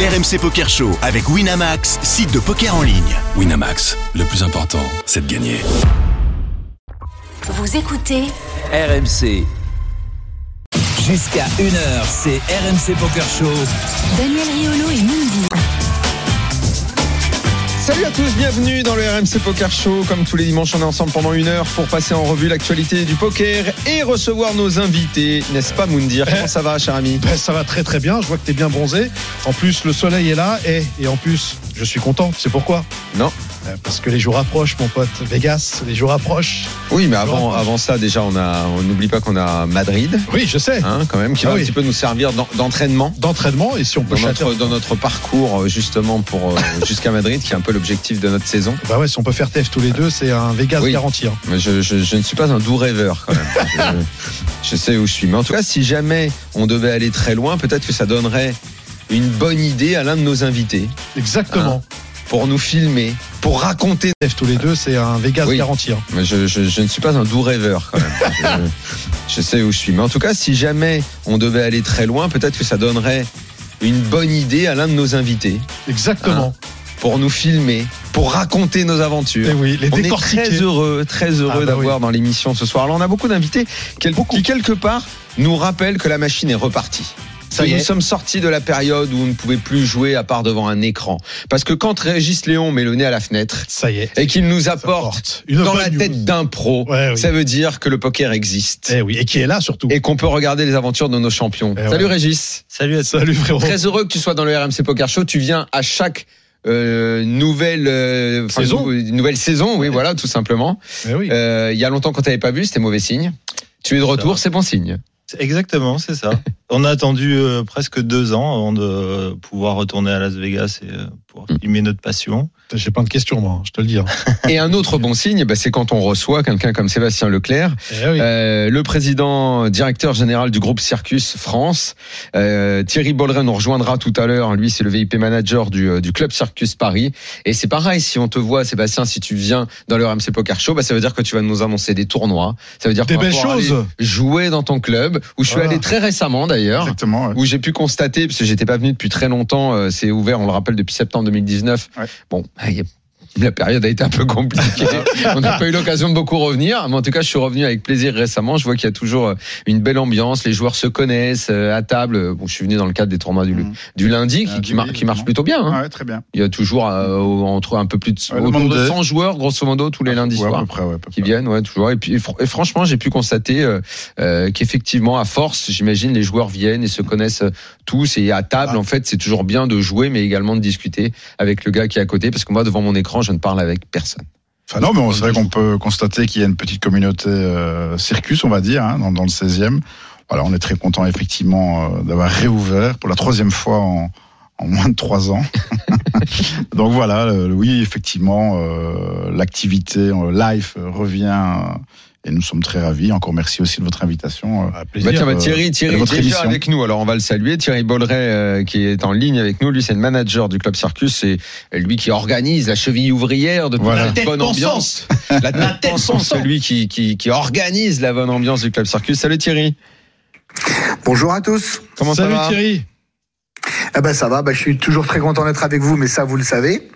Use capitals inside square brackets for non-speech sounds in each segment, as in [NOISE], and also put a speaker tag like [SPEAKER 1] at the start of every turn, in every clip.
[SPEAKER 1] RMC Poker Show avec Winamax, site de poker en ligne.
[SPEAKER 2] Winamax, le plus important, c'est de gagner.
[SPEAKER 3] Vous écoutez
[SPEAKER 4] RMC. Jusqu'à 1h, c'est RMC Poker Show.
[SPEAKER 3] Daniel Riolo et Mindy.
[SPEAKER 5] Salut à tous, bienvenue dans le RMC Poker Show. Comme tous les dimanches, on est ensemble pendant une heure pour passer en revue l'actualité du poker et recevoir nos invités, n'est-ce
[SPEAKER 6] [LAUGHS]
[SPEAKER 5] pas Moundir Comment Eh, ça va, cher ami
[SPEAKER 6] Ben, ça va très très bien, je vois que t'es bien bronzé. En plus, le soleil est là et, et en plus, je suis content. C'est pourquoi
[SPEAKER 5] Non.
[SPEAKER 6] Euh, Parce que les jours approchent, mon pote. Vegas, les jours approchent.
[SPEAKER 5] Oui, mais avant, avant ça, déjà, on a, on n'oublie pas qu'on a Madrid,
[SPEAKER 6] Oui, je sais.
[SPEAKER 5] hein, quand même, qui
[SPEAKER 6] Ah
[SPEAKER 5] va
[SPEAKER 6] oui.
[SPEAKER 5] un petit peu nous servir d'en- d'entraînement.
[SPEAKER 6] D'entraînement et si on peut
[SPEAKER 5] Dans
[SPEAKER 6] châter-
[SPEAKER 5] notre, dans notre parcours euh, justement
[SPEAKER 6] [LAUGHS]
[SPEAKER 5] pour euh, jusqu'à Madrid, qui est un peu l'objectif de notre saison.
[SPEAKER 6] Bah ouais, si on peut faire TF tous les deux, c'est un Vegas
[SPEAKER 5] Ah. Oui.
[SPEAKER 6] garanti. hein.
[SPEAKER 5] Mais je, je- je ne suis pas un doux rêveur quand
[SPEAKER 6] [LAUGHS]
[SPEAKER 5] même. je, je sais où je suis. Mais en tout cas, si jamais on devait aller très loin, peut-être que ça donnerait une bonne idée à l'un de nos invités
[SPEAKER 6] Exactement.
[SPEAKER 5] Ah. pour nous filmer, pour raconter
[SPEAKER 6] TF tous les deux, c'est un Vegas
[SPEAKER 5] Oui.
[SPEAKER 6] garanti. hein.
[SPEAKER 5] Mais je, je- je ne suis pas un doux rêveur quand même. je, je sais où je suis. Mais en tout cas, si jamais on devait aller très loin, peut-être que ça donnerait une bonne idée à l'un de nos invités Hein,
[SPEAKER 6] Exactement.
[SPEAKER 5] pour nous filmer, pour raconter nos aventures.
[SPEAKER 6] Et Eh oui, les
[SPEAKER 5] On est
[SPEAKER 6] décortiquer.
[SPEAKER 5] très heureux, très heureux
[SPEAKER 6] Ah bah
[SPEAKER 5] d'avoir dans l'émission ce soir. Alors on a beaucoup d'invités quel- qui quelque part nous rappellent que la machine est repartie.
[SPEAKER 6] Ça
[SPEAKER 5] Que
[SPEAKER 6] y
[SPEAKER 5] nous
[SPEAKER 6] est.
[SPEAKER 5] sommes sortis de la période où on ne pouvait plus jouer à part devant un écran. Parce que quand Régis Léon met le nez à la fenêtre
[SPEAKER 6] Ça y est.
[SPEAKER 5] et qu'il nous
[SPEAKER 6] Ça
[SPEAKER 5] apporte
[SPEAKER 6] porte une
[SPEAKER 5] dans
[SPEAKER 6] bonne
[SPEAKER 5] la
[SPEAKER 6] news.
[SPEAKER 5] tête d'un pro,
[SPEAKER 6] Ouais, oui.
[SPEAKER 5] ça veut dire que le poker existe.
[SPEAKER 6] Eh oui, et qui est là surtout.
[SPEAKER 5] Et qu'on peut regarder les aventures de nos champions.
[SPEAKER 6] Eh
[SPEAKER 5] Salut
[SPEAKER 6] ouais.
[SPEAKER 5] Régis.
[SPEAKER 6] Salut, salut frérot.
[SPEAKER 5] Très heureux que tu sois dans le RMC Poker Show. Tu viens à chaque euh, nouvelle euh, enfin,
[SPEAKER 6] Saison.
[SPEAKER 5] nou- nouvelle saison, oui, voilà, tout simplement.
[SPEAKER 6] Eh oui.
[SPEAKER 5] Euh, Il y a longtemps qu'on t'avait pas vu, c'était mauvais signe. Tu es de retour, c'est bon signe.
[SPEAKER 7] Exactement, c'est
[SPEAKER 5] [LAUGHS]
[SPEAKER 7] ça. On a attendu euh, presque deux ans avant de euh, pouvoir retourner à Las Vegas et euh, pouvoir
[SPEAKER 5] Mm.
[SPEAKER 7] filmer notre passion.
[SPEAKER 6] J'ai plein de questions, moi, hein, je te le dis. hein.
[SPEAKER 5] [LAUGHS] Et un autre bon signe, bah, c'est quand on reçoit quelqu'un comme Sébastien Leclerc,
[SPEAKER 6] Eh oui.
[SPEAKER 5] Euh, le président directeur général du groupe Circus France. Euh, Thierry Bolleret nous rejoindra tout à l'heure. Lui, c'est le VIP manager du, euh, du club Circus Paris. Et c'est pareil, si on te voit, Sébastien, si tu viens dans le RMC Poker Show, bah, ça veut dire que tu vas nous annoncer des tournois. Ça veut dire
[SPEAKER 6] Des
[SPEAKER 5] qu'on va
[SPEAKER 6] belles
[SPEAKER 5] pouvoir
[SPEAKER 6] choses.
[SPEAKER 5] aller jouer dans ton club, où je suis
[SPEAKER 6] Voilà.
[SPEAKER 5] allé très récemment d'ailleurs.
[SPEAKER 8] Exactement. ouais.
[SPEAKER 5] Où j'ai pu constater, parce que j'étais pas venu depuis très longtemps, euh, c'est ouvert, on le rappelle, depuis septembre 2019.
[SPEAKER 8] Ouais.
[SPEAKER 5] Bon, il y a- la période a été un peu compliquée. [LAUGHS] on n'a pas eu l'occasion de beaucoup revenir, mais en tout cas, je suis revenu avec plaisir récemment. Je vois qu'il y a toujours euh, une belle ambiance, les joueurs se connaissent euh, à table. Bon, je suis venu dans le cadre des tournois du,
[SPEAKER 8] Mhm.
[SPEAKER 5] du lundi, qui,
[SPEAKER 8] Lundi,
[SPEAKER 5] qui, mar- qui marche
[SPEAKER 8] évidemment.
[SPEAKER 5] plutôt bien. hein.
[SPEAKER 8] Ouais, très bien.
[SPEAKER 5] Il y a toujours euh, au- entre un peu plus de,
[SPEAKER 8] Ouais, le
[SPEAKER 5] autour
[SPEAKER 8] nombre
[SPEAKER 5] de
[SPEAKER 8] de- Ah,
[SPEAKER 5] 100 joueurs, grosso modo, tous les lundis
[SPEAKER 8] Ouais, à
[SPEAKER 5] soirs
[SPEAKER 8] peu près, ouais, à peu
[SPEAKER 5] qui
[SPEAKER 8] près.
[SPEAKER 5] viennent, ouais, toujours. Et puis, et fr- et franchement, j'ai pu constater euh, euh, qu'effectivement, à force, j'imagine, les joueurs viennent et se connaissent euh, tous. Et à table,
[SPEAKER 6] Ah.
[SPEAKER 5] en fait, c'est toujours bien de jouer, mais également de discuter avec le gars qui est à côté, parce que moi, devant mon écran, je ne parle avec personne.
[SPEAKER 6] Enfin,
[SPEAKER 8] non, mais on- c'est
[SPEAKER 6] des
[SPEAKER 8] vrai qu'on peut constater qu'il y a une petite communauté euh, circus, on va dire, hein, dans, dans le 16e. Voilà, on est très content effectivement euh, d'avoir réouvert pour la troisième fois en, en moins de trois ans. [LAUGHS] Donc voilà, euh, oui, effectivement, euh, l'activité euh, live euh, revient euh, et nous sommes très ravis. Encore merci aussi de votre invitation. euh.
[SPEAKER 6] Ah,
[SPEAKER 5] Bah,
[SPEAKER 6] plaisir.
[SPEAKER 5] tiens, bah,
[SPEAKER 8] euh,
[SPEAKER 5] Thierry, Thierry
[SPEAKER 8] de
[SPEAKER 5] est
[SPEAKER 8] votre
[SPEAKER 5] déjà
[SPEAKER 8] émission.
[SPEAKER 5] avec nous. Alors, on va le saluer. Thierry Bolleret, euh, qui est en ligne avec nous. Lui, c'est le manager du club Circus. C'est lui qui organise la cheville ouvrière de toute
[SPEAKER 8] Voilà.
[SPEAKER 5] la
[SPEAKER 8] La
[SPEAKER 6] tête
[SPEAKER 5] bonne
[SPEAKER 6] pensante.
[SPEAKER 5] ambiance. La tête pensante, celui qui, qui, qui organise la bonne ambiance du club Circus. Salut Thierry.
[SPEAKER 9] Bonjour à tous.
[SPEAKER 5] Comment
[SPEAKER 6] Salut
[SPEAKER 5] ça va
[SPEAKER 6] Thierry.
[SPEAKER 9] Eh ben ça va, ben, je suis toujours très content d'être avec vous, mais ça vous le savez.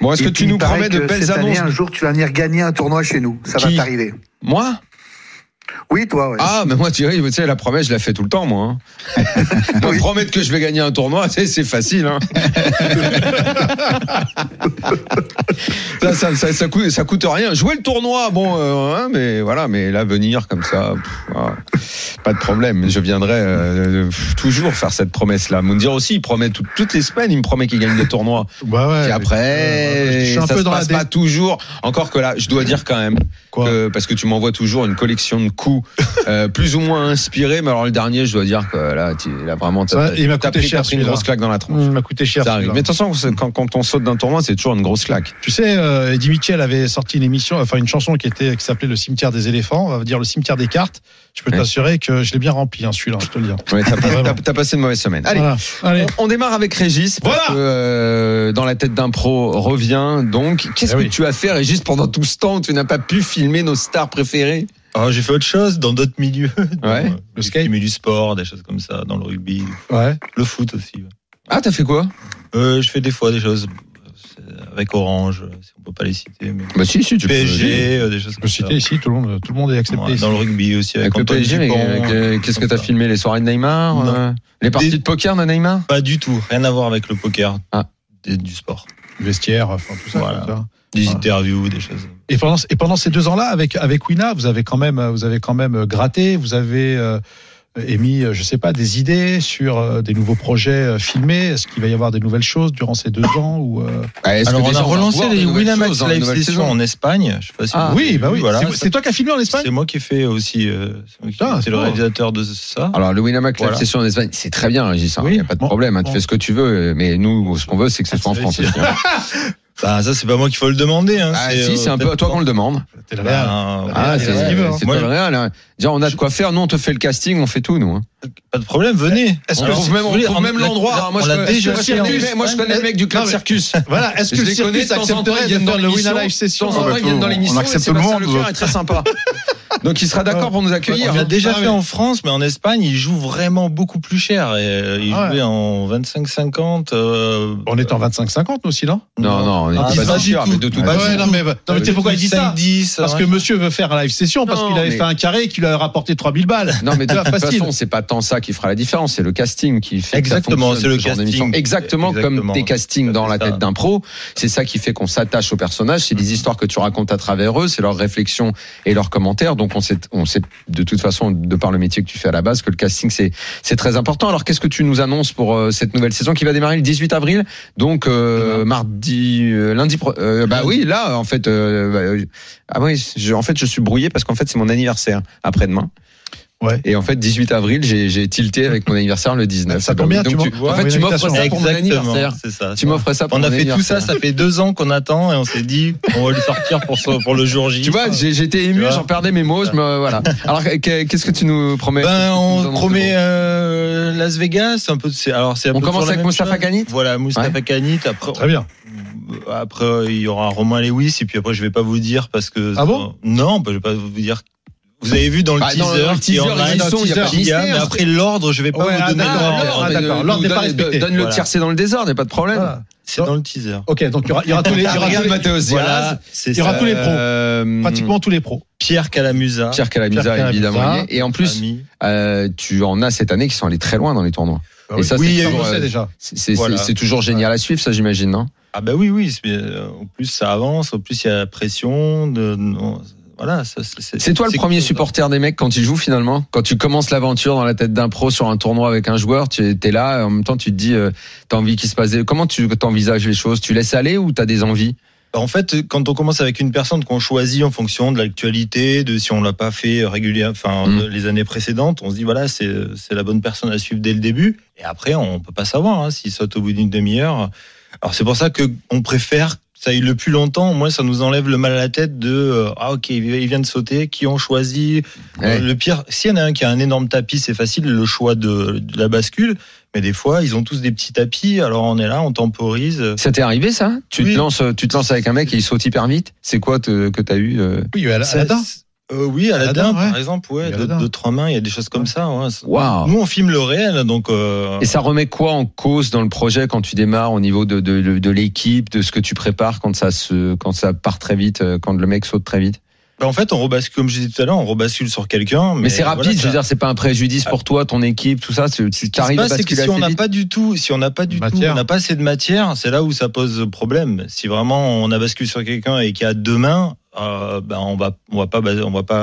[SPEAKER 5] Bon, est-ce
[SPEAKER 9] Et
[SPEAKER 5] que
[SPEAKER 9] puis,
[SPEAKER 5] tu
[SPEAKER 9] il
[SPEAKER 5] nous
[SPEAKER 9] paraît
[SPEAKER 5] promets de
[SPEAKER 9] que
[SPEAKER 5] belles
[SPEAKER 9] cette
[SPEAKER 5] annonces
[SPEAKER 9] année, un jour, tu vas venir gagner un tournoi chez nous. Ça
[SPEAKER 5] Qui
[SPEAKER 9] va t'arriver.
[SPEAKER 5] Moi
[SPEAKER 9] Oui, toi. Ouais.
[SPEAKER 5] Ah, mais moi, Thierry, tu sais, la promesse, je la fais tout le temps, moi.
[SPEAKER 9] [LAUGHS]
[SPEAKER 5] hein. Me
[SPEAKER 9] Oui.
[SPEAKER 5] promettre que je vais gagner un tournoi, c'est, c'est facile.
[SPEAKER 9] [LAUGHS]
[SPEAKER 5] Hein. ça, ça, ça, ça coûte, ça coûte rien. Jouer le tournoi, bon, euh, hein, mais voilà, mais là, venir comme ça, pff, voilà. pas de problème. Je viendrai euh, pff, toujours faire cette promesse-là. Moundir aussi, il promet tout- toutes les semaines, il me promet qu'il gagne le tournoi.
[SPEAKER 6] Bah ouais.
[SPEAKER 5] Puis
[SPEAKER 6] Euh,
[SPEAKER 5] après,
[SPEAKER 6] je suis un
[SPEAKER 5] ça
[SPEAKER 6] peu
[SPEAKER 5] se
[SPEAKER 6] dans la
[SPEAKER 5] passe
[SPEAKER 6] dé-
[SPEAKER 5] pas toujours. Encore que là, je dois dire quand même,
[SPEAKER 6] Quoi
[SPEAKER 5] que- parce que tu m'envoies toujours une collection de
[SPEAKER 6] [LAUGHS]
[SPEAKER 5] coups euh, plus ou moins inspirés. Mais alors le dernier, je dois dire que là, tu, là vraiment,
[SPEAKER 6] Ça,
[SPEAKER 5] t'as
[SPEAKER 6] il m'a
[SPEAKER 5] t'as
[SPEAKER 6] coûté
[SPEAKER 5] pris,
[SPEAKER 6] cher,
[SPEAKER 5] t'as pris une
[SPEAKER 6] celui-là.
[SPEAKER 5] grosse claque dans la tronche.
[SPEAKER 6] Il m'a coûté cher.
[SPEAKER 5] Ça arrive.
[SPEAKER 6] celui-là.
[SPEAKER 5] Mais attention, c'est- quand, quand on saute d'un tournoi, c'est toujours une grosse claque.
[SPEAKER 6] Tu sais, euh, Eddie Mitchell avait sorti une émission, enfin une chanson qui était qui s'appelait Le cimetière des éléphants, on va dire le cimetière des cartes. Je peux
[SPEAKER 5] Ouais.
[SPEAKER 6] t'assurer que je l'ai bien rempli, hein, celui-là, je te le dis.
[SPEAKER 5] Ouais, t'as pas-
[SPEAKER 6] Vraiment.
[SPEAKER 5] t'as- t'as passé une mauvaise semaine. Allez,
[SPEAKER 6] Voilà. Allez.
[SPEAKER 5] On, on démarre avec Régis. Parce que, euh, dans la tête d'un pro revient donc. Qu'est-ce
[SPEAKER 6] Eh
[SPEAKER 5] que
[SPEAKER 6] oui.
[SPEAKER 5] tu as fait, Régis, pendant tout ce temps où tu n'as pas pu filmer nos stars préférées
[SPEAKER 6] Oh,
[SPEAKER 7] Alors, j'ai fait autre chose dans euh, d'autres milieux. [LAUGHS]
[SPEAKER 5] Ouais,
[SPEAKER 7] le skate. du sport, des choses comme ça, dans le rugby,
[SPEAKER 6] Ouais.
[SPEAKER 7] le foot aussi. ouais.
[SPEAKER 5] Ah, t'as fait quoi
[SPEAKER 7] Euh, je fais des fois des choses euh, avec Orange, euh, si on peut pas les citer. Mais...
[SPEAKER 5] Bah si, si, tu
[SPEAKER 7] PSG, euh, des choses
[SPEAKER 6] Je peux
[SPEAKER 7] comme
[SPEAKER 6] citer
[SPEAKER 7] ça.
[SPEAKER 6] ici, tout le monde, tout le monde est accepté.
[SPEAKER 7] Ouais,
[SPEAKER 6] ici.
[SPEAKER 7] dans le rugby aussi avec,
[SPEAKER 5] Avec le
[SPEAKER 7] Antoine
[SPEAKER 5] PSG, mais
[SPEAKER 7] Dupont,
[SPEAKER 5] avec,
[SPEAKER 7] des
[SPEAKER 5] euh,
[SPEAKER 7] choses
[SPEAKER 5] qu'est-ce que
[SPEAKER 7] comme
[SPEAKER 5] t'as
[SPEAKER 7] ça.
[SPEAKER 5] filmé Les soirées de Neymar
[SPEAKER 7] Non.
[SPEAKER 5] euh, Les parties
[SPEAKER 7] Des-
[SPEAKER 5] de poker de Neymar
[SPEAKER 7] Pas du tout, rien à voir avec le poker,
[SPEAKER 5] Ah.
[SPEAKER 7] des- du sport,
[SPEAKER 6] Vestiaire, enfin tout ça.
[SPEAKER 7] Voilà.
[SPEAKER 6] comme ça.
[SPEAKER 7] des
[SPEAKER 6] Voilà.
[SPEAKER 7] interviews, des choses.
[SPEAKER 6] Et pendant, et pendant ces deux ans-là, avec, avec Wina, vous avez quand même, vous avez quand même gratté, vous avez euh, émis, euh, je sais pas, des idées sur euh, des nouveaux projets euh, filmés. Est-ce qu'il va y avoir des nouvelles choses durant ces deux ans ou euh,
[SPEAKER 5] Ah, est-ce
[SPEAKER 7] Alors
[SPEAKER 5] que
[SPEAKER 7] on
[SPEAKER 5] déjà,
[SPEAKER 7] a
[SPEAKER 5] va
[SPEAKER 7] relancé
[SPEAKER 5] voir
[SPEAKER 7] les
[SPEAKER 5] de nouvelles
[SPEAKER 7] Winamax
[SPEAKER 5] choses dans la
[SPEAKER 7] Live
[SPEAKER 5] nouvelle
[SPEAKER 7] Session
[SPEAKER 5] saison
[SPEAKER 7] en Espagne. Je sais pas si
[SPEAKER 5] Ah.
[SPEAKER 7] vous avez
[SPEAKER 6] Oui, bah
[SPEAKER 7] vu,
[SPEAKER 6] oui.
[SPEAKER 7] voilà.
[SPEAKER 6] C'est- c'est toi qui as filmé en Espagne.
[SPEAKER 7] C'est moi qui ai fait aussi. euh, c'est moi qui-
[SPEAKER 6] Ah,
[SPEAKER 7] c'est
[SPEAKER 6] c'est
[SPEAKER 7] le
[SPEAKER 6] bon. Ah,
[SPEAKER 7] réalisateur de ça. [LAUGHS]
[SPEAKER 5] Alors le Winamax Live
[SPEAKER 7] Voilà.
[SPEAKER 5] Session en Espagne, c'est très bien, Régis, il
[SPEAKER 6] Oui.
[SPEAKER 5] n'y a pas de
[SPEAKER 6] Bon.
[SPEAKER 5] problème, hein, tu
[SPEAKER 6] Bon.
[SPEAKER 5] fais ce que tu veux, mais nous, ce qu'on veut, c'est que ce soit en France. aussi, hein.
[SPEAKER 7] Ah, [LAUGHS] Bah, ça, c'est pas moi qu'il faut le demander. Hein.
[SPEAKER 5] Ah si, c'est un peu à toi qu'on le demande.
[SPEAKER 6] T'es là-bas.
[SPEAKER 7] Bah,
[SPEAKER 5] Ah,
[SPEAKER 6] Real,
[SPEAKER 5] c'est
[SPEAKER 6] c'est ce
[SPEAKER 5] c'est
[SPEAKER 6] qu'il veut, hein.
[SPEAKER 5] toi
[SPEAKER 7] Moi,
[SPEAKER 5] le Real. hein. Déjà, on a de quoi faire. Nous, on te fait le casting, on fait tout, nous. hein.
[SPEAKER 7] Pas de problème, venez.
[SPEAKER 6] Est-ce
[SPEAKER 5] On
[SPEAKER 6] que-
[SPEAKER 7] Alors,
[SPEAKER 5] trouve
[SPEAKER 7] si
[SPEAKER 5] même,
[SPEAKER 7] vous
[SPEAKER 5] on
[SPEAKER 7] voulez,
[SPEAKER 5] trouve
[SPEAKER 7] on-
[SPEAKER 5] même
[SPEAKER 7] la-
[SPEAKER 5] l'endroit. hein. Moi,
[SPEAKER 7] on
[SPEAKER 5] je
[SPEAKER 7] l'a
[SPEAKER 5] connais-
[SPEAKER 7] déjà
[SPEAKER 5] moi, je
[SPEAKER 7] fait.
[SPEAKER 5] connais le mec- moi, je connais le mec du club
[SPEAKER 6] Non, mais-
[SPEAKER 5] [LAUGHS] Circus.
[SPEAKER 6] Voilà. Est-ce
[SPEAKER 5] Je
[SPEAKER 6] que le
[SPEAKER 5] les connais
[SPEAKER 6] circuit
[SPEAKER 5] de temps en temps,
[SPEAKER 6] accepterait
[SPEAKER 5] ils viennent
[SPEAKER 6] de
[SPEAKER 5] dans
[SPEAKER 6] faire le
[SPEAKER 5] l'émission.
[SPEAKER 6] Wina Live
[SPEAKER 5] De temps
[SPEAKER 6] Session
[SPEAKER 5] en temps,
[SPEAKER 8] bah,
[SPEAKER 5] ils viennent dans
[SPEAKER 8] on
[SPEAKER 5] l'émission.
[SPEAKER 8] accepte
[SPEAKER 5] et
[SPEAKER 8] tout le
[SPEAKER 5] Sébastien
[SPEAKER 8] monde,
[SPEAKER 5] Leclerc est très sympa. Donc, il sera d'accord pour nous accueillir.
[SPEAKER 7] On l'a déjà
[SPEAKER 6] Ah, oui.
[SPEAKER 7] fait en France, mais en Espagne, ils jouent vraiment beaucoup plus cher. Et, euh, ils
[SPEAKER 6] Ah ouais.
[SPEAKER 7] jouaient en 25-50. euh,
[SPEAKER 6] On est en 25-50 nous aussi, non
[SPEAKER 5] Non, non, on est
[SPEAKER 7] Ah,
[SPEAKER 5] pas
[SPEAKER 7] ils sont
[SPEAKER 5] d'accord,
[SPEAKER 7] du tout.
[SPEAKER 5] mais de toute
[SPEAKER 6] Bah
[SPEAKER 5] façon.
[SPEAKER 6] ouais, non mais, non, mais tu sais pourquoi il dit ça
[SPEAKER 7] 5-10,
[SPEAKER 6] Parce
[SPEAKER 7] ouais.
[SPEAKER 6] que monsieur veut faire un live session parce
[SPEAKER 5] Ah, Non,
[SPEAKER 6] qu'il avait
[SPEAKER 5] mais-
[SPEAKER 6] fait un carré et qu'il lui a rapporté 3000 balles.
[SPEAKER 5] Non, mais [LAUGHS] de
[SPEAKER 6] Ah,
[SPEAKER 5] toute
[SPEAKER 6] facile.
[SPEAKER 5] façon, c'est pas tant ça qui fera la différence, c'est le casting qui fait. que ça
[SPEAKER 7] Exactement,
[SPEAKER 5] fonctionne,
[SPEAKER 7] c'est le
[SPEAKER 5] ce genre
[SPEAKER 7] casting.
[SPEAKER 5] d'émission. Exactement, comme
[SPEAKER 7] Exactement.
[SPEAKER 5] tes castings dans
[SPEAKER 7] C'est
[SPEAKER 5] la
[SPEAKER 7] ça. Mm-hmm.
[SPEAKER 5] tête d'un pro, c'est ça qui fait qu'on s'attache aux personnages, c'est les histoires que tu racontes à travers eux, c'est leurs réflexions et leurs commentaires. Donc on sait, on sait de toute façon, de par le métier que tu fais à la base, que le casting c'est c'est très important. Alors qu'est-ce que tu nous annonces pour euh, cette nouvelle saison qui va démarrer le 18 avril, donc euh, mardi, euh, lundi, pro- euh, bah oui, là en fait, euh, bah, euh, ah oui, je- en fait je suis brouillé parce qu'en fait c'est mon anniversaire après-demain.
[SPEAKER 6] Ouais.
[SPEAKER 5] Et en fait, 18 avril, j'ai j'ai tilté avec mon anniversaire le 19.
[SPEAKER 6] Ça tombe bien,
[SPEAKER 5] Donc,
[SPEAKER 6] tu
[SPEAKER 5] tu-
[SPEAKER 6] m'envoies
[SPEAKER 5] en fait,
[SPEAKER 6] une
[SPEAKER 5] tu m'offres
[SPEAKER 6] invitation.
[SPEAKER 5] ça pour mon anniversaire.
[SPEAKER 7] Exactement, c'est ça.
[SPEAKER 5] Tu m'offres ça pour
[SPEAKER 7] On
[SPEAKER 5] mon
[SPEAKER 7] a fait tout ça,
[SPEAKER 5] anniversaire.
[SPEAKER 7] ça fait deux ans qu'on attend et on s'est dit, on va le sortir pour, so- pour le jour J.
[SPEAKER 5] Tu vois, j'ai- j'étais ému,
[SPEAKER 7] vois.
[SPEAKER 5] j'en perdais mes mots, je me- voilà. Alors, que- qu'est-ce que tu nous promets
[SPEAKER 7] Ben,
[SPEAKER 5] Qu'est-ce que tu nous
[SPEAKER 7] on
[SPEAKER 5] annonces
[SPEAKER 7] promet euh, Las Vegas, un peu. de- c'est- Alors, c'est un peu
[SPEAKER 5] On commence
[SPEAKER 7] toujours la
[SPEAKER 5] avec
[SPEAKER 7] même
[SPEAKER 5] Mustapha
[SPEAKER 7] chose.
[SPEAKER 5] Kanit
[SPEAKER 7] Voilà, Mustafa
[SPEAKER 5] Ouais.
[SPEAKER 7] Kanit. Après,
[SPEAKER 6] Très bien.
[SPEAKER 7] après, il y aura Romain Lewis et puis après, je vais pas vous dire parce que.
[SPEAKER 6] Ah bon
[SPEAKER 7] Non, bah, je vais pas vous dire. Vous avez vu dans le
[SPEAKER 5] Bah,
[SPEAKER 7] teaser,
[SPEAKER 5] dans le teaser,
[SPEAKER 7] qui est en
[SPEAKER 5] ils
[SPEAKER 7] live,
[SPEAKER 5] y sont, il y a pas de
[SPEAKER 7] qu'il y a, mais
[SPEAKER 5] mystère.
[SPEAKER 7] après l'ordre, je vais pas
[SPEAKER 6] Ouais,
[SPEAKER 7] vous
[SPEAKER 6] ah,
[SPEAKER 7] donner
[SPEAKER 6] d'accord,
[SPEAKER 7] l'ordre.
[SPEAKER 6] ah,
[SPEAKER 5] mais
[SPEAKER 6] d'accord,
[SPEAKER 5] nous-
[SPEAKER 6] l'ordre
[SPEAKER 5] nous
[SPEAKER 6] n'est pas
[SPEAKER 5] donne-
[SPEAKER 6] respecté.
[SPEAKER 5] Donne le
[SPEAKER 7] Voilà.
[SPEAKER 5] tiercé dans le désordre, il n'y a pas de problème.
[SPEAKER 6] Voilà.
[SPEAKER 7] C'est dans le teaser.
[SPEAKER 6] Ok, donc il y aura, il y aura tous les, il y aura tous les-
[SPEAKER 7] Voilà, c'est
[SPEAKER 6] Il y aura
[SPEAKER 7] ça.
[SPEAKER 6] tous les pros.
[SPEAKER 5] Euh,
[SPEAKER 6] pratiquement tous les pros.
[SPEAKER 7] Pierre Calamusa.
[SPEAKER 5] Pierre Calamusa,
[SPEAKER 6] Pierre
[SPEAKER 5] évidemment.
[SPEAKER 6] Calamusa.
[SPEAKER 5] Et en plus,
[SPEAKER 7] ami.
[SPEAKER 5] euh, tu en as cette année qui sont allés très loin dans les tournois. Et ça,
[SPEAKER 6] oui,
[SPEAKER 5] c'est
[SPEAKER 6] il y a eu
[SPEAKER 5] toujours,
[SPEAKER 6] Rosset,
[SPEAKER 5] euh,
[SPEAKER 6] déjà.
[SPEAKER 5] C'est- C'est
[SPEAKER 7] Ah Voilà.
[SPEAKER 5] c'est- c'est toujours génial à suivre, ça, j'imagine, non
[SPEAKER 7] Ah bah oui, oui. c'est- euh, En plus, ça avance. En plus, il y a la pression. De... non, Voilà. ça,
[SPEAKER 5] C'est toi le
[SPEAKER 7] c'est-
[SPEAKER 5] premier supporter des mecs quand ils jouent finalement Quand tu commences l'aventure dans la tête d'un pro sur un tournoi avec un joueur, tu es là, en même temps tu te dis, euh, t'as envie qu'il se passe des... Comment tu t'envisages les choses Tu laisses aller ou t'as des envies
[SPEAKER 7] Bah, En fait, quand on commence avec une personne qu'on choisit en fonction de l'actualité, de si on l'a pas fait régulièrement, enfin
[SPEAKER 5] Mm.
[SPEAKER 7] de- les années précédentes, on se dit voilà c'est c'est la bonne personne à suivre dès le début. Et après, on peut pas savoir hein, s'il saute au bout d'une demi-heure. Alors c'est pour ça que on préfère que ça aille le plus longtemps. Au moins, ça nous enlève le mal à la tête de euh, ah ok il il vient de sauter, qui on choisit.
[SPEAKER 5] Ouais.
[SPEAKER 7] Euh, Le pire, s'il y en a un qui a un énorme tapis, c'est facile le choix de, de la bascule. Mais des fois, ils ont tous des petits tapis. Alors on est là, on temporise.
[SPEAKER 5] Ça t'est arrivé ça tu,
[SPEAKER 7] Oui.
[SPEAKER 5] te lances, euh, tu te lances avec un mec et il saute hyper vite C'est quoi te- que t'as eu euh
[SPEAKER 6] Oui, il y a eu Al-
[SPEAKER 7] C'est-
[SPEAKER 6] Aladdin.
[SPEAKER 7] euh, oui, Aladdin,
[SPEAKER 6] Aladdin, ouais.
[SPEAKER 7] par exemple, ouais,
[SPEAKER 6] Il y a
[SPEAKER 7] deux,
[SPEAKER 6] Aladdin.
[SPEAKER 7] deux, trois mains, il y a des choses comme
[SPEAKER 6] Ouais.
[SPEAKER 7] ça. ouais.
[SPEAKER 5] Waouh
[SPEAKER 7] Nous, on filme le réel, donc. euh,
[SPEAKER 5] Et ça remet quoi en cause dans le projet quand tu démarres au niveau de, de, de- de l'équipe, de ce que tu prépares quand ça, se, quand ça part très vite, euh, quand le mec saute très vite
[SPEAKER 7] bah, en fait, on rebascule, comme je disais tout à l'heure, on rebascule sur quelqu'un. Mais,
[SPEAKER 5] Mais, c'est rapide,
[SPEAKER 7] voilà, Ah.
[SPEAKER 5] je veux dire, c'est pas un préjudice pour toi, ton équipe, tout ça. Tu tu
[SPEAKER 7] Ce qui se
[SPEAKER 5] t'arrives à
[SPEAKER 7] passe, c'est que
[SPEAKER 5] basculer
[SPEAKER 7] si
[SPEAKER 5] assez
[SPEAKER 7] on n'a
[SPEAKER 5] vite.
[SPEAKER 7] pas du tout, si on n'a pas du tout,
[SPEAKER 6] Matière.
[SPEAKER 7] on n'a pas assez de matière, c'est là où ça pose problème. Si vraiment on a basculé sur quelqu'un et qu'il y a deux mains, euh, bah, on va, on va pas, bas- on va pas,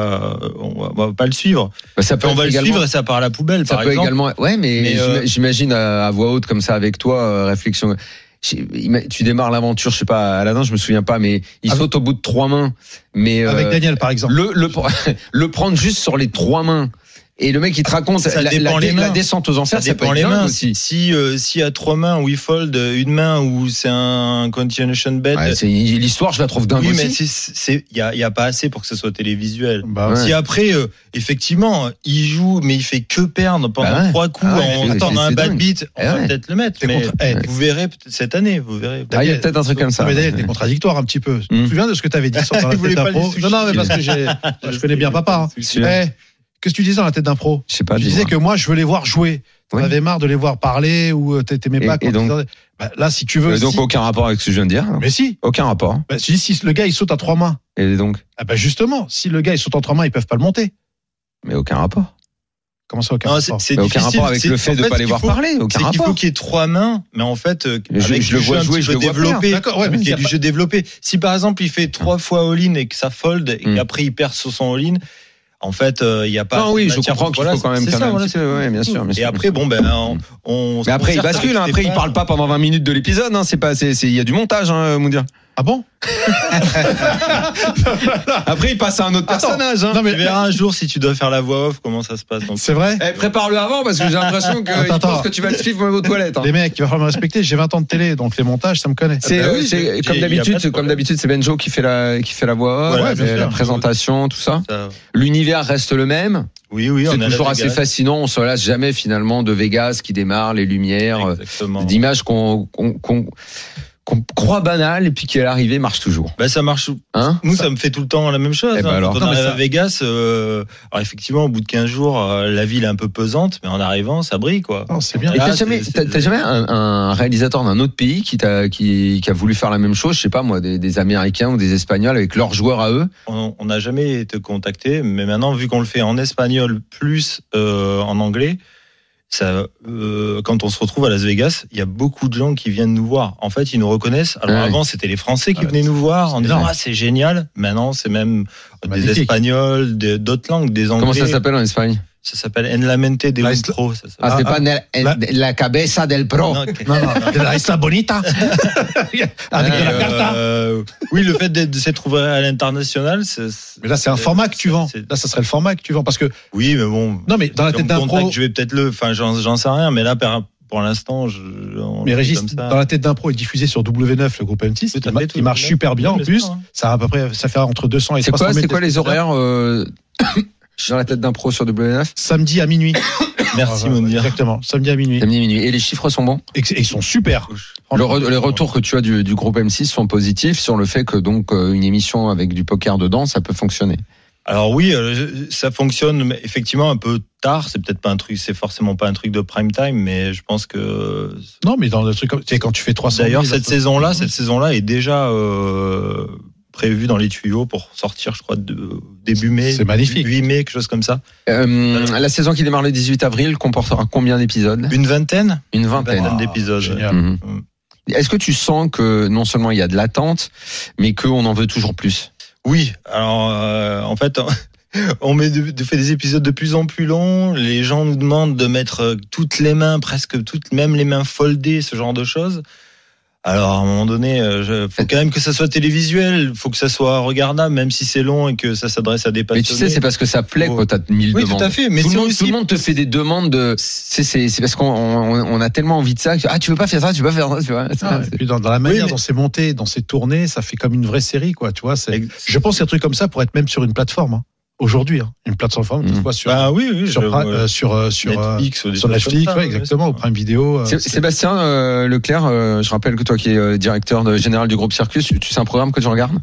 [SPEAKER 7] euh, on va, on va pas le suivre.
[SPEAKER 5] Bah, ça peut
[SPEAKER 7] on
[SPEAKER 5] être
[SPEAKER 7] va le
[SPEAKER 5] également-
[SPEAKER 7] suivre et ça part à la poubelle,
[SPEAKER 5] Ça
[SPEAKER 7] par
[SPEAKER 5] peut
[SPEAKER 7] exemple.
[SPEAKER 5] également. Ouais, mais,
[SPEAKER 7] Mais, euh,
[SPEAKER 5] j'ima- j'imagine à, à voix haute comme ça avec toi, euh, réflexion. J'ai- ima- Tu démarres l'aventure, je sais pas, Aladdin, je me souviens pas, mais il
[SPEAKER 6] Avec-
[SPEAKER 5] saute au bout de trois mains. Mais
[SPEAKER 6] Avec
[SPEAKER 5] euh,
[SPEAKER 6] Daniel, par exemple.
[SPEAKER 5] le, le [LAUGHS] le prendre juste sur les trois mains. Et le mec il te raconte
[SPEAKER 7] Ça
[SPEAKER 5] la,
[SPEAKER 7] dépend
[SPEAKER 5] la-
[SPEAKER 7] les
[SPEAKER 5] la
[SPEAKER 7] mains.
[SPEAKER 5] descente aux
[SPEAKER 7] Ça
[SPEAKER 5] enfers, ça,
[SPEAKER 7] dépend
[SPEAKER 5] peut être
[SPEAKER 7] les
[SPEAKER 5] dingue
[SPEAKER 7] mains.
[SPEAKER 5] aussi.
[SPEAKER 7] Si euh, s'il y a trois mains où il fold une main ou c'est un continuation bet,
[SPEAKER 5] Ouais, c'est- L'histoire, je la trouve dingue
[SPEAKER 7] oui, mais
[SPEAKER 5] aussi.
[SPEAKER 7] c'est- c'est il y a, y a pas assez pour que ce soit télévisuel.
[SPEAKER 6] Bah,
[SPEAKER 5] Ouais.
[SPEAKER 7] Si après euh, effectivement il [LAUGHS] joue mais il fait que perdre pendant
[SPEAKER 5] Bah ouais.
[SPEAKER 7] trois coups
[SPEAKER 5] Ah ouais,
[SPEAKER 7] en
[SPEAKER 5] mais c'est-
[SPEAKER 7] attendant un
[SPEAKER 5] c'est
[SPEAKER 7] bad
[SPEAKER 5] dingue.
[SPEAKER 7] beat, on
[SPEAKER 5] Eh
[SPEAKER 7] va
[SPEAKER 5] ouais.
[SPEAKER 7] peut-être le mettre.
[SPEAKER 6] T'es
[SPEAKER 7] Mais
[SPEAKER 6] contre- eh,
[SPEAKER 7] vous verrez peut- cette année, vous verrez.
[SPEAKER 5] Ah, il y a peut-être un truc comme ça.
[SPEAKER 6] Non, mais Daniel, t'es contradictoire un petit peu. Tu te
[SPEAKER 5] Hum. [LAUGHS]
[SPEAKER 6] souviens de ce que t'avais dit sur dans la
[SPEAKER 7] Il voulait
[SPEAKER 6] tête d'un
[SPEAKER 7] pas les
[SPEAKER 6] pro
[SPEAKER 7] sushis.
[SPEAKER 6] Non, non, mais parce que j'ai, je connais bien papa. hein.
[SPEAKER 5] Celui-là.
[SPEAKER 6] Eh, Qu'est-ce que tu disais dans la tête d'un pro
[SPEAKER 5] Je sais pas.
[SPEAKER 6] Tu disais
[SPEAKER 5] dis-moi.
[SPEAKER 6] que moi, je veux les voir jouer. T'en
[SPEAKER 5] Oui.
[SPEAKER 6] avais marre de les voir parler ou euh, t'a- t'aimais
[SPEAKER 5] Et-
[SPEAKER 6] pas
[SPEAKER 5] et
[SPEAKER 6] quand
[SPEAKER 5] donc
[SPEAKER 6] ils- Bah, Là, si tu veux.
[SPEAKER 5] Euh, donc
[SPEAKER 6] si-
[SPEAKER 5] aucun rapport avec ce que je viens de dire.
[SPEAKER 6] Mais si
[SPEAKER 5] Aucun rapport.
[SPEAKER 6] Bah, Si si le gars, il saute à trois mains.
[SPEAKER 5] Et donc,
[SPEAKER 6] Ah bah justement, si le gars, il saute en trois mains, ils peuvent pas le monter.
[SPEAKER 5] mais aucun rapport.
[SPEAKER 6] Comment ça, aucun
[SPEAKER 7] Non,
[SPEAKER 6] rapport
[SPEAKER 7] c'est
[SPEAKER 5] Mais aucun
[SPEAKER 7] difficile.
[SPEAKER 5] rapport avec
[SPEAKER 7] C'est-
[SPEAKER 5] le fait
[SPEAKER 7] en
[SPEAKER 5] de
[SPEAKER 7] fait,
[SPEAKER 5] pas les
[SPEAKER 7] ce
[SPEAKER 5] voir
[SPEAKER 7] qu'il faut,
[SPEAKER 5] parler. Aucun
[SPEAKER 7] C'est qu'il faut
[SPEAKER 5] rapport.
[SPEAKER 7] qu'il y ait trois mains, mais en fait, euh,
[SPEAKER 5] Mais je-
[SPEAKER 7] avec
[SPEAKER 5] je
[SPEAKER 7] du
[SPEAKER 5] le vois
[SPEAKER 7] jeu un
[SPEAKER 5] jouer,
[SPEAKER 7] petit
[SPEAKER 5] je
[SPEAKER 7] peu
[SPEAKER 5] le vois
[SPEAKER 7] développé.
[SPEAKER 5] faire.
[SPEAKER 6] D'accord, ouais, mais
[SPEAKER 7] Hmm. Il y a Hmm.
[SPEAKER 6] s'il y
[SPEAKER 7] du
[SPEAKER 6] a
[SPEAKER 7] jeu développé. Si par exemple il fait trois fois all-in et que ça fold et
[SPEAKER 5] Mm.
[SPEAKER 7] qu'après il perd sur son all-in, en fait euh, il n'y a pas.
[SPEAKER 5] Non, oui,
[SPEAKER 7] de
[SPEAKER 5] je
[SPEAKER 7] matière.
[SPEAKER 5] comprends qu'il
[SPEAKER 7] Voilà,
[SPEAKER 5] faut quand même
[SPEAKER 7] c'est
[SPEAKER 5] calmer
[SPEAKER 7] ça,
[SPEAKER 5] un
[SPEAKER 7] voilà,
[SPEAKER 5] petit peu. Ouais, bien sûr, bien
[SPEAKER 7] Et
[SPEAKER 5] sûr.
[SPEAKER 7] après bon ben on. on se
[SPEAKER 5] Mais après, il
[SPEAKER 7] concerte
[SPEAKER 5] bascule.
[SPEAKER 7] avec
[SPEAKER 5] hein.
[SPEAKER 7] des
[SPEAKER 5] Après, il
[SPEAKER 7] points.
[SPEAKER 5] parle pas pendant 20 minutes de l'épisode. Hein. C'est pas, c'est, c'est- il y a du montage, hein, Mounir.
[SPEAKER 6] Ah bon
[SPEAKER 7] [LAUGHS]
[SPEAKER 5] Après, il passe à Ah, un autre personnage. Hein.
[SPEAKER 6] Non, mais
[SPEAKER 7] Tu verras un jour si tu dois faire la voix off comment ça se passe. Donc,
[SPEAKER 6] c'est vrai
[SPEAKER 5] Eh, prépare-le avant parce que
[SPEAKER 7] [LAUGHS]
[SPEAKER 5] j'ai l'impression
[SPEAKER 6] [LAUGHS]
[SPEAKER 5] que
[SPEAKER 6] Attends,
[SPEAKER 5] il
[SPEAKER 6] attends.
[SPEAKER 5] pense que tu vas le suivre même aux toilettes. hein.
[SPEAKER 6] Les mecs, il va falloir me respecter. J'ai 20 ans de télé, donc les montages, ça me connaît.
[SPEAKER 5] C'est,
[SPEAKER 7] Ah bah
[SPEAKER 5] euh,
[SPEAKER 7] oui,
[SPEAKER 5] c'est-
[SPEAKER 7] j'ai-
[SPEAKER 5] comme
[SPEAKER 7] j'ai- y a pas de
[SPEAKER 5] d'habitude, comme
[SPEAKER 7] problème.
[SPEAKER 5] d'habitude, c'est Benjo qui fait la qui fait la voix, off,
[SPEAKER 7] Voilà,
[SPEAKER 5] et
[SPEAKER 6] bien sûr.
[SPEAKER 5] la présentation, tout ça.
[SPEAKER 7] ça-
[SPEAKER 5] L'univers reste le même.
[SPEAKER 7] Oui oui.
[SPEAKER 5] c'est
[SPEAKER 7] on a la
[SPEAKER 5] toujours assez
[SPEAKER 7] dégalade.
[SPEAKER 5] fascinant. On se lasse jamais finalement de Vegas qui démarre, les lumières, euh,
[SPEAKER 7] Exactement.
[SPEAKER 5] d'images qu'on qu'on qu'on- qu'on croit banales et puis qui à l'arrivée marchent toujours.
[SPEAKER 7] Bah ça marche
[SPEAKER 5] Hein
[SPEAKER 7] Nous, ça me fait tout le temps la même chose.
[SPEAKER 5] Eh ben
[SPEAKER 7] hein.
[SPEAKER 5] alors.
[SPEAKER 7] Quand on
[SPEAKER 5] Non, mais
[SPEAKER 7] arrive
[SPEAKER 5] ça-
[SPEAKER 7] à Vegas, euh, alors effectivement, au bout de 15 jours, euh, la ville est un peu pesante, mais en arrivant, ça brille, quoi.
[SPEAKER 6] Non, c'est bien.
[SPEAKER 5] Et
[SPEAKER 7] Ah,
[SPEAKER 5] t'as
[SPEAKER 7] c'est-
[SPEAKER 5] jamais,
[SPEAKER 7] c'est-
[SPEAKER 5] t'as- t'as jamais un, un réalisateur d'un autre pays qui, t'a- qui, qui a voulu faire la même chose, je sais pas moi, des, des Américains ou des Espagnols avec leurs joueurs à eux.
[SPEAKER 7] On on n'a jamais été contacté, mais maintenant, vu qu'on le fait en espagnol plus euh, en anglais, ça, euh, quand on se retrouve à Las Vegas, il y a beaucoup de gens qui viennent nous voir. En fait, ils nous reconnaissent. Alors
[SPEAKER 5] Ah oui.
[SPEAKER 7] avant, c'était les Français qui
[SPEAKER 6] Ah,
[SPEAKER 7] venaient nous voir en
[SPEAKER 6] c'est
[SPEAKER 7] disant
[SPEAKER 6] énorme.
[SPEAKER 7] ah c'est génial. Maintenant, c'est même des
[SPEAKER 6] Magnifique.
[SPEAKER 7] Espagnols, des- d'autres langues, des Anglais.
[SPEAKER 5] Comment ça s'appelle en Espagne
[SPEAKER 7] Ça s'appelle Enlamente de
[SPEAKER 6] La
[SPEAKER 7] un
[SPEAKER 6] Isla-
[SPEAKER 7] Pro. ça s'appelle.
[SPEAKER 5] Ah, c'est
[SPEAKER 6] ah,
[SPEAKER 5] pas Nel-
[SPEAKER 6] la-
[SPEAKER 5] de- la cabeza del pro.
[SPEAKER 7] Non, ok.
[SPEAKER 6] Non, non, de la Isla Bonita. Ah, Avec de la
[SPEAKER 7] Euh,
[SPEAKER 6] carta.
[SPEAKER 7] euh, oui, le fait d'être- de s'être ouvert à l'international, c'est. c'est-
[SPEAKER 6] Mais là, c'est un format que tu vends.
[SPEAKER 7] c'est-
[SPEAKER 6] Là, ça serait le format que tu vends. Parce que,
[SPEAKER 7] Oui, mais bon.
[SPEAKER 6] non, mais dans la
[SPEAKER 7] si on
[SPEAKER 6] tête
[SPEAKER 7] me
[SPEAKER 6] d'un
[SPEAKER 7] contacte,
[SPEAKER 6] pro,
[SPEAKER 7] Je vais peut-être le. Enfin, j'en j'en sais rien, mais là, par- pour l'instant, je. on
[SPEAKER 6] mais
[SPEAKER 7] est
[SPEAKER 6] Régis,
[SPEAKER 7] comme ça.
[SPEAKER 6] dans la tête d'un pro est diffusé sur W9, le groupe M6.
[SPEAKER 7] Tout à
[SPEAKER 6] Il, ma-
[SPEAKER 7] fait, tout
[SPEAKER 6] il marche
[SPEAKER 7] à fait.
[SPEAKER 6] super bien
[SPEAKER 7] Oui,
[SPEAKER 6] en
[SPEAKER 7] mais
[SPEAKER 6] plus.
[SPEAKER 7] c'est ça, hein.
[SPEAKER 6] Ça, a à peu près, ça fait entre 200 et
[SPEAKER 5] C'est
[SPEAKER 6] 300
[SPEAKER 5] quoi,
[SPEAKER 6] 000
[SPEAKER 5] c'est quoi les
[SPEAKER 6] téléspectateurs.
[SPEAKER 5] horaires euh, [COUGHS] dans la tête d'un pro sur W9
[SPEAKER 6] Samedi à minuit.
[SPEAKER 7] Merci,
[SPEAKER 6] Voilà,
[SPEAKER 7] Mounir.
[SPEAKER 6] Exactement, samedi à minuit.
[SPEAKER 5] Samedi minuit. Et les chiffres sont bons
[SPEAKER 6] Et, et ils sont super.
[SPEAKER 5] Le re- Les retours que tu as du, du groupe M6 sont positifs sur le fait que donc euh, une émission avec du poker dedans, ça peut fonctionner.
[SPEAKER 7] Alors oui, euh, je- ça fonctionne mais effectivement un peu tard. C'est peut-être pas un truc. C'est forcément pas un truc de prime time, mais je pense que.
[SPEAKER 6] Non, mais dans le truc comme. tu sais, quand tu fais 300 000,
[SPEAKER 7] D'ailleurs,
[SPEAKER 6] ça
[SPEAKER 7] cette
[SPEAKER 6] peut-
[SPEAKER 7] saison-là, cette saison-là est déjà. euh, prévue dans les tuyaux pour sortir, je crois, de, début mai.
[SPEAKER 6] C'est magnifique.
[SPEAKER 7] 8 mai, quelque chose comme ça.
[SPEAKER 5] Euh, la saison qui démarre le 18 avril comportera combien d'épisodes
[SPEAKER 7] Une vingtaine
[SPEAKER 5] Une
[SPEAKER 7] Une
[SPEAKER 5] vingtaine.
[SPEAKER 7] vingtaine d'épisodes.
[SPEAKER 6] Génial.
[SPEAKER 5] Mhm.
[SPEAKER 7] Mm.
[SPEAKER 5] Est-ce que tu sens que non seulement il y a de l'attente, mais qu'on en veut toujours plus
[SPEAKER 7] Oui, alors euh, en fait, [LAUGHS] on met de, de- fait des épisodes de plus en plus longs. Les gens nous demandent de mettre euh, toutes les mains, presque toutes, même les mains foldées, ce genre de choses. Alors à un moment donné, euh, je- faut quand même que ça soit télévisuel, faut que ça soit regardable, même si c'est long et que ça s'adresse à des
[SPEAKER 5] Mais
[SPEAKER 7] passionnés.
[SPEAKER 5] tu sais, c'est parce que ça plaît
[SPEAKER 7] Faut-
[SPEAKER 5] quand t'as mille
[SPEAKER 7] oui,
[SPEAKER 5] demandes.
[SPEAKER 7] tout à fait. Mais
[SPEAKER 5] tout,
[SPEAKER 7] c'est
[SPEAKER 5] le monde, tout
[SPEAKER 7] aussi
[SPEAKER 5] le monde te fait des demandes de. C'est, c'est, c'est parce qu'on on, on a tellement envie de ça. Que, ah, tu veux pas faire ça, tu veux pas faire ça, tu vois.
[SPEAKER 6] Ah, et puis dans, dans la manière
[SPEAKER 7] mais-
[SPEAKER 6] dont c'est monté, dans ces tournées, ça fait comme une vraie série, quoi. Tu vois, c'est. Je pense qu'un truc comme ça pourrait être même sur une plateforme hein. aujourd'hui, hein. une plateforme qui
[SPEAKER 5] Mhm.
[SPEAKER 6] soit sur
[SPEAKER 7] Bah oui, oui,
[SPEAKER 6] sur
[SPEAKER 7] je-
[SPEAKER 6] Prime-
[SPEAKER 7] euh,
[SPEAKER 6] euh, sur euh, sur euh,
[SPEAKER 7] Netflix, ou des
[SPEAKER 6] sur
[SPEAKER 7] choses
[SPEAKER 6] Netflix,
[SPEAKER 7] comme ça,
[SPEAKER 6] ouais, exactement, au
[SPEAKER 7] ouais,
[SPEAKER 6] Prime Vidéo. euh,
[SPEAKER 5] Sé-
[SPEAKER 6] c'est-
[SPEAKER 5] Sébastien euh, Leclerc, euh, je rappelle que toi qui es euh, directeur de- général du groupe Circus, tu sais un programme que tu regardes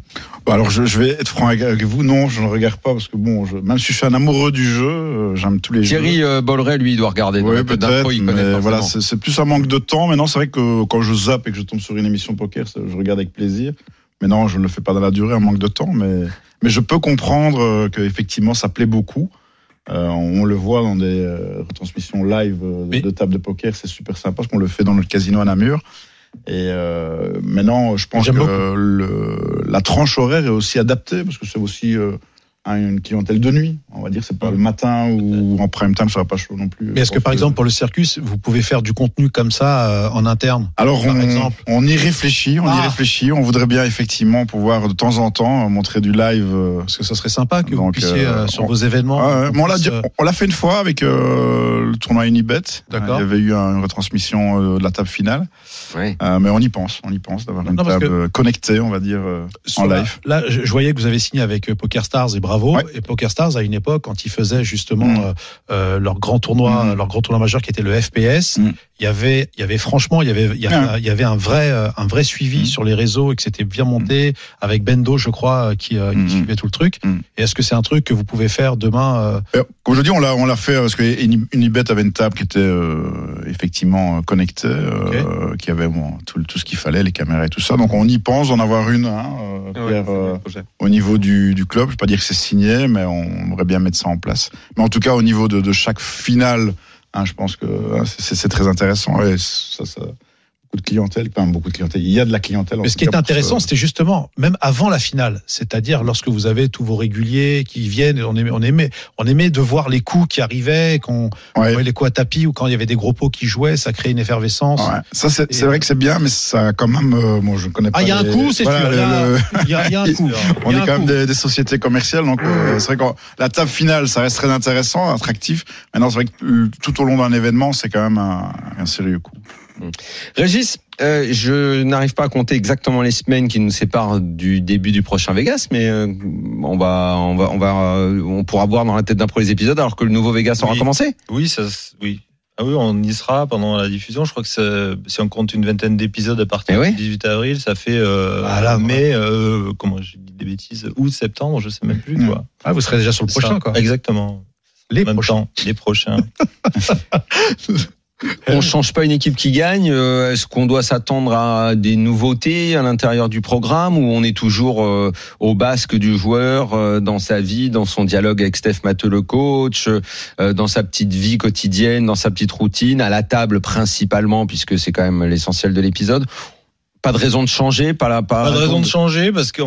[SPEAKER 8] Bah, alors je, je vais être franc avec- avec vous, non, je ne regarde pas parce que bon, je, même si je suis un amoureux du jeu, euh, j'aime tous les jeux.
[SPEAKER 5] Thierry euh, Bolleret, lui, il doit regarder.
[SPEAKER 8] Oui,
[SPEAKER 5] donc,
[SPEAKER 8] peut-être.
[SPEAKER 5] d'infos, il connaît
[SPEAKER 8] mais
[SPEAKER 5] forcément.
[SPEAKER 8] Voilà, c'est c'est plus un manque de temps. Maintenant, c'est vrai que quand je zappe et que je tombe sur une émission poker, ça, je regarde avec plaisir. Mais non, je ne le fais pas dans la durée, un manque de temps. Mais, mais je peux comprendre euh, que effectivement, ça plaît beaucoup. Euh, on le voit dans des euh, retransmissions live euh,
[SPEAKER 6] Mais-
[SPEAKER 8] de table de poker, c'est super sympa parce qu'on le fait dans notre casino à Namur. Et euh, maintenant, je pense que
[SPEAKER 6] J'aime beaucoup.
[SPEAKER 8] le, la tranche horaire est aussi adaptée parce que c'est aussi euh, à une clientèle de nuit. On va dire, c'est pas le matin ou en prime time, ça va pas chaud non plus.
[SPEAKER 6] Mais est-ce
[SPEAKER 8] Je
[SPEAKER 6] que
[SPEAKER 8] pense
[SPEAKER 6] par exemple pour le circus, vous pouvez faire du contenu comme ça euh, en interne
[SPEAKER 8] Alors
[SPEAKER 6] Par
[SPEAKER 8] on,
[SPEAKER 6] exemple.
[SPEAKER 8] on y réfléchit, on y
[SPEAKER 6] Ah.
[SPEAKER 8] réfléchit. On voudrait bien effectivement pouvoir de temps en temps euh, montrer du live. euh,
[SPEAKER 6] Parce que ça serait sympa que vous
[SPEAKER 8] Donc,
[SPEAKER 6] puissiez
[SPEAKER 8] euh,
[SPEAKER 6] euh, sur
[SPEAKER 8] on-
[SPEAKER 6] vos événements.
[SPEAKER 8] ah ouais, mais on l'a
[SPEAKER 6] puisse,
[SPEAKER 8] dit-
[SPEAKER 6] euh,
[SPEAKER 8] on l'a fait une fois avec euh, le tournoi Unibet.
[SPEAKER 6] D'accord.
[SPEAKER 8] Il y avait eu un- une retransmission euh, de la table finale,
[SPEAKER 5] Ouais.
[SPEAKER 8] Euh, mais on y pense, on y pense d'avoir une
[SPEAKER 6] Non, parce
[SPEAKER 8] table
[SPEAKER 6] que-
[SPEAKER 8] euh, connectée, on va dire euh,
[SPEAKER 6] sur
[SPEAKER 8] en
[SPEAKER 6] la-
[SPEAKER 8] live.
[SPEAKER 6] Là, je, je voyais que vous avez signé avec euh, Poker Stars et Bravo.
[SPEAKER 8] Ouais.
[SPEAKER 6] Et Poker Stars, à une époque, quand ils faisaient justement
[SPEAKER 8] Mm.
[SPEAKER 6] euh, euh, leur grand tournoi,
[SPEAKER 8] Mm.
[SPEAKER 6] leur grand tournoi majeur qui était le FPS,
[SPEAKER 8] Mm.
[SPEAKER 6] il y avait, il y avait franchement, il y avait, il y avait, il y avait un vrai, euh, un vrai suivi
[SPEAKER 8] Mm.
[SPEAKER 6] sur les réseaux et que c'était bien monté avec Bendo, je crois, euh, qui, euh, qui
[SPEAKER 8] Mm.
[SPEAKER 6] suivait tout le truc.
[SPEAKER 8] Mm.
[SPEAKER 6] Et est-ce que c'est un truc que vous pouvez faire demain euh,
[SPEAKER 8] Euh, Comme je dis, on l'a, on l'a fait euh, parce que Uni- Unibet avait une table qui était euh, effectivement euh, connectée, euh, qui avait bon, tout, le- tout ce qu'il fallait, les caméras et tout ça. Donc on y pense d'en avoir une hein, euh, Pierre, euh, au niveau du, du club. Je ne vais pas dire que c'est signé, mais on aimerait bien mettre ça en place. Mais en tout cas, au niveau de, de chaque finale, hein, je pense que hein, c'est, c'est très intéressant. Ouais, ça, ça- beaucoup de clientèle, enfin beaucoup de clientèle. Il y a de la clientèle. en
[SPEAKER 6] Mais ce
[SPEAKER 8] tout
[SPEAKER 6] qui
[SPEAKER 8] cas,
[SPEAKER 6] était
[SPEAKER 8] pour
[SPEAKER 6] intéressant, c'était justement, même avant la finale, c'est-à-dire lorsque vous avez tous vos réguliers qui viennent, et on aimait, on aimait, on aimait de voir les coups qui arrivaient, qu'on
[SPEAKER 8] ce- Ouais.
[SPEAKER 6] on voyait les coups à tapis ou quand il y avait des gros pots qui jouaient, ça créait une effervescence.
[SPEAKER 8] Ouais. Ça, c'est,
[SPEAKER 6] Et-
[SPEAKER 8] c'est vrai que c'est bien, mais ça a quand même. euh, bon, je connais pas.
[SPEAKER 6] Ah, il y a un
[SPEAKER 8] les-
[SPEAKER 6] coup, c'est
[SPEAKER 8] voilà,
[SPEAKER 6] sûr. là,
[SPEAKER 8] le- le-
[SPEAKER 6] Il y, a- il y
[SPEAKER 8] [LAUGHS]
[SPEAKER 6] a un coup.
[SPEAKER 8] On
[SPEAKER 6] Il y
[SPEAKER 8] est
[SPEAKER 6] a un
[SPEAKER 8] quand même
[SPEAKER 6] coup.
[SPEAKER 8] des, des sociétés commerciales, donc euh, c'est vrai que la table finale, ça reste très intéressant, attractif. Maintenant, c'est vrai que euh, tout au long d'un événement, c'est quand même un, un sérieux coup.
[SPEAKER 5] Régis, euh, je n'arrive pas à compter exactement les semaines qui nous séparent du début du prochain Vegas, mais euh, on va, on va, on va, euh, on pourra voir dans la tête d'un pro les épisodes alors que le nouveau Vegas aura
[SPEAKER 7] Oui.
[SPEAKER 5] commencé.
[SPEAKER 7] Oui, ça, s- oui. Ah oui, on y sera pendant la diffusion. Je crois que ça- si on compte une vingtaine d'épisodes à partir
[SPEAKER 5] Eh oui.
[SPEAKER 7] du 18 avril, ça fait euh,
[SPEAKER 6] Ah, Voilà,
[SPEAKER 7] mai, euh, comment j'ai dit des bêtises, août, septembre, je sais même plus
[SPEAKER 8] Mm.
[SPEAKER 7] quoi.
[SPEAKER 6] Ah, vous serez déjà sur le
[SPEAKER 7] Ça,
[SPEAKER 6] prochain, quoi.
[SPEAKER 7] Exactement.
[SPEAKER 6] Les
[SPEAKER 7] En même
[SPEAKER 6] prochains.
[SPEAKER 7] temps, les prochains.
[SPEAKER 6] [LAUGHS]
[SPEAKER 5] On change pas une équipe qui gagne. euh, Est-ce qu'on doit s'attendre à des nouveautés à l'intérieur du programme ou on est toujours euh, au basque du joueur euh, dans sa vie, dans son dialogue avec Steph Matteux, le coach, euh, dans sa petite vie quotidienne, dans sa petite routine, à la table principalement puisque c'est quand même l'essentiel de l'épisode. Pas de raison de changer, pas la pas,
[SPEAKER 7] Pas de raison de changer parce que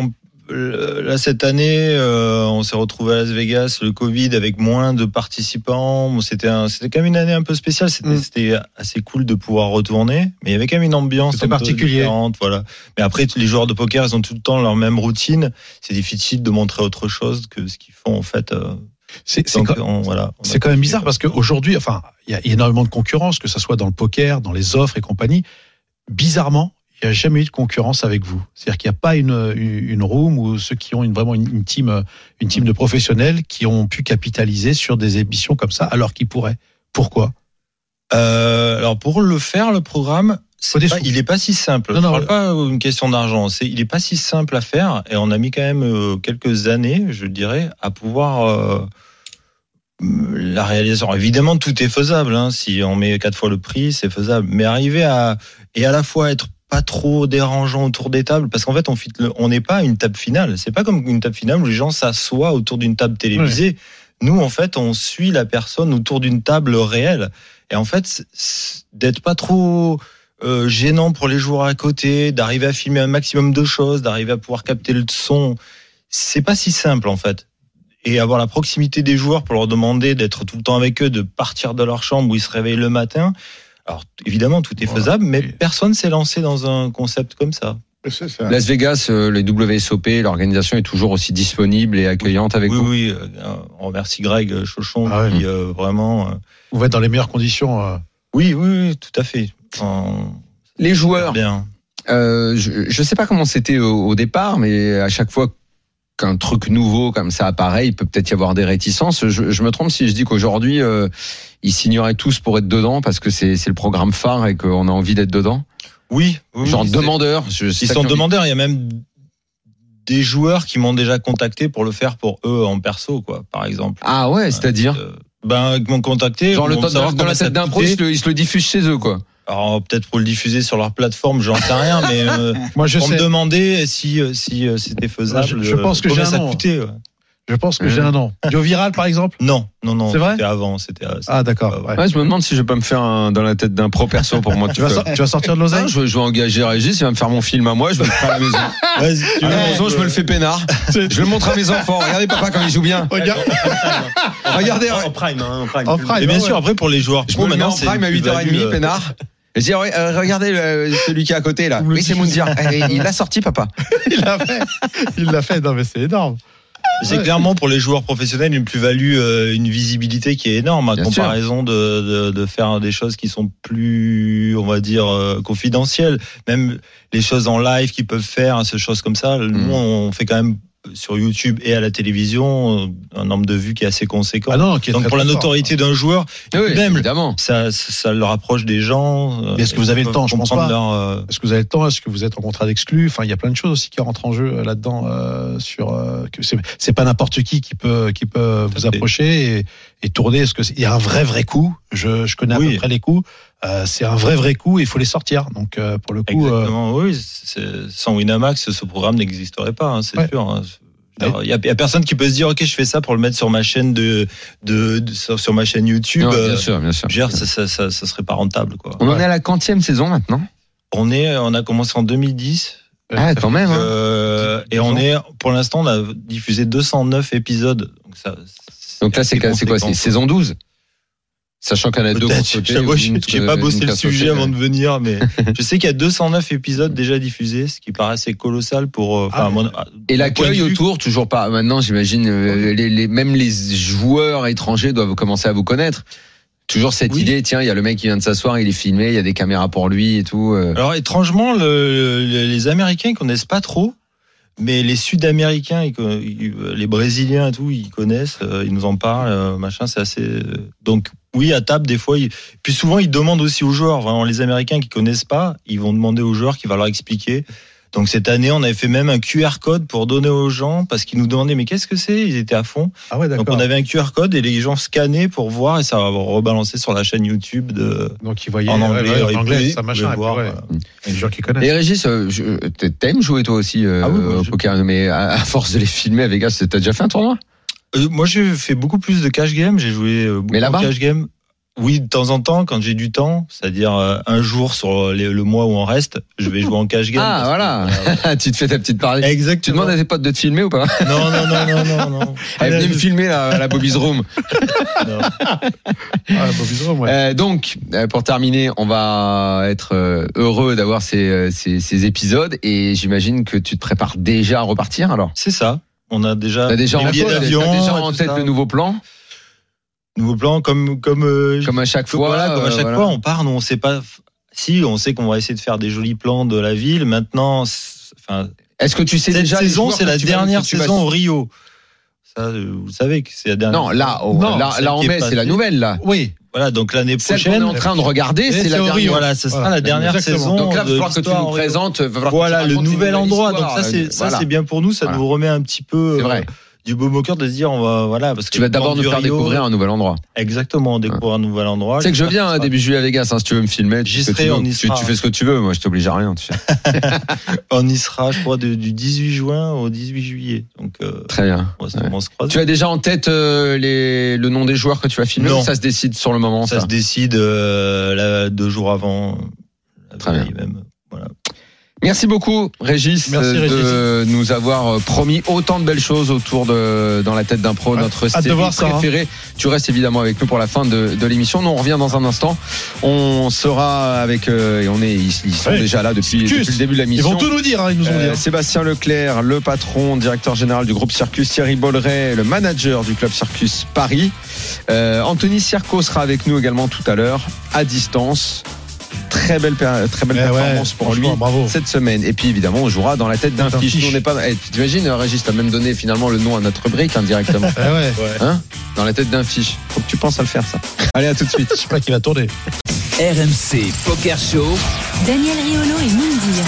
[SPEAKER 7] là cette année, euh, on s'est retrouvé à Las Vegas, le Covid avec moins de participants. Bon, C'était un- c'était quand même une année un peu spéciale. C'était
[SPEAKER 6] Mm.
[SPEAKER 7] c'était assez cool de pouvoir retourner, mais il y avait quand même une ambiance
[SPEAKER 6] C'était
[SPEAKER 7] un peu
[SPEAKER 6] particulier.
[SPEAKER 7] différente, voilà. Mais après, tous les joueurs de poker, ils ont tout le temps leur même routine. C'est difficile de montrer autre chose que ce qu'ils font en fait. euh,
[SPEAKER 6] C'est c'est
[SPEAKER 7] donc,
[SPEAKER 6] quand-
[SPEAKER 7] on- voilà. On
[SPEAKER 6] c'est
[SPEAKER 7] a-
[SPEAKER 6] quand même bizarre parce qu'aujourd'hui, enfin, il y a énormément de concurrence, que ce soit dans le poker, dans les offres et compagnie. Bizarrement, il n'y a jamais eu de concurrence avec vous. C'est-à-dire qu'il n'y a pas une, une une room ou ceux qui ont une, vraiment une, une team, euh, une team de
[SPEAKER 5] Mm.
[SPEAKER 6] professionnels qui ont pu capitaliser sur des émissions comme ça alors qu'ils pourraient. Pourquoi
[SPEAKER 7] Euh, alors pour le faire, le programme, c'est
[SPEAKER 6] Faut des
[SPEAKER 7] pas-
[SPEAKER 6] sous.
[SPEAKER 7] il est pas si simple.
[SPEAKER 6] Non, non,
[SPEAKER 7] Je parle
[SPEAKER 6] euh,
[SPEAKER 7] pas euh, une question d'argent. C'est, il est pas si simple à faire. Et on a mis quand même euh, quelques années, je dirais, à pouvoir euh, la réalisation. Alors, Évidemment, tout est faisable. hein. Si on met quatre fois le prix, c'est faisable. Mais arriver à et à la fois être pas trop dérangeant autour des tables, parce qu'en fait, on fit- on n'est pas une table finale. C'est pas comme une table finale où les gens s'assoient autour d'une table télévisée. Nous, en fait, on suit la personne autour d'une table réelle. Et en fait, c'est- c'est d'être pas trop euh, gênant pour les joueurs à côté, d'arriver à filmer un maximum de choses, d'arriver à pouvoir capter le son, c'est pas si simple en fait. Et avoir la proximité des joueurs pour leur demander d'être tout le temps avec eux, de partir de leur chambre où ils se réveillent le matin. Alors t- évidemment, tout est
[SPEAKER 6] Voilà.
[SPEAKER 7] faisable, mais
[SPEAKER 6] Et-
[SPEAKER 7] personne s'est lancé dans un concept comme ça.
[SPEAKER 8] C'est, c'est-
[SPEAKER 5] Las Vegas, euh, les WSOP, l'organisation est toujours aussi disponible et accueillante avec
[SPEAKER 7] oui,
[SPEAKER 5] vous.
[SPEAKER 7] oui, euh, on remercie Greg Chauchon
[SPEAKER 6] Ah ouais.
[SPEAKER 7] qui euh, vraiment. euh,
[SPEAKER 6] Vous êtes dans les meilleures conditions. euh,
[SPEAKER 7] Oui, oui, oui, tout à fait. On-
[SPEAKER 5] Les joueurs,
[SPEAKER 7] Bien.
[SPEAKER 5] Euh, je ne sais pas comment c'était au, au départ, mais à chaque fois qu'un truc nouveau comme ça apparaît, il peut peut-être y avoir des réticences. Je, je me trompe si je dis qu'aujourd'hui, euh, ils s'ignoraient tous pour être dedans parce que c'est c'est le programme phare et qu'on a envie d'être dedans.
[SPEAKER 7] Oui, oui
[SPEAKER 5] Genre
[SPEAKER 7] oui, c'est-
[SPEAKER 5] demandeur. je- c'est
[SPEAKER 7] Ils
[SPEAKER 5] ça
[SPEAKER 7] sont
[SPEAKER 5] qu'on dit.
[SPEAKER 7] demandeurs. Il y a même des joueurs qui m'ont déjà contacté pour le faire pour eux en perso, quoi, par exemple.
[SPEAKER 5] Ah ouais, c'est-à-dire
[SPEAKER 7] Euh, Ben, ils m'ont contacté.
[SPEAKER 5] Genre le
[SPEAKER 7] vont
[SPEAKER 5] top
[SPEAKER 7] savoir
[SPEAKER 5] dans
[SPEAKER 7] comment
[SPEAKER 5] la
[SPEAKER 7] ça
[SPEAKER 5] tête d'un pro,
[SPEAKER 7] coûtait.
[SPEAKER 5] ils se, le, ils se le diffusent chez eux, quoi.
[SPEAKER 7] Alors peut-être pour le diffuser sur leur plateforme, j'en sais rien, mais euh,
[SPEAKER 6] [LAUGHS] Moi, je
[SPEAKER 7] pour me
[SPEAKER 6] sais.
[SPEAKER 7] demander si euh, si euh, c'était faisable.
[SPEAKER 6] Je- je
[SPEAKER 7] euh,
[SPEAKER 6] pense que
[SPEAKER 7] combien
[SPEAKER 6] j'ai un
[SPEAKER 7] ça
[SPEAKER 6] nom.
[SPEAKER 7] coûtait, ouais.
[SPEAKER 6] Je pense que j'ai un nom. Yo Viral, par exemple
[SPEAKER 7] Non, non, non.
[SPEAKER 6] C'est vrai
[SPEAKER 7] C'était avant. C'était. euh,
[SPEAKER 6] Ah, d'accord. ouais.
[SPEAKER 5] Ouais, je me demande si je vais pas me faire un dans la tête d'un pro perso pour moi.
[SPEAKER 6] Tu, vas, sor- tu vas sortir de l'oseille
[SPEAKER 5] Ah, je, je vais engager Régis, il va me faire mon film à moi, je vais le faire à la
[SPEAKER 6] [LAUGHS]
[SPEAKER 5] maison.
[SPEAKER 7] Vas-y, si tu
[SPEAKER 5] À
[SPEAKER 7] veux,
[SPEAKER 5] la maison,
[SPEAKER 7] on
[SPEAKER 5] je
[SPEAKER 7] peut-
[SPEAKER 5] me le fais peinard. Je le montre à mes enfants. Regardez papa quand il joue bien.
[SPEAKER 8] Regarde,
[SPEAKER 5] Regardez,
[SPEAKER 7] en prime, hein, en prime.
[SPEAKER 6] En prime,
[SPEAKER 7] Et bien
[SPEAKER 6] ouais,
[SPEAKER 7] sûr,
[SPEAKER 6] ouais.
[SPEAKER 7] après pour les joueurs
[SPEAKER 5] Je
[SPEAKER 7] pro,
[SPEAKER 5] me le mets
[SPEAKER 7] maintenant
[SPEAKER 5] en
[SPEAKER 7] c'est
[SPEAKER 5] prime à
[SPEAKER 7] une
[SPEAKER 5] 8h30,
[SPEAKER 7] plus-value, euh,
[SPEAKER 5] peinard. Je dis, ah ouais, euh, regardez le- celui qui est à côté là. Oui, c'est Moundir. Eh, Il l'a sorti, papa.
[SPEAKER 6] [LAUGHS] Il l'a fait. Il l'a fait. Non, mais c'est énorme.
[SPEAKER 7] C'est
[SPEAKER 6] Ouais.
[SPEAKER 7] clairement pour les joueurs professionnels une plus-value, euh, une visibilité qui est énorme à
[SPEAKER 5] Bien
[SPEAKER 7] comparaison de, de, de faire des choses qui sont plus, on va dire, euh, hein,
[SPEAKER 5] Mm.
[SPEAKER 7] confidentielles. Même les choses en live qu'ils peuvent faire, ces choses comme ça, nous on fait quand même sur YouTube et à la télévision, euh, un nombre de vues qui est assez conséquent.
[SPEAKER 6] Ah non, qui est
[SPEAKER 7] Donc
[SPEAKER 6] très,
[SPEAKER 7] pour la
[SPEAKER 6] très fort.
[SPEAKER 7] notoriété d'un joueur,
[SPEAKER 5] Oui,
[SPEAKER 7] même-
[SPEAKER 5] évidemment.
[SPEAKER 7] ça, ça, ça le rapproche des gens. euh,
[SPEAKER 6] Mais est-ce que
[SPEAKER 7] et
[SPEAKER 6] vous avez
[SPEAKER 7] ils
[SPEAKER 6] le temps Je
[SPEAKER 7] peuvent
[SPEAKER 6] pense
[SPEAKER 7] comprendre
[SPEAKER 6] pas.
[SPEAKER 7] leur, euh,
[SPEAKER 6] Est-ce que vous avez le temps Est-ce que vous êtes en contrat d'exclus Enfin, il y a plein de choses aussi qui rentrent en jeu euh, là-dedans. euh, sur, euh, que c'est, c'est pas n'importe qui qui peut qui peut vous
[SPEAKER 7] fait.
[SPEAKER 6] approcher et, et tourner. Est-ce que c'est- il y a un vrai vrai coup Je, je connais à
[SPEAKER 7] Oui.
[SPEAKER 6] peu près les coups. Euh, c'est un vrai vrai coup. et Il faut les sortir. Donc euh, pour le coup, euh,
[SPEAKER 7] Exactement, oui. c'est- Sans Winamax, ce programme n'existerait pas, hein, c'est
[SPEAKER 6] Ouais.
[SPEAKER 7] sûr. hein. Je veux dire, Il n'y a, il y a personne qui peut se dire, OK, je fais ça pour le mettre sur ma chaîne, de, de, de- sur, sur ma chaîne YouTube.
[SPEAKER 5] Non,
[SPEAKER 7] euh,
[SPEAKER 5] bien sûr, bien sûr.
[SPEAKER 7] je veux dire, ça, ça, ça- ça serait pas rentable. Quoi.
[SPEAKER 5] On en est à la quantième saison maintenant.
[SPEAKER 7] On, est, euh, on a commencé en 2010.
[SPEAKER 5] Ah, quand même. hein.
[SPEAKER 7] euh, et on est, pour l'instant, on a diffusé 209 épisodes. Donc, ça,
[SPEAKER 5] Donc là, c'est quoi C'est quoi C'est saison 12 Sachant qu'il y en a deux
[SPEAKER 7] Peut-être,
[SPEAKER 5] qu'on sautait,
[SPEAKER 7] j'avoue,
[SPEAKER 5] une
[SPEAKER 7] j'ai
[SPEAKER 5] que-
[SPEAKER 7] j'ai pas
[SPEAKER 5] une
[SPEAKER 7] bossé
[SPEAKER 5] qu'on
[SPEAKER 7] le
[SPEAKER 5] sautait,
[SPEAKER 7] sujet avant
[SPEAKER 5] ouais.
[SPEAKER 7] de venir,
[SPEAKER 5] [LAUGHS]
[SPEAKER 7] mais je sais qu'il y a 209 épisodes déjà diffusés, ce qui paraît assez colossal pour. euh, enfin,
[SPEAKER 6] Ah,
[SPEAKER 7] mon-
[SPEAKER 5] Et
[SPEAKER 7] mon point
[SPEAKER 5] l'accueil
[SPEAKER 7] de vue.
[SPEAKER 5] autour, toujours pas. Maintenant, j'imagine, euh, les, les- même les joueurs étrangers doivent commencer à vous connaître. Toujours cette
[SPEAKER 7] Oui.
[SPEAKER 5] idée, tiens, il y a le mec qui vient de s'asseoir, il est filmé, il y a des caméras pour lui et tout. euh.
[SPEAKER 7] Alors étrangement, le- le- les Américains ils connaissent pas trop, mais les Sud-Américains, ils conna- ils- euh, les Brésiliens et tout, ils connaissent, euh, ils nous en parlent, euh, machin, c'est assez. euh, Donc oui, à table des fois, ils- puis souvent ils demandent aussi aux joueurs. Vraiment, les Américains qui connaissent pas, ils vont demander aux joueurs qui va leur expliquer. Donc cette année, on avait fait même un QR code pour donner aux gens parce qu'ils nous demandaient mais qu'est-ce que c'est Ils étaient à fond.
[SPEAKER 6] ah ouais,
[SPEAKER 7] Donc
[SPEAKER 6] d'accord.
[SPEAKER 7] on avait un QR code et les gens scannaient pour voir et ça va rebalancer sur la chaîne YouTube de
[SPEAKER 6] Donc ils voyaient
[SPEAKER 7] en
[SPEAKER 6] ouais,
[SPEAKER 7] anglais,
[SPEAKER 6] ouais,
[SPEAKER 7] replay,
[SPEAKER 6] en anglais,
[SPEAKER 7] vous
[SPEAKER 6] ça machin.
[SPEAKER 7] pouvez
[SPEAKER 6] et puis,
[SPEAKER 7] voir, euh,
[SPEAKER 6] ouais.
[SPEAKER 7] voilà.
[SPEAKER 6] Et les gens qui connaissent.
[SPEAKER 5] Et Régis, euh, je- t- t'aimes jouer toi aussi euh,
[SPEAKER 7] Ah oui, moi,
[SPEAKER 5] au
[SPEAKER 7] je-
[SPEAKER 5] poker, mais à, à force de les filmer à Vegas, t'as déjà fait un tournoi
[SPEAKER 7] Euh, moi, j'ai fait beaucoup plus de cash game. J'ai joué euh, beaucoup
[SPEAKER 5] Mais là-bas
[SPEAKER 7] de cash game. Oui, de temps en temps, quand j'ai du temps, c'est-à-dire euh, un jour sur les- le mois où on reste, je vais jouer en cash game.
[SPEAKER 5] [LAUGHS] Ah,
[SPEAKER 7] parce que,
[SPEAKER 5] [LAUGHS] Tu te fais ta petite partie.
[SPEAKER 7] euh,
[SPEAKER 5] Tu
[SPEAKER 7] Exactement.
[SPEAKER 5] demandes à tes potes de te filmer ou pas
[SPEAKER 7] Non, non, non, non, non,
[SPEAKER 5] [LAUGHS]
[SPEAKER 7] non.
[SPEAKER 5] Elle venez me
[SPEAKER 7] Non.
[SPEAKER 5] filmer là, à la Bobby's
[SPEAKER 6] [LAUGHS]
[SPEAKER 5] Room.
[SPEAKER 6] Ah, Bobby Zorro, ouais.
[SPEAKER 5] Euh, donc, euh, pour terminer, on va être euh, heureux d'avoir ces, euh, ces, ces épisodes et j'imagine que tu te prépares déjà à repartir alors.
[SPEAKER 7] C'est ça. On a [LAUGHS] déjà,
[SPEAKER 5] T'as déjà
[SPEAKER 7] les
[SPEAKER 5] en
[SPEAKER 7] billets
[SPEAKER 5] tête, t'as
[SPEAKER 7] d'avion,
[SPEAKER 5] déjà
[SPEAKER 7] et
[SPEAKER 5] en
[SPEAKER 7] tout
[SPEAKER 5] tête
[SPEAKER 7] ça.
[SPEAKER 5] le nouveau plan,
[SPEAKER 7] nouveau plan, comme comme euh,
[SPEAKER 5] comme à chaque
[SPEAKER 7] Comme,
[SPEAKER 5] fois.
[SPEAKER 7] voilà, comme à
[SPEAKER 5] euh,
[SPEAKER 7] chaque
[SPEAKER 5] voilà.
[SPEAKER 7] fois, on part, nous on sait pas. Si, on sait qu'on va essayer de faire des jolis plans de la ville. Maintenant, c'est- enfin,
[SPEAKER 5] Est-ce que tu sais
[SPEAKER 7] cette
[SPEAKER 5] déjà les
[SPEAKER 7] saison,
[SPEAKER 5] joueurs
[SPEAKER 7] c'est
[SPEAKER 5] que
[SPEAKER 7] la
[SPEAKER 5] tu vas-
[SPEAKER 7] dernière
[SPEAKER 5] que tu vas-
[SPEAKER 7] saison au Rio. Ça, euh, vous savez que c'est la dernière.
[SPEAKER 5] Non, là, oh,
[SPEAKER 7] Non,
[SPEAKER 5] là,
[SPEAKER 7] celle
[SPEAKER 5] là en
[SPEAKER 7] qui est
[SPEAKER 5] mai, c'est la
[SPEAKER 7] passée.
[SPEAKER 5] nouvelle là.
[SPEAKER 6] Oui.
[SPEAKER 7] Voilà, donc l'année
[SPEAKER 5] Celle qu'on est
[SPEAKER 7] prochaine. euh,
[SPEAKER 5] en train de regarder,
[SPEAKER 6] Et
[SPEAKER 5] c'est
[SPEAKER 6] c'est
[SPEAKER 5] la
[SPEAKER 6] au
[SPEAKER 5] dernière.
[SPEAKER 6] Rio.
[SPEAKER 7] Voilà, ça sera
[SPEAKER 6] Voilà,
[SPEAKER 7] la dernière
[SPEAKER 6] exactement.
[SPEAKER 7] saison.
[SPEAKER 5] Donc là, il
[SPEAKER 7] de
[SPEAKER 5] va falloir que tu
[SPEAKER 7] l'histoire
[SPEAKER 5] nous
[SPEAKER 7] en Rio.
[SPEAKER 5] présentes. va falloir que tu
[SPEAKER 7] Voilà, le
[SPEAKER 5] racontes une
[SPEAKER 7] nouvel
[SPEAKER 5] nouvelle
[SPEAKER 7] endroit. Donc ça,
[SPEAKER 5] histoire,
[SPEAKER 7] c'est
[SPEAKER 5] là.
[SPEAKER 7] ça,
[SPEAKER 5] Voilà.
[SPEAKER 7] c'est bien pour nous. Ça
[SPEAKER 5] Voilà.
[SPEAKER 7] nous remet un petit peu
[SPEAKER 5] C'est
[SPEAKER 7] euh,
[SPEAKER 5] vrai.
[SPEAKER 7] du baume au cœur de se dire on va voilà parce que
[SPEAKER 5] Tu vas
[SPEAKER 7] le plan
[SPEAKER 5] d'abord nous
[SPEAKER 7] du
[SPEAKER 5] faire
[SPEAKER 7] Rio-
[SPEAKER 5] découvrir un nouvel endroit.
[SPEAKER 7] Exactement, on découvre un nouvel endroit.
[SPEAKER 5] Tu sais que je viens hein,
[SPEAKER 7] Ça sera-
[SPEAKER 5] début juillet à Vegas, hein, si tu veux me filmer. tu
[SPEAKER 7] J'y
[SPEAKER 5] fais ce que
[SPEAKER 7] serai,
[SPEAKER 5] tu veux.
[SPEAKER 7] on y
[SPEAKER 5] tu,
[SPEAKER 7] sera.
[SPEAKER 5] tu fais ce que tu veux, moi je t'oblige à rien. tu sais.
[SPEAKER 7] On y sera, je crois, de- du 18 juin au 18 juillet. Donc euh,
[SPEAKER 5] Très bien.
[SPEAKER 7] on se- on se croise.
[SPEAKER 5] Tu as déjà en tête euh, les, le nom des joueurs que tu vas filmer
[SPEAKER 7] Non.
[SPEAKER 5] ou ça se décide sur le moment
[SPEAKER 7] Ça
[SPEAKER 5] ça
[SPEAKER 7] se décide euh, là, deux jours avant. la
[SPEAKER 5] Très bien.
[SPEAKER 7] veille Même. Voilà.
[SPEAKER 5] Merci beaucoup Régis,
[SPEAKER 6] Merci,
[SPEAKER 5] de nous avoir euh, promis autant de belles choses autour de dans la tête d'un pro,
[SPEAKER 6] Ouais,
[SPEAKER 5] notre
[SPEAKER 6] hâte de
[SPEAKER 5] série
[SPEAKER 6] voir ça, hein.
[SPEAKER 5] préférée. Tu restes évidemment avec nous pour la fin de, de l'émission. Nous on revient dans un instant. On sera avec euh, et on est ils, ils sont
[SPEAKER 6] Ouais.
[SPEAKER 5] déjà là depuis,
[SPEAKER 6] Circus.
[SPEAKER 5] depuis le début de la
[SPEAKER 6] Ils
[SPEAKER 5] mission.
[SPEAKER 6] vont tout nous dire. hein, ils nous ont
[SPEAKER 5] Euh,
[SPEAKER 6] dit.
[SPEAKER 5] Sébastien Leclerc, le patron, directeur général du groupe Circus, Thierry Bolleret, le manager du club Circus Paris. Euh, Anthony Circo sera avec nous également tout à l'heure, à distance. Très belle, per- très belle
[SPEAKER 6] Eh ouais,
[SPEAKER 5] performance pour lui
[SPEAKER 6] franchement, bravo.
[SPEAKER 5] cette semaine. Et puis évidemment, on jouera dans la tête d'un
[SPEAKER 6] D'un
[SPEAKER 5] fiche.
[SPEAKER 6] fiche.
[SPEAKER 5] Nous, on n'est pas. Eh, T'imagines, euh, Régis, t'as même donné finalement le nom à notre
[SPEAKER 6] [LAUGHS]
[SPEAKER 5] rubrique indirectement.
[SPEAKER 6] Ah ouais.
[SPEAKER 5] hein dans la tête d'un fiche. Faut que tu penses à le faire, ça. Allez, à tout de suite.
[SPEAKER 6] [LAUGHS] Je sais pas qui va tourner.
[SPEAKER 4] RMC Poker Show.
[SPEAKER 3] Daniel Riolo et Mindy.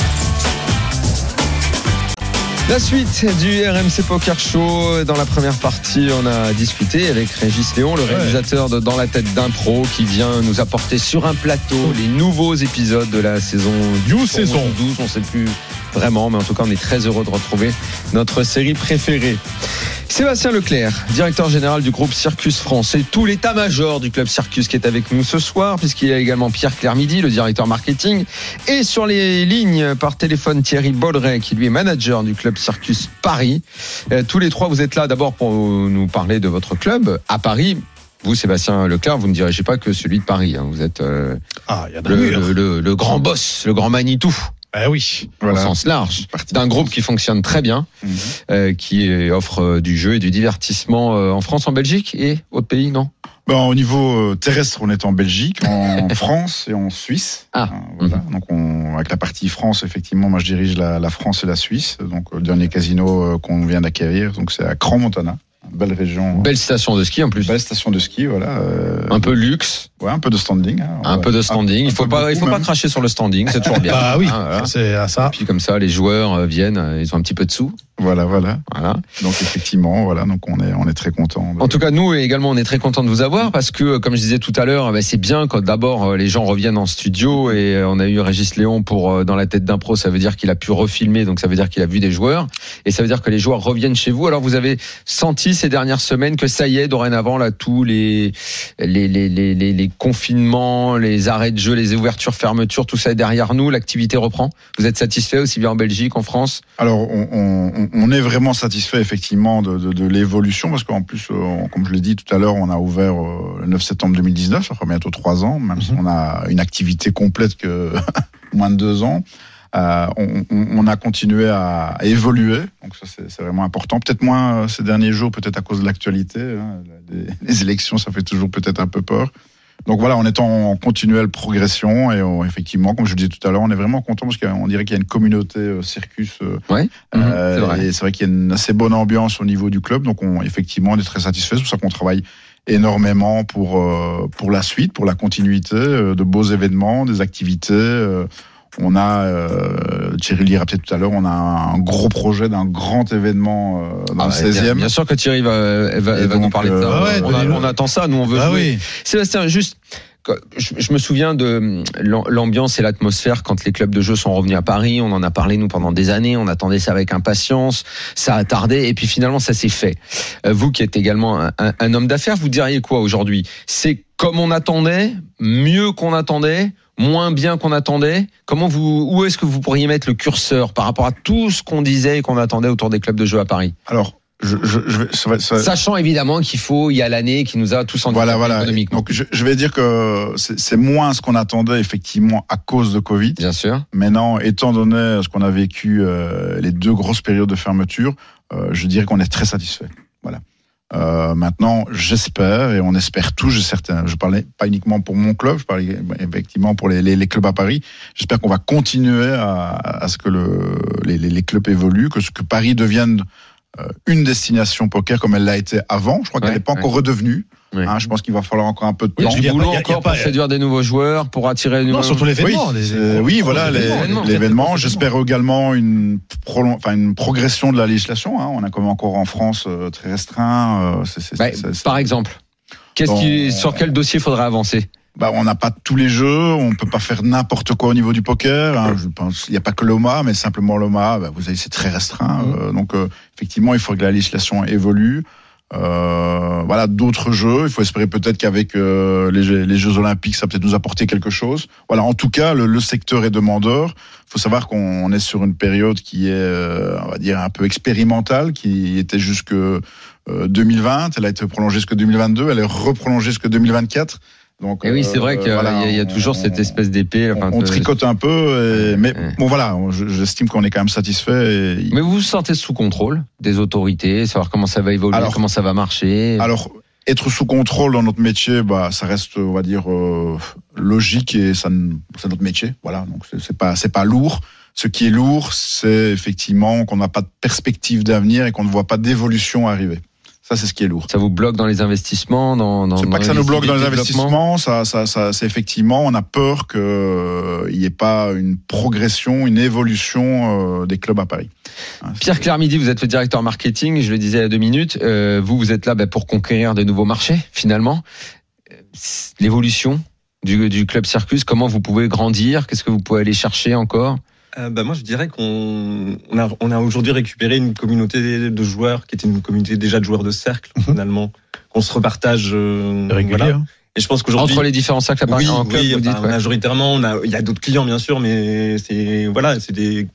[SPEAKER 5] La suite du RMC Poker Show. Dans la première partie, on a discuté avec Régis Léon, le réalisateur de Dans la tête d'un pro, qui vient nous apporter sur un plateau les nouveaux épisodes de la saison
[SPEAKER 6] New
[SPEAKER 5] 11,
[SPEAKER 6] saison.
[SPEAKER 5] 12. On ne sait plus vraiment, mais en tout cas, on est très heureux de retrouver notre série préférée. Sébastien Leclerc, directeur général du groupe Circus France et tout l'état-major du club Circus qui est avec nous ce soir, puisqu'il y a également Pierre Clermidi, le directeur marketing, et sur les lignes par téléphone Thierry Bolleret, qui lui est manager du club Circus Paris. Euh, Tous les trois, vous êtes là d'abord pour nous parler de votre club à Paris. Vous, Sébastien Leclerc, vous ne dirigez pas que celui de Paris. hein. Vous êtes euh,
[SPEAKER 6] Ah, il y en a
[SPEAKER 5] le,
[SPEAKER 6] eu, hein.
[SPEAKER 5] le- le- le grand boss, le grand Manitou.
[SPEAKER 6] Ah oui.
[SPEAKER 5] au
[SPEAKER 8] Voilà.
[SPEAKER 5] sens large, d'un groupe qui fonctionne très bien,
[SPEAKER 8] Mhm.
[SPEAKER 5] euh, qui euh, offre euh, du jeu et du divertissement euh, en France, en Belgique et autres pays, non
[SPEAKER 8] Ben, au niveau euh, terrestre, on est en Belgique,
[SPEAKER 5] [LAUGHS]
[SPEAKER 8] en France et en Suisse.
[SPEAKER 5] Ah.
[SPEAKER 8] Hein, voilà. Donc, on, avec la partie France, effectivement, moi je dirige la, la France et la Suisse. Donc, euh, le dernier casino euh, qu'on vient d'acquérir, donc c'est à Grand Montana, une belle région, euh,
[SPEAKER 5] Belle station de ski en plus,
[SPEAKER 8] belle station de ski, voilà. euh,
[SPEAKER 5] un peu luxe,
[SPEAKER 8] ouais, un peu de standing. hein.
[SPEAKER 5] un
[SPEAKER 8] Ouais.
[SPEAKER 5] peu de standing.
[SPEAKER 8] un
[SPEAKER 5] Il faut
[SPEAKER 8] peu
[SPEAKER 5] pas, il
[SPEAKER 8] beaucoup
[SPEAKER 5] faut pas
[SPEAKER 8] même.
[SPEAKER 5] cracher sur le standing, c'est toujours bien.
[SPEAKER 6] Bah oui,
[SPEAKER 5] Hein, voilà.
[SPEAKER 6] c'est à ça.
[SPEAKER 5] Puis comme ça, les joueurs euh, viennent, euh, ils ont un petit peu de sous,
[SPEAKER 8] Voilà, voilà.
[SPEAKER 5] voilà.
[SPEAKER 8] Donc, effectivement, voilà. Donc, on est, on est très content.
[SPEAKER 5] En tout cas, nous et également, on est très content de vous avoir parce que, euh, comme je disais tout à l'heure, eh ben, c'est bien quand d'abord euh, les gens reviennent en studio et euh, on a eu Régis Léon pour euh, dans la tête d'un pro. Ça veut dire qu'il a pu refilmer, donc ça veut dire qu'il a vu des joueurs et ça veut dire que les joueurs reviennent chez vous. Alors vous avez senti ces dernières semaines que ça y est, dorénavant là, tous les les les les, les- les confinements, les arrêts de jeu, les ouvertures, fermetures, tout ça est derrière nous. L'activité reprend. Vous êtes satisfait aussi bien en Belgique, en France.
[SPEAKER 8] Alors, on, on- on est vraiment satisfait effectivement de, de- de l'évolution parce qu'en plus, euh, on- comme je l'ai dit tout à l'heure, on a ouvert euh, le 9 septembre 2019, ça fera bientôt trois ans, même si on a une activité complète que [LAUGHS] moins de deux ans. Euh, on, on- on a continué à, à évoluer, donc ça c'est c'est vraiment important. Peut-être moins euh, ces derniers jours, peut-être à cause de l'actualité, hein, les, les élections, ça fait toujours peut-être un peu peur. Donc voilà, on est en continuelle progression et on- effectivement, comme je le disais tout à l'heure, on est vraiment content parce qu'on dirait qu'il y a une communauté euh, circus euh,
[SPEAKER 5] Mhm, c'est vrai.
[SPEAKER 8] euh, et c'est vrai qu'il y a une assez bonne ambiance au niveau du club, donc on, effectivement on est très satisfait. C'est pour ça qu'on travaille énormément pour euh, pour la suite, pour la continuité, euh, de beaux événements, des activités. euh, on a euh, Thierry l'ira peut-être tout à l'heure, on a un gros projet d'un grand événement euh, dans
[SPEAKER 5] Ah,
[SPEAKER 8] le
[SPEAKER 5] bah, bien-
[SPEAKER 8] 16e.
[SPEAKER 5] Bien sûr que Thierry va, va,
[SPEAKER 8] Et
[SPEAKER 5] va nous
[SPEAKER 8] donc,
[SPEAKER 5] parler de ça.
[SPEAKER 8] euh,
[SPEAKER 6] ouais,
[SPEAKER 5] on, a-
[SPEAKER 6] donnez-le.
[SPEAKER 5] on attend ça, nous on veut
[SPEAKER 8] Bah
[SPEAKER 6] Ah
[SPEAKER 5] jouer.
[SPEAKER 6] oui.
[SPEAKER 5] Sébastien, juste, que- je, je me souviens de hum, l'am- l'ambiance et l'atmosphère quand les clubs de jeu sont revenus à Paris. On en a parlé, nous, pendant des années. On attendait ça avec impatience. Ça a tardé. Et puis finalement, ça s'est fait. Euh, Vous qui êtes également un, un- un homme d'affaires, vous diriez quoi aujourd'hui C'est comme on attendait, mieux qu'on attendait moins bien qu'on attendait. Comment vous, où est-ce que vous pourriez mettre le curseur par rapport à tout ce qu'on disait et qu'on attendait autour des clubs de jeu à Paris
[SPEAKER 8] Alors, je, je, je vais- ça va- ça-
[SPEAKER 5] Sachant évidemment qu'il faut, il y a l'année qui nous a tous en
[SPEAKER 8] voilà, voilà.
[SPEAKER 5] économiquement.
[SPEAKER 8] Donc je, je vais dire que c'est c'est moins ce qu'on attendait effectivement à cause de Covid.
[SPEAKER 5] Bien sûr.
[SPEAKER 8] Maintenant, étant donné ce qu'on a vécu, euh, les deux grosses périodes de fermeture, euh, je dirais qu'on est très satisfait. Voilà. Euh, maintenant, j'espère et on espère tous, je certains. Je parlais pas uniquement pour mon club, je parlais effectivement pour les, les- les clubs à Paris. J'espère qu'on va continuer à, à ce que le, les, les- les clubs évoluent, que ce que Paris devienne euh, une destination poker comme elle l'a été avant. Je crois
[SPEAKER 5] Ouais,
[SPEAKER 8] qu'elle n'est pas
[SPEAKER 5] ouais.
[SPEAKER 8] encore redevenue.
[SPEAKER 5] Ouais.
[SPEAKER 8] Hein, je pense qu'il va falloir encore un peu de
[SPEAKER 6] Oui,
[SPEAKER 8] temps.
[SPEAKER 6] tu
[SPEAKER 5] du
[SPEAKER 6] y a
[SPEAKER 5] boulot
[SPEAKER 6] pas- y a- y a
[SPEAKER 5] encore
[SPEAKER 6] pas-
[SPEAKER 5] pour séduire des nouveaux joueurs, pour attirer des
[SPEAKER 6] Non,
[SPEAKER 5] nouveaux-
[SPEAKER 6] surtout l'événement. les-
[SPEAKER 8] Euh, oui, voilà les-
[SPEAKER 5] événements,
[SPEAKER 8] les- l'événement. J'espère également une, prolon- enfin, une progression de la législation. hein. On a comme encore en France euh, très restreint. euh, c'est- c'est-
[SPEAKER 5] Bah,
[SPEAKER 8] c'est- c'est-
[SPEAKER 5] par exemple. Qu'est-ce
[SPEAKER 8] Bon.
[SPEAKER 5] qui, sur quel dossier faudrait avancer
[SPEAKER 8] bah, on n'a pas tous les jeux. On peut pas faire n'importe quoi au niveau du poker. hein. Je pense il n'y a pas que l'OMA, mais simplement l'OMA. bah, vous savez, c'est très restreint. euh, donc euh, effectivement, il faut que la législation évolue. Euh, voilà d'autres jeux. Il faut espérer peut-être qu'avec euh, les, Jeux- les Jeux Olympiques, ça va peut-être nous apporter quelque chose. Voilà. En tout cas, le, le secteur est demandeur. Il faut savoir qu'on on est sur une période qui est, euh, on va dire, un peu expérimentale, qui était jusque euh, 2020. Elle a été prolongée jusque 2022. Elle est reprolongée jusque 2024. Donc,
[SPEAKER 5] Et Eh oui, c'est vrai
[SPEAKER 8] euh,
[SPEAKER 5] qu'il
[SPEAKER 8] voilà,
[SPEAKER 5] y, a
[SPEAKER 8] on-
[SPEAKER 5] toujours cette
[SPEAKER 8] on-
[SPEAKER 5] espèce d'épée.
[SPEAKER 8] On,
[SPEAKER 5] enfin,
[SPEAKER 8] on
[SPEAKER 5] de-
[SPEAKER 8] tricote un peu, et- mais
[SPEAKER 5] Euh, Ouais.
[SPEAKER 8] bon voilà, on- je- j'estime qu'on est quand même satisfait. et-
[SPEAKER 5] Mais vous vous sentez sous contrôle des autorités, savoir comment ça va évoluer,
[SPEAKER 8] Alors-
[SPEAKER 5] comment ça va marcher.
[SPEAKER 8] Alors, être sous contrôle dans notre métier, bah, ça reste, on va dire, euh, logique et ça, ne- c'est notre métier. Voilà, donc c'est- c'est pas, c'est pas lourd. Ce qui est lourd, c'est effectivement qu'on n'a pas de perspective d'avenir et qu'on ne voit pas d'évolution arriver. Ça, c'est ce qui est lourd.
[SPEAKER 5] ça vous bloque dans les investissements, dans, dans
[SPEAKER 8] C'est
[SPEAKER 5] dans
[SPEAKER 8] pas que ça nous bloque dans les
[SPEAKER 5] développements
[SPEAKER 8] investissements, ça, ça, ça, c'est effectivement, on a peur qu'il n'y ait pas une progression, une évolution euh, des clubs à Paris.
[SPEAKER 6] Ah,
[SPEAKER 8] Hein, c'est-
[SPEAKER 5] Pierre Clermidi, vous êtes le directeur marketing, je le disais il y a deux minutes. Euh, vous, vous êtes là bah, pour conquérir de nouveaux marchés, finalement. Euh, c'est- L'évolution du, du club Circus, comment vous pouvez grandir Qu'est-ce que vous pouvez aller chercher encore
[SPEAKER 10] Euh, bah, moi, je dirais qu'on on a, on a aujourd'hui récupéré une communauté de joueurs qui était une communauté déjà de joueurs de cercle, finalement, qu'on se repartage. euh,
[SPEAKER 6] Mhm. Régulier.
[SPEAKER 10] voilà.
[SPEAKER 6] hein.
[SPEAKER 10] Et je pense qu'aujourd'hui.
[SPEAKER 5] Entre les différents cercles à Paris,
[SPEAKER 10] oui,
[SPEAKER 5] en club,
[SPEAKER 10] oui,
[SPEAKER 5] vous
[SPEAKER 10] enfin,
[SPEAKER 5] dites, ouais.
[SPEAKER 10] majoritairement, on a, il y a d'autres clients, bien sûr, mais c'est, voilà, c'est des,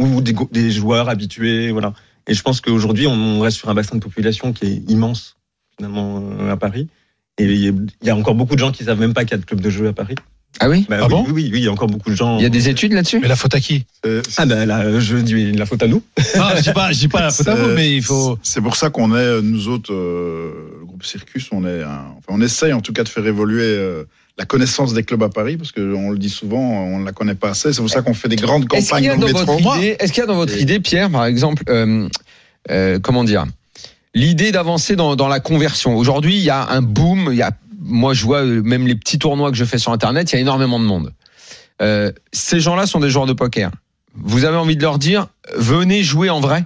[SPEAKER 10] ou des, go- des joueurs habitués, voilà. Et je pense qu'aujourd'hui, on, on reste sur un bassin de population qui est immense, finalement, euh, à Paris. Et il y a- il y a encore beaucoup de gens qui savent même pas qu'il y a de clubs de jeu à Paris.
[SPEAKER 5] Ah oui
[SPEAKER 10] Bah
[SPEAKER 6] Ah
[SPEAKER 10] oui,
[SPEAKER 6] bon
[SPEAKER 10] oui, oui, oui, il y a encore beaucoup de gens.
[SPEAKER 5] Il y a des études là-dessus
[SPEAKER 6] Mais la faute à qui
[SPEAKER 8] Euh,
[SPEAKER 10] Ah ben là, je dis la faute à nous. Euh,
[SPEAKER 6] Non, je dis pas, je dis pas la faute à vous,
[SPEAKER 8] c'est-
[SPEAKER 6] mais il faut.
[SPEAKER 8] C'est pour ça qu'on est euh, nous autres, euh, le groupe Circus, on est, un- enfin, on essaye en tout cas de faire évoluer euh, la connaissance des clubs à Paris parce que on le dit souvent, on ne la connaît pas assez. C'est pour ça qu'on fait des grandes
[SPEAKER 5] Est-ce qu'il
[SPEAKER 8] campagnes
[SPEAKER 5] y a
[SPEAKER 8] dans
[SPEAKER 5] dans
[SPEAKER 8] le métro.
[SPEAKER 5] votre idée, est-ce qu'il y a dans votre
[SPEAKER 8] Et-
[SPEAKER 5] idée, Pierre, par exemple, euh, euh, comment dire, l'idée d'avancer dans, dans la conversion Aujourd'hui, il y a un boom. Il y a, moi, je vois euh, même les petits tournois que je fais sur Internet, il y a énormément de monde. Euh, ces gens-là sont des joueurs de poker. Vous avez envie de leur dire, venez jouer en vrai.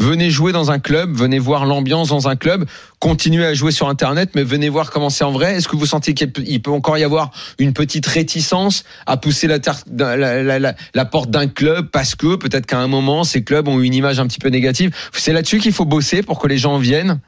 [SPEAKER 5] Venez jouer dans un club, venez voir l'ambiance dans un club, continuez à jouer sur Internet, mais venez voir comment c'est en vrai. Est-ce que vous sentez qu'il peut- il peut encore y avoir une petite réticence à pousser la, tar- la, la- la- la porte d'un club parce que peut-être qu'à un moment, ces clubs ont eu une image un petit peu négative. C'est là-dessus qu'il faut bosser pour que les gens viennent.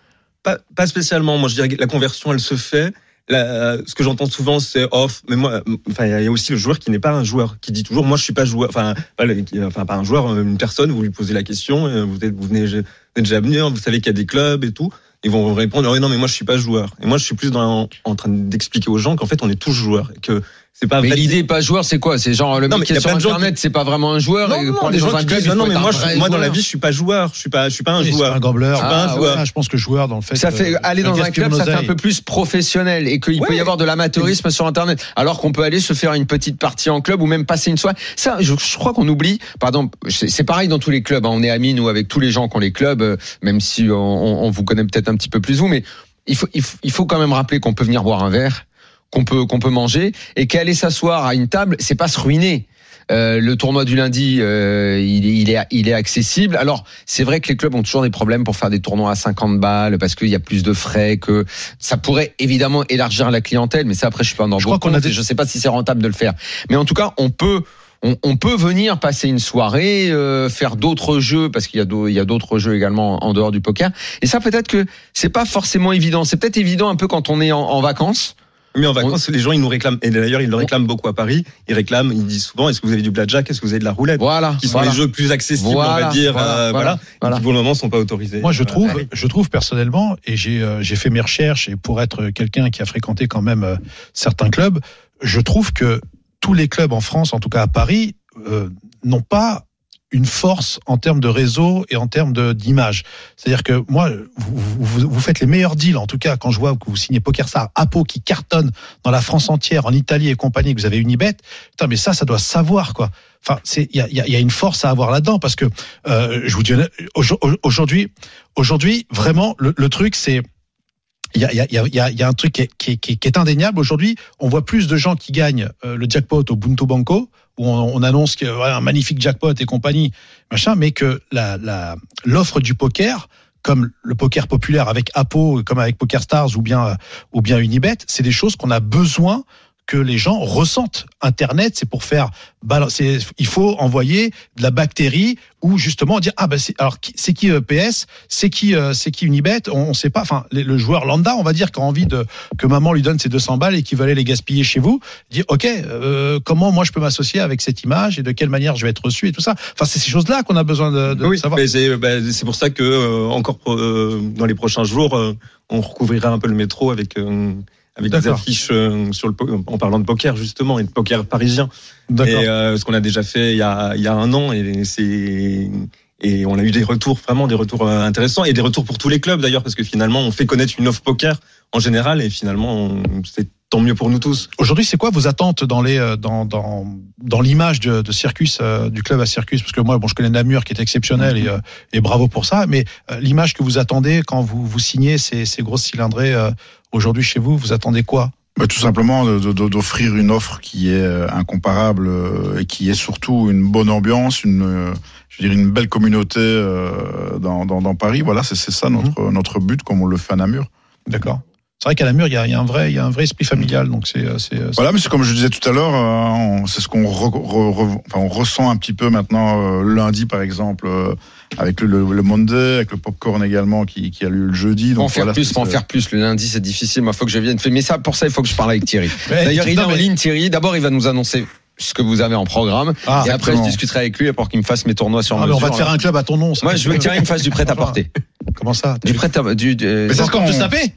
[SPEAKER 10] Pas, pas spécialement. Moi, je dirais que la conversion, elle se fait. La- ce que j'entends souvent, c'est off. Mais moi, euh, enfin, il y a aussi le joueur qui n'est pas un joueur, qui dit toujours, moi, je suis pas joueur. Enfin, pas, le- qui- enfin, pas un joueur, euh, une personne. Vous lui posez la question, euh, vous, êtes, vous venez, vous êtes déjà venu, hein, vous savez qu'il y a des clubs et tout. Ils vont répondre, oh, non, mais moi, je suis pas joueur. Et moi, je suis plus dans, en train d'expliquer aux gens qu'en fait, on est tous joueurs, et que c'est pas.
[SPEAKER 5] Mais
[SPEAKER 10] validé.
[SPEAKER 5] l'idée pas joueur, c'est quoi C'est genre le
[SPEAKER 10] Non,
[SPEAKER 5] mec
[SPEAKER 10] mais
[SPEAKER 5] qui
[SPEAKER 10] il y
[SPEAKER 5] est
[SPEAKER 10] a
[SPEAKER 5] sur
[SPEAKER 10] plein de gens
[SPEAKER 5] Internet, c'est pas vraiment un joueur.
[SPEAKER 10] Non,
[SPEAKER 5] et
[SPEAKER 10] non,
[SPEAKER 5] pour aller
[SPEAKER 10] les
[SPEAKER 5] dans
[SPEAKER 10] gens
[SPEAKER 5] un
[SPEAKER 10] qui
[SPEAKER 5] club,
[SPEAKER 10] disent,
[SPEAKER 5] il
[SPEAKER 10] non,
[SPEAKER 5] faut
[SPEAKER 10] non, mais
[SPEAKER 5] être un
[SPEAKER 10] moi,
[SPEAKER 5] vrai
[SPEAKER 10] je- moi, dans la
[SPEAKER 5] joueur.
[SPEAKER 10] vie, je suis pas joueur. Je suis pas, je suis pas un
[SPEAKER 6] Oui, c'est
[SPEAKER 10] joueur.
[SPEAKER 6] un gambler.
[SPEAKER 5] Ah,
[SPEAKER 6] Ah,
[SPEAKER 10] ouais.
[SPEAKER 6] ouais, je pense que joueur, dans le fait.
[SPEAKER 5] Ça fait
[SPEAKER 6] euh,
[SPEAKER 5] aller dans un
[SPEAKER 6] gaspille
[SPEAKER 5] club,
[SPEAKER 6] mon
[SPEAKER 5] ça fait un
[SPEAKER 6] oseille.
[SPEAKER 5] peu plus professionnel et qu'il peut y
[SPEAKER 10] Ouais.
[SPEAKER 5] avoir de l'amateurisme sur Internet. Alors qu'on peut aller se faire une petite partie en club ou même passer une soirée. Ça, je, je crois qu'on oublie. Pardon, c'est c'est pareil dans tous les clubs. hein. On est amis nous avec tous les gens qui ont les clubs, euh, même si on, on- on vous connaît peut-être un petit peu plus vous. Mais il faut, il faut, il faut quand même rappeler qu'on peut venir boire un verre, qu'on peut, qu'on peut manger et qu'aller s'asseoir à une table, c'est pas se ruiner. Euh, le tournoi du lundi, euh, il, est- il est, il est accessible. Alors, c'est vrai que les clubs ont toujours des problèmes pour faire des tournois à 50 balles parce qu'il y a plus de frais que ça pourrait évidemment élargir la clientèle, mais ça après je suis pas dans
[SPEAKER 6] Je crois qu'on a des-
[SPEAKER 5] je sais pas si c'est rentable de le faire. Mais en tout cas, on peut on, on peut venir passer une soirée, euh, faire d'autres jeux parce qu'il y a d'au- il y a d'autres jeux également en dehors du poker. Et ça peut-être que c'est pas forcément évident. C'est peut-être évident un peu quand on est en, en vacances.
[SPEAKER 10] Mais en vacances, les gens, ils nous réclament. Et d'ailleurs, ils le réclament beaucoup à Paris. Ils réclament, ils disent souvent, est-ce que vous avez du blackjack Est-ce que vous avez de la roulette
[SPEAKER 5] Voilà.
[SPEAKER 10] Qui sont
[SPEAKER 5] voilà.
[SPEAKER 10] les jeux plus accessibles, on
[SPEAKER 5] Voilà,
[SPEAKER 10] va dire.
[SPEAKER 5] voilà,
[SPEAKER 10] euh,
[SPEAKER 5] voilà,
[SPEAKER 10] voilà.
[SPEAKER 5] voilà.
[SPEAKER 10] Qui, pour le moment, sont pas autorisés.
[SPEAKER 6] Moi, je
[SPEAKER 10] Euh,
[SPEAKER 6] trouve, je trouve personnellement, et j'ai euh, j'ai fait mes recherches, et pour être quelqu'un qui a fréquenté quand même euh, certains clubs, je trouve que tous les clubs en France, en tout cas à Paris, euh, n'ont pas une force en termes de réseau et en termes de- d'image. C'est-à-dire que moi, vous, vous- vous faites les meilleurs deals, en tout cas, quand je vois que vous signez PokerStar, Apo qui cartonne dans la France entière, en Italie et compagnie, que vous avez Unibet. Putain, mais ça, ça doit se savoir, quoi. Enfin, c'est- il y a, il y a- il y a une force à avoir là-dedans, parce que, euh, je vous dis, honnête, aujo- aujourd'hui, aujourd'hui, vraiment, le, le truc, c'est. Il y a, il y a- il y a- il y a- il y a un truc qui est, qui est- qui est- qui est indéniable. Aujourd'hui, on voit plus de gens qui gagnent euh, le jackpot au Bunto Banco, où on, on annonce qu'il y a un magnifique jackpot et compagnie, machin, mais que la- la- l'offre du poker, comme le poker populaire avec Apo, comme avec Poker Stars ou bien, euh, ou bien Unibet, c'est des choses qu'on a besoin que les gens ressentent. Internet, c'est pour faire balan- c'est- Il faut envoyer de la bactérie ou justement dire ah ben c'est alors qui- c'est qui euh, PS, c'est qui euh, c'est qui Unibet, on, on sait pas. Enfin les- le joueur lambda, on va dire, qui a envie de que maman lui donne ses 200 balles et qu'il va aller les gaspiller chez vous, dit ok euh, comment moi je peux m'associer avec cette image et de quelle manière je vais être reçu et tout ça. Enfin c'est ces choses là qu'on a besoin de, de
[SPEAKER 10] oui,
[SPEAKER 6] savoir.
[SPEAKER 10] mais c'est bah, c'est pour ça que euh, encore euh, dans les prochains jours, euh, on recouvrira un peu le métro avec euh, avec des
[SPEAKER 6] D'accord.
[SPEAKER 10] affiches euh, sur le po- en parlant de poker justement et de poker parisien.
[SPEAKER 6] D'accord.
[SPEAKER 10] Et euh, ce qu'on a déjà fait il y a, il y a un an, et c'est et on a eu des retours vraiment des retours euh, intéressants et des retours pour tous les clubs d'ailleurs parce que finalement on fait connaître une offre poker en général et finalement on- c'est tant mieux pour nous tous.
[SPEAKER 6] Aujourd'hui, c'est quoi vos attentes dans les euh, dans dans dans l'image de, de Circus euh, du club à Circus parce que moi bon je connais Namur qui est exceptionnel et, euh, et bravo pour ça mais euh, l'image que vous attendez quand vous vous signez ces ces grosses cylindrées euh, aujourd'hui chez vous vous attendez quoi
[SPEAKER 8] Bah, tout simplement de- de- de- d'offrir une offre qui est euh, incomparable euh, et qui est surtout une bonne ambiance, une, euh, je veux dire une belle communauté euh, dans, dans, dans Paris. Voilà, c'est c'est ça notre, notre but, comme on le fait à Namur.
[SPEAKER 6] Mhm. d'accord c'est vrai qu'à Namur il y a, il y a un vrai il y a un vrai esprit familial donc c'est euh, c'est euh,
[SPEAKER 8] Voilà, mais c'est comme je disais tout à l'heure, euh, on- c'est ce qu'on re- re- re- enfin, on ressent un petit peu maintenant euh, lundi, par exemple, euh, avec le, le, le Monday, avec le popcorn également qui, qui a lieu le jeudi.
[SPEAKER 5] Faut en
[SPEAKER 8] Donc
[SPEAKER 5] faire
[SPEAKER 8] voilà,
[SPEAKER 5] plus,
[SPEAKER 8] c'est-
[SPEAKER 5] faut en faire plus. Le lundi, c'est difficile. Il faut que je vienne. Mais ça, pour ça, il faut que je parle avec Thierry.
[SPEAKER 6] Mais-
[SPEAKER 5] D'ailleurs, il est
[SPEAKER 6] non,
[SPEAKER 5] en
[SPEAKER 6] mais-
[SPEAKER 5] ligne, Thierry. D'abord, il va nous annoncer ce que vous avez en programme.
[SPEAKER 6] Ah,
[SPEAKER 5] et après, je
[SPEAKER 8] exactement.
[SPEAKER 5] discuterai avec lui pour qu'il me fasse mes tournois sur
[SPEAKER 6] ah, mais
[SPEAKER 5] mesure.
[SPEAKER 6] on va te faire un club à ton nom ça. Ah,
[SPEAKER 5] Moi, je veux que Thierry me fasse du prêt-à-porter.
[SPEAKER 6] comment ça
[SPEAKER 5] Du prêt-à-porter.
[SPEAKER 8] Mais ça, c'est quand on-
[SPEAKER 6] taper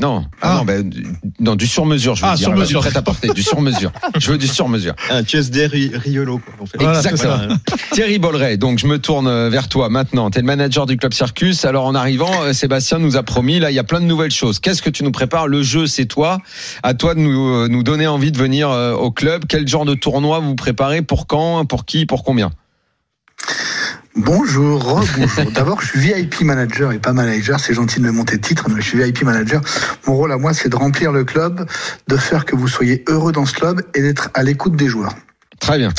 [SPEAKER 5] Non, ah. non, ben, du- non, du sur-mesure, je veux
[SPEAKER 6] Ah,
[SPEAKER 5] dire.
[SPEAKER 6] sur-mesure.
[SPEAKER 5] Prêt à porter,
[SPEAKER 6] [LAUGHS]
[SPEAKER 5] du sur-mesure. je veux du sur-mesure.
[SPEAKER 10] Un TSD Ri- Riolo, quoi, en fait.
[SPEAKER 6] Voilà, c'est
[SPEAKER 5] Exactement.
[SPEAKER 10] Voilà.
[SPEAKER 5] [LAUGHS] Thierry Bolleret, donc je me tourne euh, vers toi maintenant. Tu es le manager du club Circus. Alors en arrivant, euh, Sébastien nous a promis, là, il y a plein de nouvelles choses. Qu'est-ce que tu nous prépares Le jeu, c'est toi. À toi de nous, euh, nous donner envie de venir euh, au club. Quel genre de tournoi vous préparez Pour quand Pour qui Pour combien
[SPEAKER 9] Bonjour,
[SPEAKER 5] [LAUGHS]
[SPEAKER 9] bonjour. D'abord, je suis VIP manager et pas manager. C'est gentil de me monter de titre, mais je suis VIP manager. Mon rôle à moi, c'est de remplir le club, de faire que vous soyez heureux dans ce club et d'être à l'écoute des joueurs.
[SPEAKER 5] Très bien.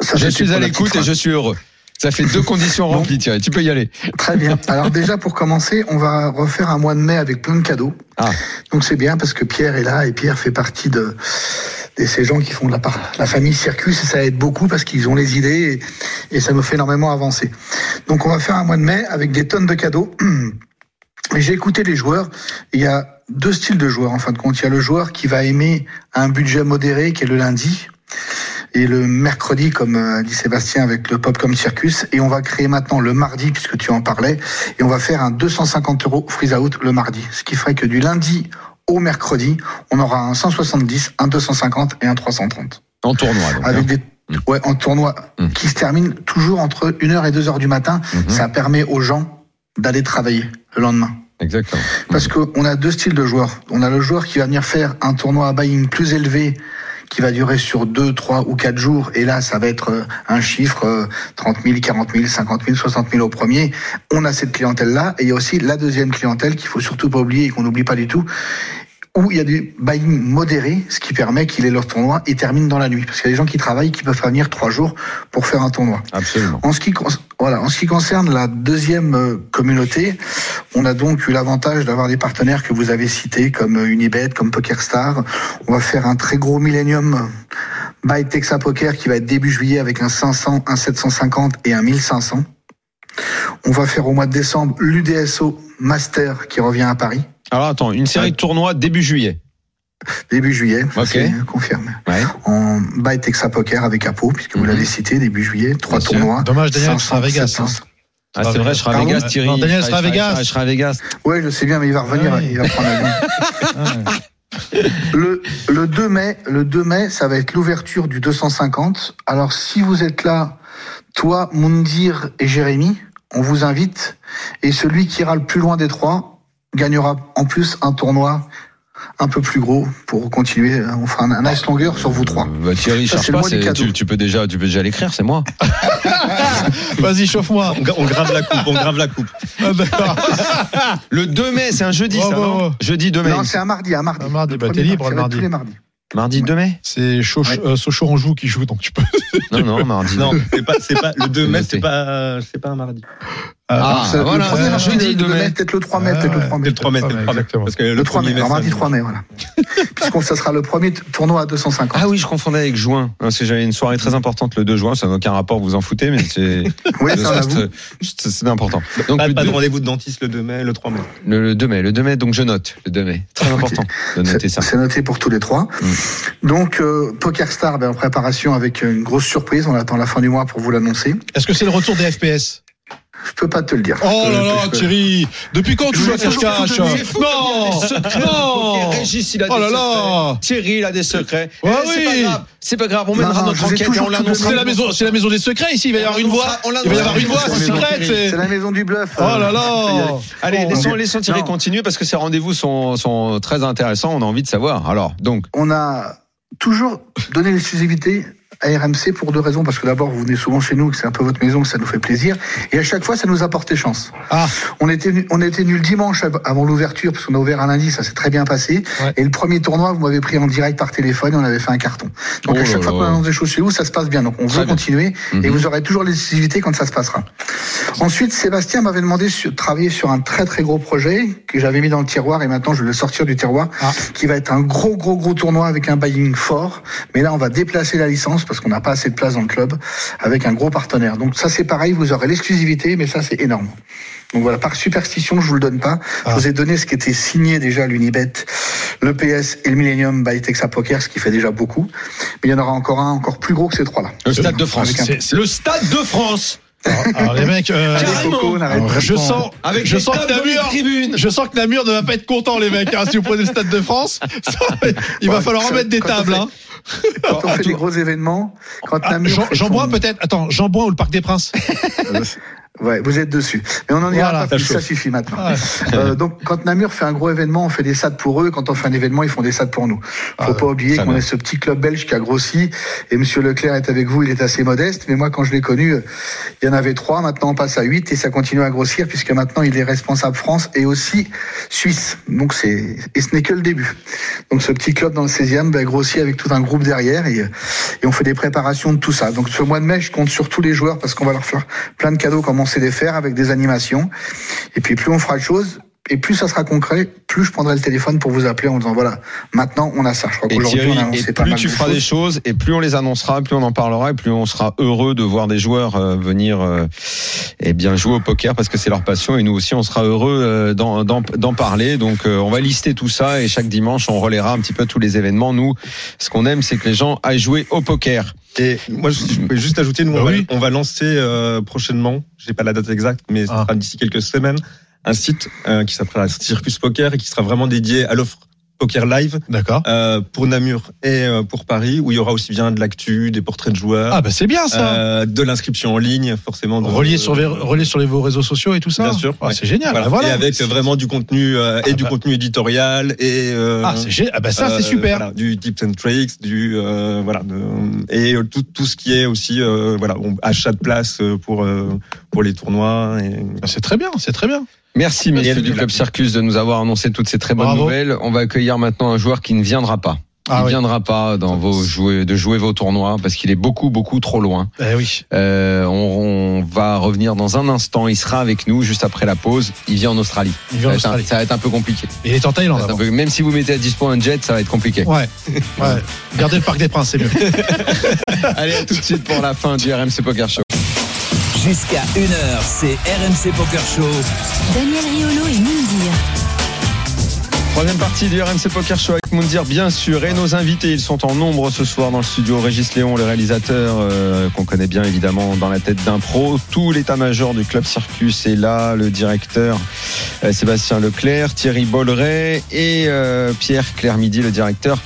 [SPEAKER 9] Ça,
[SPEAKER 5] je
[SPEAKER 9] c'était
[SPEAKER 5] suis
[SPEAKER 9] pour
[SPEAKER 5] à
[SPEAKER 9] la
[SPEAKER 5] l'écoute
[SPEAKER 9] petite
[SPEAKER 5] et je suis heureux. Ça fait
[SPEAKER 9] [LAUGHS]
[SPEAKER 5] deux conditions remplies, Thierry. Tu peux y aller.
[SPEAKER 9] Très
[SPEAKER 5] [LAUGHS]
[SPEAKER 9] bien. Alors déjà pour commencer, on va refaire un mois de mai avec plein de cadeaux.
[SPEAKER 5] Ah.
[SPEAKER 9] Donc c'est bien parce que Pierre est là et Pierre fait partie de, de ces gens qui font de la, par- la famille Circus et ça aide beaucoup parce qu'ils ont les idées et, et ça nous fait énormément avancer. Donc on va faire un mois de mai avec des tonnes de cadeaux. [CLEARS THROAT] Et j'ai écouté les joueurs. Il y a deux styles de joueurs en fin de compte. Il y a le joueur qui va aimer un budget modéré qui est le lundi. Et le mercredi, comme euh, dit Sébastien, avec le Popcom Circus. Et on va créer maintenant le mardi, puisque tu en parlais. Et on va faire un 250 euros freeze out le mardi. Ce qui ferait que du lundi au mercredi, on aura un 170, un 250 et un 330
[SPEAKER 5] En tournoi. donc, hein.
[SPEAKER 9] avec des ouais, en tournoi
[SPEAKER 5] Mm.
[SPEAKER 9] qui se termine toujours entre 1h et 2h du matin.
[SPEAKER 5] Mhm.
[SPEAKER 9] Ça permet aux gens d'aller travailler le lendemain.
[SPEAKER 5] Exactement.
[SPEAKER 9] Parce qu'on a deux styles de joueurs. On a le joueur qui va venir faire un tournoi à buy-in plus élevé qui va durer sur 2, 3 ou 4 jours. Et là, ça va être euh, un chiffre euh, 30 000, 40 000, 50 000, 60 000 au premier. On a cette clientèle-là. Et il y a aussi la deuxième clientèle qu'il faut surtout pas oublier et qu'on n'oublie pas du tout. Où il y a du buy-in modéré, ce qui permet qu'il ait leur tournoi et termine dans la nuit. Parce qu'il y a des gens qui travaillent qui peuvent pas venir 3 jours pour faire un tournoi.
[SPEAKER 5] Absolument.
[SPEAKER 9] En ce qui, con- voilà, en ce qui concerne la deuxième euh, communauté, on a donc eu l'avantage d'avoir des partenaires que vous avez cités comme euh, Unibet, comme PokerStar. On va faire un très gros Millennium by Texas Poker qui va être début juillet avec un 500, un 750 et un 1500. On va faire au mois de décembre l'UDSO Master qui revient à Paris
[SPEAKER 5] Alors attends, une série de tournois début juillet.
[SPEAKER 9] début juillet. ça,
[SPEAKER 5] Ok.
[SPEAKER 9] c'est confirmé.
[SPEAKER 5] Ouais.
[SPEAKER 9] En by Texas Poker avec Apo puisque vous
[SPEAKER 5] Mhm.
[SPEAKER 9] l'avez cité début juillet, trois
[SPEAKER 5] Bien sûr.
[SPEAKER 9] tournois.
[SPEAKER 6] Dommage, Daniel, tu seras
[SPEAKER 9] 500,
[SPEAKER 6] à Vegas,
[SPEAKER 9] 700.
[SPEAKER 6] hein.
[SPEAKER 5] Ah, c'est
[SPEAKER 6] Pardon,
[SPEAKER 5] vrai, je serai à Vegas,
[SPEAKER 6] non,
[SPEAKER 5] Thierry.
[SPEAKER 6] Daniel sera à
[SPEAKER 5] Je
[SPEAKER 6] Vegas.
[SPEAKER 5] Je serai à Vegas.
[SPEAKER 9] Ouais, je sais bien, mais il va revenir.
[SPEAKER 6] Ouais.
[SPEAKER 9] Il va prendre
[SPEAKER 5] [LAUGHS]
[SPEAKER 9] l'avion.
[SPEAKER 6] [LAUGHS] Ah,
[SPEAKER 9] le, le 2 mai, le 2 mai, ça va être l'ouverture du 250. Alors, si vous êtes là, toi, Moundir et Jérémy, on vous invite. Et celui qui ira le plus loin des trois gagnera en plus un tournoi un peu plus gros pour continuer. euh, On fera un, un nice longueur sur vous trois.
[SPEAKER 5] Euh, bah, Thierry,
[SPEAKER 9] Ça,
[SPEAKER 5] cherche
[SPEAKER 9] c'est le
[SPEAKER 5] pas,
[SPEAKER 9] mois du
[SPEAKER 5] c'est-
[SPEAKER 9] cadeau.
[SPEAKER 5] tu, tu peux déjà, tu peux déjà l'écrire, c'est moi.
[SPEAKER 6] Vas-y, chauffe-moi.
[SPEAKER 10] On, gra- on grave la coupe, on grave la coupe.
[SPEAKER 6] Ah,
[SPEAKER 10] [LAUGHS]
[SPEAKER 6] D'accord.
[SPEAKER 5] Le 2 mai, c'est un jeudi,
[SPEAKER 6] Oh,
[SPEAKER 5] ça,
[SPEAKER 6] bah,
[SPEAKER 5] non
[SPEAKER 6] ouais.
[SPEAKER 5] Jeudi 2 mai.
[SPEAKER 9] Non, c'est un mardi, un mardi.
[SPEAKER 6] Un mardi,
[SPEAKER 9] Le
[SPEAKER 6] bah, t'es
[SPEAKER 9] premier
[SPEAKER 6] libre,
[SPEAKER 9] mardi,
[SPEAKER 6] le
[SPEAKER 9] ça va être
[SPEAKER 6] mardi.
[SPEAKER 9] Tous les mardis.
[SPEAKER 5] Mardi 2 mai
[SPEAKER 6] C'est Chauch- euh, Sochaux-Anjou qui joue, donc tu peux.
[SPEAKER 5] Non, non, mardi.
[SPEAKER 10] Non, c'est pas, c'est pas, le 2
[SPEAKER 5] C'est
[SPEAKER 10] mai,
[SPEAKER 5] noté.
[SPEAKER 10] c'est pas, c'est pas un mardi.
[SPEAKER 5] Ah,
[SPEAKER 9] C'est Euh, le
[SPEAKER 5] voilà,
[SPEAKER 9] premier
[SPEAKER 5] c'est un
[SPEAKER 9] mardi,
[SPEAKER 5] jeudi
[SPEAKER 9] le
[SPEAKER 5] 2
[SPEAKER 9] 2
[SPEAKER 5] mai.
[SPEAKER 9] mai, peut-être le 3 mai,
[SPEAKER 6] Ah,
[SPEAKER 9] peut-être le 3
[SPEAKER 10] C'est
[SPEAKER 9] mai.
[SPEAKER 10] le 3 mai, c'est le 3 mai.
[SPEAKER 6] Exactement.
[SPEAKER 10] Parce que le,
[SPEAKER 9] Le 3 mai,
[SPEAKER 10] 1er
[SPEAKER 9] alors mardi
[SPEAKER 10] c'est-
[SPEAKER 9] 3 mai,
[SPEAKER 6] [LAUGHS]
[SPEAKER 9] voilà. Puisqu'on, ça sera le premier t- tournoi à 250.
[SPEAKER 5] Ah oui, je confondais avec juin, parce que j'avais une soirée très importante le 2 juin, ça n'a aucun rapport, vous vous en foutez, mais [LAUGHS] c'est
[SPEAKER 9] oui,
[SPEAKER 5] ça
[SPEAKER 9] ça, on l'avoue.
[SPEAKER 5] reste- c'est c'est important. Donc
[SPEAKER 10] Pas,
[SPEAKER 5] le,
[SPEAKER 10] pas de
[SPEAKER 5] 2,
[SPEAKER 10] rendez-vous de dentiste le 2 mai, le 3 mai.
[SPEAKER 5] le- le 2 mai, le 2 mai, donc je note, le 2 mai. Très
[SPEAKER 9] Ok.
[SPEAKER 5] important de noter
[SPEAKER 9] C'est
[SPEAKER 5] ça. Mm.
[SPEAKER 9] c'est noté pour tous les trois. Donc, euh, Poker Star ben, en préparation avec une grosse surprise. On attend la fin du mois pour vous l'annoncer.
[SPEAKER 6] Est-ce que c'est le retour des FPS
[SPEAKER 9] Je peux pas te le dire.
[SPEAKER 6] Oh
[SPEAKER 9] Je-
[SPEAKER 6] là
[SPEAKER 9] je
[SPEAKER 6] là,
[SPEAKER 9] peux-
[SPEAKER 6] Thierry Depuis quand tu joues à cache
[SPEAKER 5] Oh, [LAUGHS]
[SPEAKER 6] Non Non
[SPEAKER 5] Régis, il a
[SPEAKER 6] Oh là là
[SPEAKER 5] Thierry, il a des secrets.
[SPEAKER 6] Ouais,
[SPEAKER 5] Eh, c'est pas
[SPEAKER 6] oui.
[SPEAKER 5] grave, C'est pas grave, on
[SPEAKER 9] Non,
[SPEAKER 5] mènera
[SPEAKER 9] non,
[SPEAKER 5] notre
[SPEAKER 9] je vous ai
[SPEAKER 5] enquête et
[SPEAKER 9] toujours
[SPEAKER 5] on
[SPEAKER 9] tout
[SPEAKER 5] l'annoncera.
[SPEAKER 6] C'est la maison, c'est la maison des secrets ici. Il va y avoir une voix.
[SPEAKER 5] On
[SPEAKER 6] Il va y avoir
[SPEAKER 5] l'annoncera.
[SPEAKER 6] une voix,
[SPEAKER 5] On
[SPEAKER 6] c'est
[SPEAKER 5] l'annoncera.
[SPEAKER 6] secret. c'est-
[SPEAKER 9] C'est la maison du bluff. euh,
[SPEAKER 6] Oh là là
[SPEAKER 5] [LAUGHS] Allez,
[SPEAKER 9] Oh,
[SPEAKER 5] laissons,
[SPEAKER 9] Dieu.
[SPEAKER 5] laissons Thierry
[SPEAKER 9] Non.
[SPEAKER 5] continuer parce que ces rendez-vous sont, sont très intéressants. On a envie de savoir. Alors, donc,
[SPEAKER 9] on a toujours donné l'exclusivité à RMC pour deux raisons. Parce que d'abord, vous venez souvent chez nous, que c'est un peu votre maison, que ça nous fait plaisir. Et à chaque fois, ça nous a porté chance.
[SPEAKER 6] Ah.
[SPEAKER 9] On était, nu- on était nul dimanche av- avant l'ouverture, parce qu'on a ouvert un lundi, ça s'est très bien passé.
[SPEAKER 6] Ouais.
[SPEAKER 9] Et le premier tournoi, vous m'avez pris en direct par téléphone et on avait fait un carton. Donc
[SPEAKER 5] Oh
[SPEAKER 9] à
[SPEAKER 5] là
[SPEAKER 9] chaque fois
[SPEAKER 5] là.
[SPEAKER 9] qu'on annonce des choses chez vous, ça se passe bien. Donc on
[SPEAKER 5] Très
[SPEAKER 9] veut
[SPEAKER 5] bien.
[SPEAKER 9] continuer et
[SPEAKER 5] Mhm.
[SPEAKER 9] vous aurez toujours l'exclusivité quand ça se passera. Ensuite, Sébastien m'avait demandé de travailler sur un très très gros projet que j'avais mis dans le tiroir et maintenant je vais le sortir du tiroir,
[SPEAKER 5] Ah.
[SPEAKER 9] qui va être un gros gros gros tournoi avec un buying fort. Mais là, on va déplacer la licence parce qu'on n'a pas assez de place dans le club avec un gros partenaire. Donc ça, c'est pareil, vous aurez l'exclusivité, mais ça, c'est énorme. Donc voilà, par superstition, je vous le donne pas.
[SPEAKER 6] Ah.
[SPEAKER 9] Je vous ai donné ce qui était signé déjà à l'Unibet, le PS et le Millennium by Texas Poker, ce qui fait déjà
[SPEAKER 6] Euh,
[SPEAKER 9] beaucoup. Mais il y en aura encore un encore plus gros que ces trois-là.
[SPEAKER 5] le Stade de France.
[SPEAKER 9] Avec un-
[SPEAKER 5] Le Stade de France
[SPEAKER 6] Alors, alors, les mecs, euh,
[SPEAKER 9] Allez, Coco, on arrête.
[SPEAKER 8] Alors,
[SPEAKER 6] je sens,
[SPEAKER 5] Avec
[SPEAKER 6] je
[SPEAKER 5] des
[SPEAKER 6] sens
[SPEAKER 5] clubs
[SPEAKER 6] que
[SPEAKER 5] dans les
[SPEAKER 6] Namur,
[SPEAKER 5] tribunes.
[SPEAKER 6] je sens que Namur ne va pas être content, les mecs. hein. si vous prenez le stade de
[SPEAKER 9] [LAUGHS]
[SPEAKER 6] France, ça, il va
[SPEAKER 9] Ouais,
[SPEAKER 6] falloir
[SPEAKER 9] ça-
[SPEAKER 6] en mettre des
[SPEAKER 9] quand on
[SPEAKER 6] tables.
[SPEAKER 9] fait-
[SPEAKER 6] hein.
[SPEAKER 9] Quand on
[SPEAKER 6] Ah,
[SPEAKER 9] fait
[SPEAKER 6] tout-
[SPEAKER 9] des gros événements, quand
[SPEAKER 6] Ah,
[SPEAKER 9] Namur
[SPEAKER 6] Jean,
[SPEAKER 9] fait
[SPEAKER 6] Jean
[SPEAKER 9] son-
[SPEAKER 6] Brun peut-être. Attends, Jean Brun ou le Parc des Princes.
[SPEAKER 9] Ouais, vous êtes dessus. Mais on en ira
[SPEAKER 6] Ah, bah, Voilà,
[SPEAKER 9] pas plus,
[SPEAKER 6] ça
[SPEAKER 9] ça suffit maintenant.
[SPEAKER 6] Ah,
[SPEAKER 9] Euh, donc, quand Namur fait un gros événement, on fait des SAD pour eux. Quand on fait un événement, ils font des SAD pour nous. Faut pas oublier
[SPEAKER 5] très
[SPEAKER 9] qu'on
[SPEAKER 5] bien.
[SPEAKER 9] est ce petit club belge qui a grossi. Et Monsieur Leclerc est avec vous. Il est assez modeste. Mais moi, quand je l'ai connu, euh, il y en avait trois. Maintenant, on passe à huit et ça continue à grossir puisque maintenant, il est responsable France et aussi Suisse. Donc, c'est, et ce n'est que le début. Donc, ce petit club dans le 16e, ben, grossit avec tout un groupe derrière et, euh, et on fait des préparations de tout ça. Donc, ce mois de mai, je compte sur tous les joueurs parce qu'on va leur faire plein de cadeaux comme on sait les faire avec des animations. Et puis plus on fera de choses, et plus ça sera concret, plus je prendrai le téléphone pour vous appeler en disant voilà, maintenant on a ça. Je crois
[SPEAKER 5] Et
[SPEAKER 9] qu'aujourd'hui
[SPEAKER 5] Thierry,
[SPEAKER 9] on a
[SPEAKER 5] et
[SPEAKER 9] annoncé pas
[SPEAKER 5] plus
[SPEAKER 9] mal
[SPEAKER 5] tu
[SPEAKER 9] de
[SPEAKER 5] feras des
[SPEAKER 9] choses.
[SPEAKER 5] choses, et plus on les annoncera, plus on en parlera, et plus on sera heureux de voir des joueurs euh, venir euh, eh bien jouer au poker parce que c'est leur passion, et nous aussi on sera heureux euh, d'en- d'en d'en parler. Donc euh, on va lister tout ça, et chaque dimanche on relaiera un petit peu tous les événements. Nous, ce qu'on aime, c'est que les gens aillent jouer au poker.
[SPEAKER 10] Et moi, je, je peux juste ajouter, nous,
[SPEAKER 6] Bah
[SPEAKER 10] on,
[SPEAKER 6] oui.
[SPEAKER 10] va, on va lancer euh, prochainement, j'ai pas la date exacte, mais ça
[SPEAKER 6] Ah.
[SPEAKER 10] sera d'ici quelques semaines, un site euh, qui s'appellera Circus Poker et qui sera vraiment dédié à l'offre poker live
[SPEAKER 6] D'accord.
[SPEAKER 10] euh, pour Namur et euh, pour Paris, où il y aura aussi bien de l'actu, des portraits de joueurs,
[SPEAKER 6] Ah bah c'est bien ça.
[SPEAKER 10] euh, de l'inscription en ligne, forcément.
[SPEAKER 6] [LAUGHS]
[SPEAKER 10] de-
[SPEAKER 6] relié sur les- relié sur les vos réseaux sociaux et tout ça.
[SPEAKER 10] Bien sûr,
[SPEAKER 6] Ah,
[SPEAKER 10] ouais.
[SPEAKER 6] c'est génial.
[SPEAKER 10] Voilà.
[SPEAKER 6] bah voilà.
[SPEAKER 10] Et avec euh, vraiment du contenu euh, et
[SPEAKER 6] Ah
[SPEAKER 10] du
[SPEAKER 6] bah.
[SPEAKER 10] contenu éditorial et euh,
[SPEAKER 6] Ah, c'est gé- ah, bah ça,
[SPEAKER 10] euh,
[SPEAKER 6] c'est super.
[SPEAKER 10] voilà, du tips and tricks, du euh, voilà, de- et euh, tout, tout ce qui est aussi euh, voilà, on- achat de place euh, pour euh, pour les tournois. Et...
[SPEAKER 6] Ah, C'est très bien, c'est très bien.
[SPEAKER 5] Merci messieurs du Club Circus de nous avoir annoncé toutes ces très bonnes
[SPEAKER 6] Bravo.
[SPEAKER 5] nouvelles. On va accueillir maintenant un joueur qui ne viendra pas.
[SPEAKER 6] Ah
[SPEAKER 5] il ne
[SPEAKER 6] oui.
[SPEAKER 5] viendra pas dans vos jouer, de jouer vos tournois parce qu'il est beaucoup beaucoup trop loin.
[SPEAKER 6] Eh oui.
[SPEAKER 5] Euh, on, on va revenir dans un instant. Il sera avec nous juste après la pause. Il vient en Australie.
[SPEAKER 6] Il vient en
[SPEAKER 5] ça, va être un-
[SPEAKER 6] Australie.
[SPEAKER 5] ça va être un peu compliqué.
[SPEAKER 6] Il est en
[SPEAKER 5] Ça
[SPEAKER 6] Thaïlande.
[SPEAKER 5] va être un
[SPEAKER 6] avant.
[SPEAKER 5] peu- même si vous mettez à dispo un jet, ça va être compliqué.
[SPEAKER 6] Ouais. ouais. Gardez le Parc des Princes, c'est mieux.
[SPEAKER 5] [LAUGHS]
[SPEAKER 6] [LAUGHS]
[SPEAKER 5] Allez, à tout de suite pour la fin du RMC Poker Show.
[SPEAKER 4] Jusqu'à 1h, c'est RMC Poker Show.
[SPEAKER 3] Daniel Riolo et Moundir.
[SPEAKER 5] Troisième partie du RMC Poker Show avec Moundir, bien sûr, et nos invités. Ils sont en nombre ce soir dans le studio. Régis Léon, le réalisateur euh, qu'on connaît bien évidemment dans la tête d'un pro. Tout l'état-major du club Circus est là, le directeur euh, Sébastien Leclerc, Thierry Bolleret et euh, Pierre Claire Midi, le directeur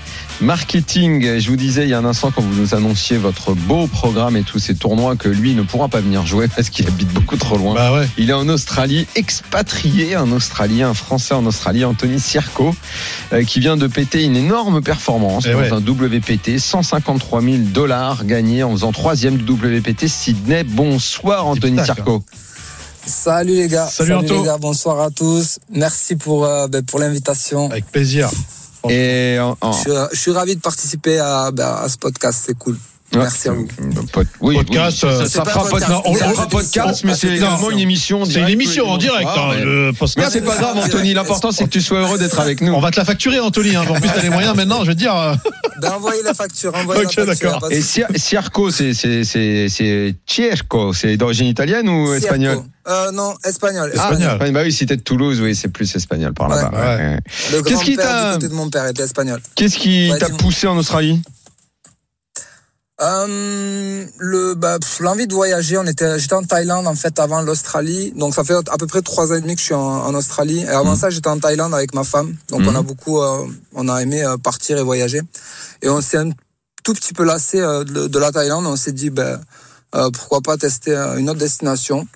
[SPEAKER 5] marketing. Je vous disais il y a un instant quand vous nous annonciez votre beau programme et tous ces tournois que lui ne pourra pas venir jouer parce qu'il habite beaucoup trop loin.
[SPEAKER 6] bah ouais.
[SPEAKER 5] Il est en Australie, expatrié, un Australien, un Français en Australie, Anthony Circo, euh, qui vient de péter une énorme performance
[SPEAKER 6] Eh
[SPEAKER 5] dans
[SPEAKER 6] ouais.
[SPEAKER 5] un WPT, 153 000 dollars gagnés en faisant troisième du WPT Sydney. Bonsoir Anthony
[SPEAKER 6] pitac,
[SPEAKER 5] Circo.
[SPEAKER 11] Salut les gars.
[SPEAKER 6] Salut, Anto.
[SPEAKER 11] les gars, bonsoir à tous. Merci pour, euh, ben, pour l'invitation.
[SPEAKER 6] Avec plaisir.
[SPEAKER 5] Et en- en-
[SPEAKER 11] Je, suis, euh, je suis ravi de participer à, ben, à ce podcast, c'est cool. Merci à vous.
[SPEAKER 5] Pod- oui,
[SPEAKER 6] Podcast,
[SPEAKER 5] oui,
[SPEAKER 6] euh,
[SPEAKER 5] ça,
[SPEAKER 11] c'est
[SPEAKER 5] ça
[SPEAKER 11] pas
[SPEAKER 5] fera
[SPEAKER 11] un
[SPEAKER 5] podcast,
[SPEAKER 11] podcast,
[SPEAKER 5] on,
[SPEAKER 11] c'est
[SPEAKER 5] on
[SPEAKER 11] un
[SPEAKER 5] fera
[SPEAKER 11] podcast,
[SPEAKER 5] podcast, mais
[SPEAKER 11] c'est
[SPEAKER 5] c'est
[SPEAKER 11] une
[SPEAKER 5] également
[SPEAKER 11] émission.
[SPEAKER 5] une émission.
[SPEAKER 6] C'est Ah, une
[SPEAKER 5] directe,
[SPEAKER 6] émission en
[SPEAKER 5] oui,
[SPEAKER 6] direct.
[SPEAKER 5] ah,
[SPEAKER 6] hein,
[SPEAKER 5] mais-
[SPEAKER 6] le podcast.
[SPEAKER 5] Mais c'est pas grave, Anthony. L'important, c'est que tu sois heureux d'être avec nous.
[SPEAKER 6] On va te la facturer, Anthony. Hein. En plus, t'as les moyens maintenant, je veux dire. euh,
[SPEAKER 11] Ben, envoyez la facture. Envoyez
[SPEAKER 6] [LAUGHS] Ok,
[SPEAKER 11] la facture.
[SPEAKER 6] d'accord.
[SPEAKER 11] pas de
[SPEAKER 5] Et
[SPEAKER 11] souci.
[SPEAKER 5] Ciar- Ciarco, c'est c'est- c'est- c'est Cierco, c'est d'origine italienne ou
[SPEAKER 11] Cierto.
[SPEAKER 5] espagnole
[SPEAKER 11] Euh, Non, espagnol.
[SPEAKER 5] Ah,
[SPEAKER 11] espagnol.
[SPEAKER 5] Espagne. Bah oui, si t'es de Toulouse, oui, c'est plus espagnol par là-bas.
[SPEAKER 6] Ouais.
[SPEAKER 5] ouais.
[SPEAKER 11] Le
[SPEAKER 5] Qu'est-ce qui t'a-
[SPEAKER 11] grand-père du côté de mon père était espagnol.
[SPEAKER 5] Qu'est-ce qui
[SPEAKER 11] Ouais,
[SPEAKER 5] t'a
[SPEAKER 11] dis-moi.
[SPEAKER 5] poussé en Australie
[SPEAKER 11] Euh, le bah, pff, l'envie de voyager, on était j'étais en Thaïlande en fait avant l'Australie, donc ça fait à peu près trois ans et demi que je suis en, en Australie. Et avant ça, j'étais en Thaïlande avec ma femme, donc
[SPEAKER 5] Mhm.
[SPEAKER 11] on a beaucoup, euh, on a aimé euh, partir et voyager. Et on s'est un tout petit peu lassé euh, de, de la Thaïlande. On s'est dit ben euh, pourquoi pas tester euh, une autre destination.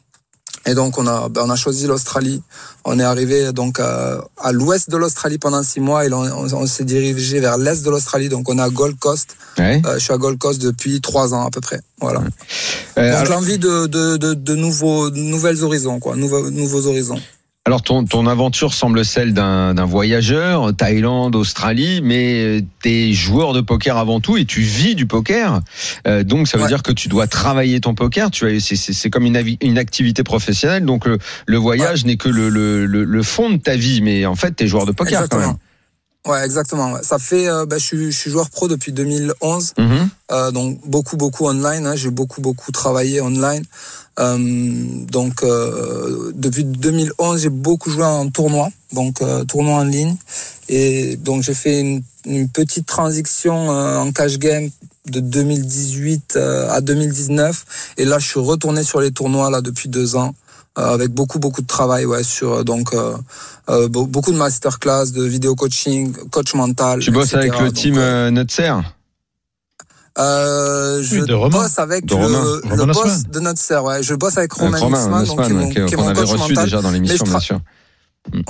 [SPEAKER 11] Et donc on a ben, on a choisi l'Australie. On est arrivé donc euh, à l'ouest de l'Australie pendant six mois et là, on, on- on s'est dirigé vers l'est de l'australie. Donc on est à Gold Coast.
[SPEAKER 5] ouais.
[SPEAKER 11] Euh, je suis à Gold Coast depuis trois ans à peu près. Voilà.
[SPEAKER 5] Euh,
[SPEAKER 11] Donc
[SPEAKER 5] alors,
[SPEAKER 11] l'envie de, de, de, de nouveaux, de nouvelles horizons, quoi, nouveaux, nouveaux horizons.
[SPEAKER 5] alors, ton, ton aventure semble celle d'un d'un voyageur, Thaïlande, Australie, mais t'es joueur de poker avant tout et tu vis du poker. Euh, donc ça veut
[SPEAKER 11] Ouais.
[SPEAKER 5] dire que tu dois travailler ton poker. Tu as- c'est- c'est c'est comme une, avi- une activité professionnelle. Donc le, le voyage n'est que le, le, le, le fond de ta vie, mais en fait t'es joueur de poker
[SPEAKER 11] exactement. Ouais, exactement. ouais. Ça fait, euh, bah, je, suis, je suis joueur pro depuis 2011,
[SPEAKER 5] quand même. Mhm.
[SPEAKER 11] euh, donc beaucoup, beaucoup online. hein. J'ai beaucoup, beaucoup travaillé online. Euh, donc euh, depuis 2011, j'ai beaucoup joué en tournoi, donc euh, tournoi en ligne. Et donc j'ai fait une, une petite transition euh, en cash game de 2018 euh, à 2019. Et là, je suis retourné sur les tournois là depuis deux ans. Euh, avec beaucoup beaucoup de travail ouais sur donc euh, euh, be- beaucoup de masterclass de vidéo coaching coach mental
[SPEAKER 5] Tu bosses
[SPEAKER 11] etc..
[SPEAKER 5] avec le
[SPEAKER 11] Donc,
[SPEAKER 5] team euh, Nutser
[SPEAKER 11] euh, je
[SPEAKER 6] Oui, de Romain.
[SPEAKER 11] bosse avec
[SPEAKER 5] De
[SPEAKER 11] le,
[SPEAKER 5] Romain.
[SPEAKER 11] le
[SPEAKER 6] Romain
[SPEAKER 11] boss
[SPEAKER 6] Haussmann.
[SPEAKER 11] de notre sœur ouais je bosse avec Romain
[SPEAKER 5] Romain
[SPEAKER 11] Haussmann, donc, qui est
[SPEAKER 5] Nussmann,
[SPEAKER 11] mon,
[SPEAKER 5] ok,
[SPEAKER 11] qui est
[SPEAKER 5] qu'on
[SPEAKER 11] mon
[SPEAKER 5] avait
[SPEAKER 11] coach
[SPEAKER 5] reçu
[SPEAKER 11] mental
[SPEAKER 5] déjà dans l'émission,
[SPEAKER 11] Mais je
[SPEAKER 5] bien
[SPEAKER 11] tra-
[SPEAKER 5] sûr.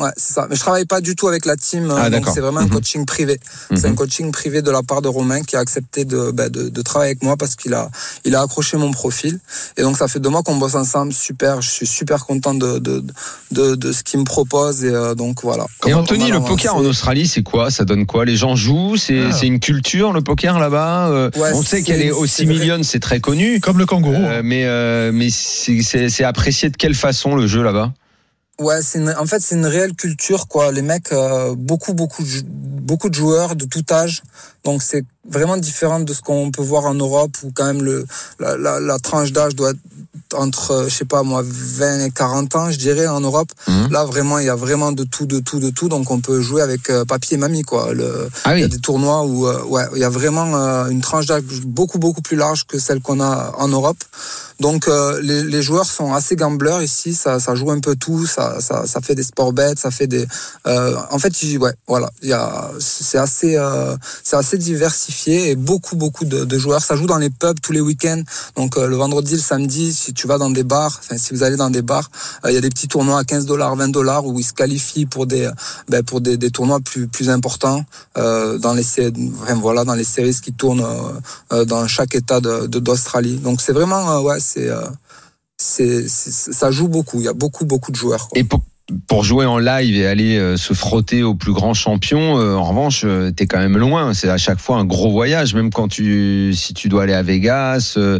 [SPEAKER 11] ouais c'est ça mais je travaille pas du tout avec la team
[SPEAKER 5] Ah,
[SPEAKER 11] euh, donc
[SPEAKER 5] d'accord.
[SPEAKER 11] c'est vraiment un
[SPEAKER 5] Mhm.
[SPEAKER 11] coaching privé c'est un coaching privé de la part de Romain qui a accepté de, bah, de, de travailler avec moi parce qu'il a, il a accroché mon profil. Et donc ça fait deux mois qu'on bosse ensemble. Super, je suis super content de, de, de, de ce qu'il me propose. Et euh, donc voilà.
[SPEAKER 5] Et
[SPEAKER 11] Comment-
[SPEAKER 5] Anthony,
[SPEAKER 11] comment
[SPEAKER 5] le
[SPEAKER 11] avancer.
[SPEAKER 5] poker
[SPEAKER 6] euh,
[SPEAKER 5] en Australie, c'est quoi Ça donne quoi Les gens jouent C'est
[SPEAKER 6] Ah.
[SPEAKER 5] c'est une culture, le poker là-bas Euh,
[SPEAKER 11] Ouais,
[SPEAKER 5] On sait
[SPEAKER 11] c'est-
[SPEAKER 5] qu'elle est
[SPEAKER 11] c'est
[SPEAKER 5] aussi
[SPEAKER 11] vrai.
[SPEAKER 5] millionne, c'est très connu.
[SPEAKER 6] Comme le kangourou. hein.
[SPEAKER 5] Euh, mais euh, mais c'est- c'est c'est apprécié de quelle façon le jeu là-bas
[SPEAKER 11] Ouais, c'est une- en fait c'est une réelle culture quoi. Les mecs, euh, beaucoup beaucoup de jou- beaucoup de joueurs de tout âge. Donc c'est vraiment différent de ce qu'on peut voir en Europe où quand même le la, la, la tranche d'âge doit être entre euh, je sais pas moi 20 et 40 ans je dirais en Europe.
[SPEAKER 5] Mhm.
[SPEAKER 11] Là vraiment il y a vraiment de tout de tout de tout donc on peut jouer avec euh, papy et mamie quoi. Le,
[SPEAKER 5] Ah
[SPEAKER 11] il y a des tournois où euh, ouais, il y a vraiment euh, une tranche d'âge beaucoup beaucoup plus large que celle qu'on a en Europe. Donc euh, les, les joueurs sont assez gamblers ici, ça, ça joue un peu tout, ça, ça, ça fait des sports bêtes, ça fait des. euh, en fait, il- ouais, voilà, il y a c'est assez euh, c'est assez diversifié et beaucoup beaucoup de, de joueurs. Ça joue dans les pubs tous les week-ends. Donc euh, le vendredi, le samedi, si tu vas dans des bars, enfin si vous allez dans des bars, euh, il y a des petits tournois à 15 dollars, 20 dollars où ils se qualifient pour des ben, pour des, des tournois plus plus importants euh, dans les sé- enfin, voilà dans les séries qui tournent euh, euh, dans chaque État de de- d'Australie. Donc c'est vraiment euh, ouais c'est euh, c'est c'est- ça joue beaucoup. Il y a beaucoup beaucoup de joueurs. quoi.
[SPEAKER 5] Et pour, pour jouer en live et aller euh, se frotter aux plus grands champions, euh, en revanche, euh, t'es quand même loin. C'est à chaque fois un gros voyage, même quand tu, si tu dois aller à Vegas, euh,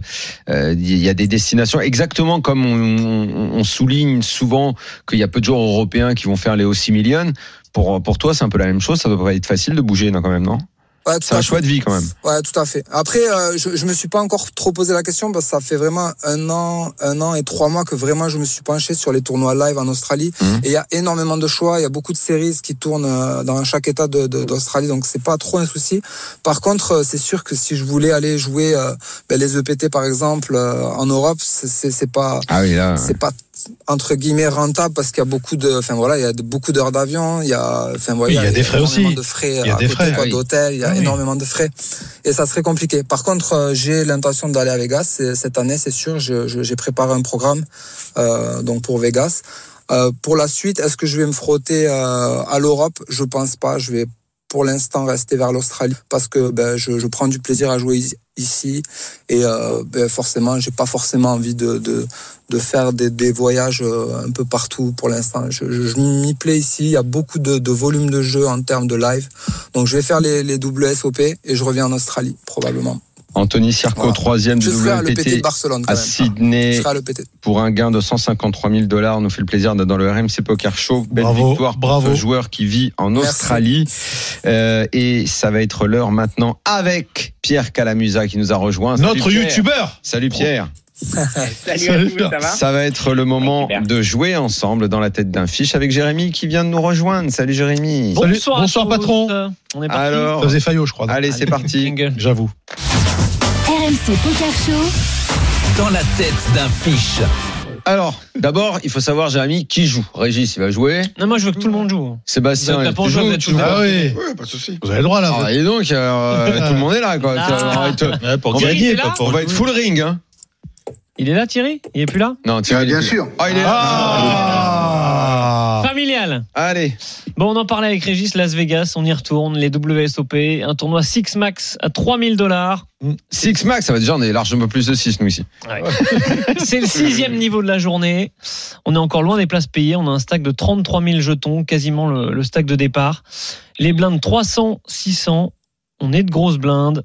[SPEAKER 5] euh, il y a des destinations. Exactement comme on, on- on souligne souvent qu'il y a peu de joueurs européens qui vont faire les aussi millions. Pour, pour toi, c'est un peu la même chose. Ça doit être facile de bouger, non, quand même, non
[SPEAKER 11] Ouais, tout
[SPEAKER 5] C'est
[SPEAKER 11] à
[SPEAKER 5] un
[SPEAKER 11] fait.
[SPEAKER 5] choix de vie, quand même.
[SPEAKER 11] Ouais, tout à fait. Après, euh, je, je me suis pas encore trop posé la question parce que ça fait vraiment un an, un an et trois mois que vraiment je me suis penché sur les tournois live en Australie.
[SPEAKER 5] Mhm.
[SPEAKER 11] Et il y a énormément de choix, il y a beaucoup de séries qui tournent euh, dans chaque état de- de- d'Australie, donc c'est pas trop un souci. Par contre, euh, c'est sûr que si je voulais aller jouer euh, ben, les EPT par exemple euh, en Europe, c'est- c'est c'est pas
[SPEAKER 5] Ah oui, là.
[SPEAKER 11] c'est pas entre guillemets rentable parce qu'il y a beaucoup de enfin voilà il y a de- beaucoup d'heures d'avion il y a enfin voilà
[SPEAKER 6] Oui, il y a des frais
[SPEAKER 11] énormément
[SPEAKER 6] aussi.
[SPEAKER 11] de frais
[SPEAKER 6] Il y a
[SPEAKER 11] à
[SPEAKER 6] des
[SPEAKER 11] côté,
[SPEAKER 6] frais,
[SPEAKER 11] quoi,
[SPEAKER 5] oui.
[SPEAKER 11] d'hôtel il y a
[SPEAKER 6] Ah oui.
[SPEAKER 11] énormément de frais et ça serait compliqué par contre euh, j'ai l'intention d'aller à Vegas et cette année c'est sûr je- je- j'ai préparé un programme euh, donc pour Vegas Euh, pour la suite est-ce que je vais me frotter euh, à l'Europe je pense pas je vais pour l'instant rester vers l'Australie parce que ben, je, je prends du plaisir à jouer i- ici et euh, ben, forcément j'ai pas forcément envie de, de, de faire des, des voyages euh, un peu partout pour l'instant. Je, je- je m'y plais ici, il y a beaucoup de, de volume de jeu en termes de live. Donc je vais faire les, les WSOP et je reviens en Australie probablement.
[SPEAKER 5] Anthony Circo,
[SPEAKER 11] Voilà.
[SPEAKER 5] troisième du
[SPEAKER 11] Je serai à l'EPT de
[SPEAKER 5] WPT
[SPEAKER 11] Barcelone quand
[SPEAKER 5] à
[SPEAKER 11] même. Je
[SPEAKER 5] Sydney.
[SPEAKER 11] serai à l'EPT.
[SPEAKER 5] pour un gain de 153 000 dollars. Nous fait le plaisir d'être dans le RMC Poker Show. Belle
[SPEAKER 6] Bravo,
[SPEAKER 5] victoire pour
[SPEAKER 6] bravo.
[SPEAKER 5] ce joueur qui vit en
[SPEAKER 11] Merci.
[SPEAKER 5] Australie. Euh, et ça va être l'heure maintenant avec Pierre Calamusa qui nous a rejoint. Salut
[SPEAKER 6] Notre
[SPEAKER 5] Pierre.
[SPEAKER 6] youtubeur
[SPEAKER 5] Salut Pierre.
[SPEAKER 12] Salut,
[SPEAKER 6] Salut,
[SPEAKER 12] à tous,
[SPEAKER 6] Pierre.
[SPEAKER 12] ça va
[SPEAKER 5] Ça va être le moment
[SPEAKER 12] Super.
[SPEAKER 5] de jouer ensemble dans la tête d'un fiche avec Jérémy qui vient de nous rejoindre. Salut Jérémy.
[SPEAKER 6] Salut.
[SPEAKER 12] Bonsoir, à
[SPEAKER 6] Bonsoir,
[SPEAKER 12] tous.
[SPEAKER 6] patron.
[SPEAKER 12] Euh, On est parti.
[SPEAKER 6] Ça
[SPEAKER 5] Alors,
[SPEAKER 6] faisait faillot, je crois. non
[SPEAKER 5] allez, c'est parti.
[SPEAKER 12] Jingle.
[SPEAKER 6] J'avoue.
[SPEAKER 3] RMC Poker Show,
[SPEAKER 4] Dans la tête d'un fiche.
[SPEAKER 5] Alors, d'abord, il faut savoir, Jérémy, qui joue. Régis, il va jouer.
[SPEAKER 12] Non, moi je veux que tout le monde joue. hein. Vous
[SPEAKER 5] Sébastien,
[SPEAKER 12] êtes là
[SPEAKER 5] il
[SPEAKER 12] pour jouer, vous êtes
[SPEAKER 5] tu
[SPEAKER 12] tous
[SPEAKER 5] joues.
[SPEAKER 12] là.
[SPEAKER 6] Ah oui.
[SPEAKER 8] Ouais, pas de souci.
[SPEAKER 6] Vous avez le droit, là.
[SPEAKER 5] Ah, et donc, euh, tout le monde est là, quoi.
[SPEAKER 12] Ah.
[SPEAKER 5] Arrête.
[SPEAKER 7] Ouais, pour
[SPEAKER 5] On va-
[SPEAKER 12] Il
[SPEAKER 7] gagner,
[SPEAKER 12] est
[SPEAKER 7] quoi,
[SPEAKER 12] là
[SPEAKER 7] pour
[SPEAKER 5] On va être full ring, hein.
[SPEAKER 12] Il est là, Thierry Il est plus là
[SPEAKER 5] Non,
[SPEAKER 9] Bien,
[SPEAKER 5] Thierry. il est plus là.
[SPEAKER 9] sûr.
[SPEAKER 5] Ah, il est là.
[SPEAKER 6] Ah.
[SPEAKER 12] Familial.
[SPEAKER 5] Allez.
[SPEAKER 12] Bon, on en parlait avec Régis, Las Vegas, on y retourne, les WSOP, un tournoi Six Max à 3000 dollars.
[SPEAKER 5] Six Max, ça va déjà, on est largement plus de 6 nous ici.
[SPEAKER 12] [LAUGHS] C'est le sixième niveau de la journée. On est encore loin des places payées. On a un stack de 33 000 jetons, quasiment le, le stack de départ. Les blindes 300, 600. On est de grosses blindes.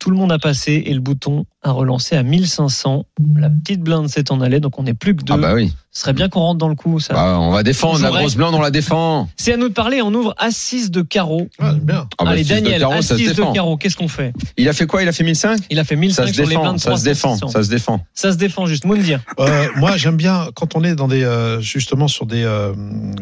[SPEAKER 12] Tout le monde a passé et le bouton a relancé à 1500. La petite blinde s'est en allée, donc on n'est plus que deux.
[SPEAKER 5] Ah bah oui.
[SPEAKER 12] Ce serait bien qu'on rentre dans le coup, ça.
[SPEAKER 5] Bah, on va défendre
[SPEAKER 12] On
[SPEAKER 5] la
[SPEAKER 12] jouerait.
[SPEAKER 5] grosse blinde, on la défend.
[SPEAKER 12] C'est à nous de parler. On ouvre As-6 de carreau.
[SPEAKER 6] Ah, bien.
[SPEAKER 5] Ah bah,
[SPEAKER 12] Allez,
[SPEAKER 5] six de
[SPEAKER 12] Daniel,
[SPEAKER 5] carreau, ça se
[SPEAKER 12] As-6 de
[SPEAKER 5] défend.
[SPEAKER 12] carreau, qu'est-ce qu'on
[SPEAKER 5] [LAUGHS]
[SPEAKER 12] fait
[SPEAKER 5] Il a fait quoi Il a fait 1005
[SPEAKER 12] Il a fait
[SPEAKER 5] ça
[SPEAKER 12] 1500
[SPEAKER 5] se
[SPEAKER 12] sur les
[SPEAKER 5] défend,
[SPEAKER 12] blindes
[SPEAKER 5] ça se
[SPEAKER 12] 300,
[SPEAKER 5] défend,
[SPEAKER 12] 600.
[SPEAKER 5] ça se défend.
[SPEAKER 12] Ça se défend juste. Moi, me dire.
[SPEAKER 6] Euh, moi, j'aime bien quand on est dans des euh, justement sur des euh,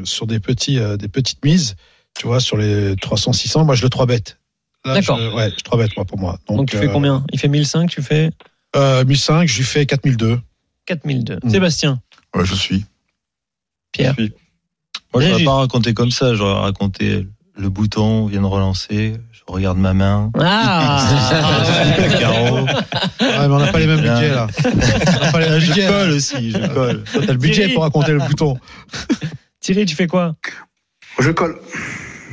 [SPEAKER 6] sur des petits euh, des petites mises, tu vois, sur les 300 600, moi je le 3 bête.
[SPEAKER 12] D'accord.
[SPEAKER 6] Je, ouais, je te bête, moi, pour moi.
[SPEAKER 12] Donc, tu fais combien Il fait 1005, tu fais
[SPEAKER 6] euh, 1005, je lui fais 4002.
[SPEAKER 12] 4002.
[SPEAKER 6] Mm. [LAUGHS]
[SPEAKER 12] Sébastien,
[SPEAKER 8] Ouais, je suis.
[SPEAKER 12] Pierre.
[SPEAKER 7] Je suis. Moi, je ne vais
[SPEAKER 12] Régis.
[SPEAKER 7] pas raconter comme ça. Je vais raconter le bouton, on vient de relancer, je regarde ma main.
[SPEAKER 12] Ah,
[SPEAKER 7] Le carreau.
[SPEAKER 6] Ouais, mais on n'a pas les mêmes
[SPEAKER 7] Là.
[SPEAKER 6] budgets, là. On n'a Ah, pas Ah, les mêmes budgets.
[SPEAKER 7] Je colle aussi, je colle.
[SPEAKER 6] Toi, t'as le budget
[SPEAKER 12] Thierry.
[SPEAKER 6] pour raconter le bouton.
[SPEAKER 12] [LAUGHS] Thierry, tu fais quoi
[SPEAKER 9] Je colle.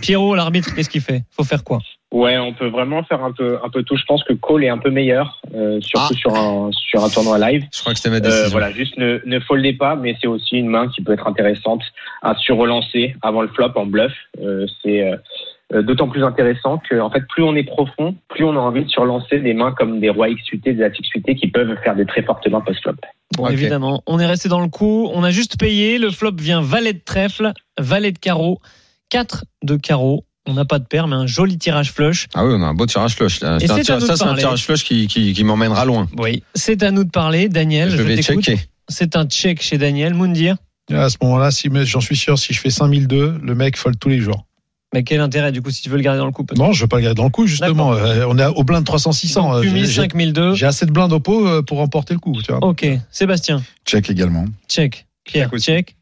[SPEAKER 12] Pierrot, l'arbitre, qu'est-ce qu'il fait Faut faire quoi
[SPEAKER 13] Ouais, on peut vraiment faire un peu, un peu tout. Je pense que Cole est un peu meilleur, euh,
[SPEAKER 5] Ah.
[SPEAKER 13] surtout sur, un, sur un tournoi live.
[SPEAKER 5] Je crois que c'était ma
[SPEAKER 13] Euh,
[SPEAKER 5] décision.
[SPEAKER 13] voilà, juste ne, ne foldez pas, mais c'est aussi une main qui peut être intéressante à surrelancer avant le flop en bluff. Euh, c'est euh, euh, d'autant plus intéressant que, en fait, plus on est profond, plus on a envie de surlancer des mains comme des rois X suités, des Atix suités qui peuvent faire des très fortes mains post-flop.
[SPEAKER 12] Bon,
[SPEAKER 5] Ok.
[SPEAKER 12] évidemment, on est resté dans le coup. On a juste payé. Le flop vient valet de trèfle, valet de carreau, 4 de carreau. On n'a pas de paire, mais un joli tirage flush.
[SPEAKER 5] Ah oui, on a un beau tirage flush. là.
[SPEAKER 12] Et
[SPEAKER 5] C'est un
[SPEAKER 12] c'est à
[SPEAKER 5] tirage-
[SPEAKER 12] nous de
[SPEAKER 5] Ça, c'est un
[SPEAKER 12] parler.
[SPEAKER 5] tirage flush qui, qui, qui m'emmènera loin.
[SPEAKER 12] Oui. C'est à nous de parler. Daniel,
[SPEAKER 5] je
[SPEAKER 12] je,
[SPEAKER 5] vais
[SPEAKER 12] t'écoute.
[SPEAKER 5] checker.
[SPEAKER 12] C'est un check chez Daniel. Moundir,
[SPEAKER 6] À ce moment-là, si, mais j'en suis sûr, si je fais 5002, le mec fold tous les jours.
[SPEAKER 12] mais quel intérêt du coup si tu veux le garder dans le coup peut-être
[SPEAKER 6] Non, je veux pas le garder dans le coup, justement. Euh, on est au blind 300-600.
[SPEAKER 12] Donc, Tu
[SPEAKER 6] Euh,
[SPEAKER 12] mises
[SPEAKER 6] j'ai-
[SPEAKER 12] 5002.
[SPEAKER 6] J'ai assez de blindes au pot euh, pour remporter le coup, tu vois.
[SPEAKER 12] Ok. Sébastien,
[SPEAKER 8] Check également.
[SPEAKER 12] check. Pierre,
[SPEAKER 10] Check aussi.
[SPEAKER 12] check.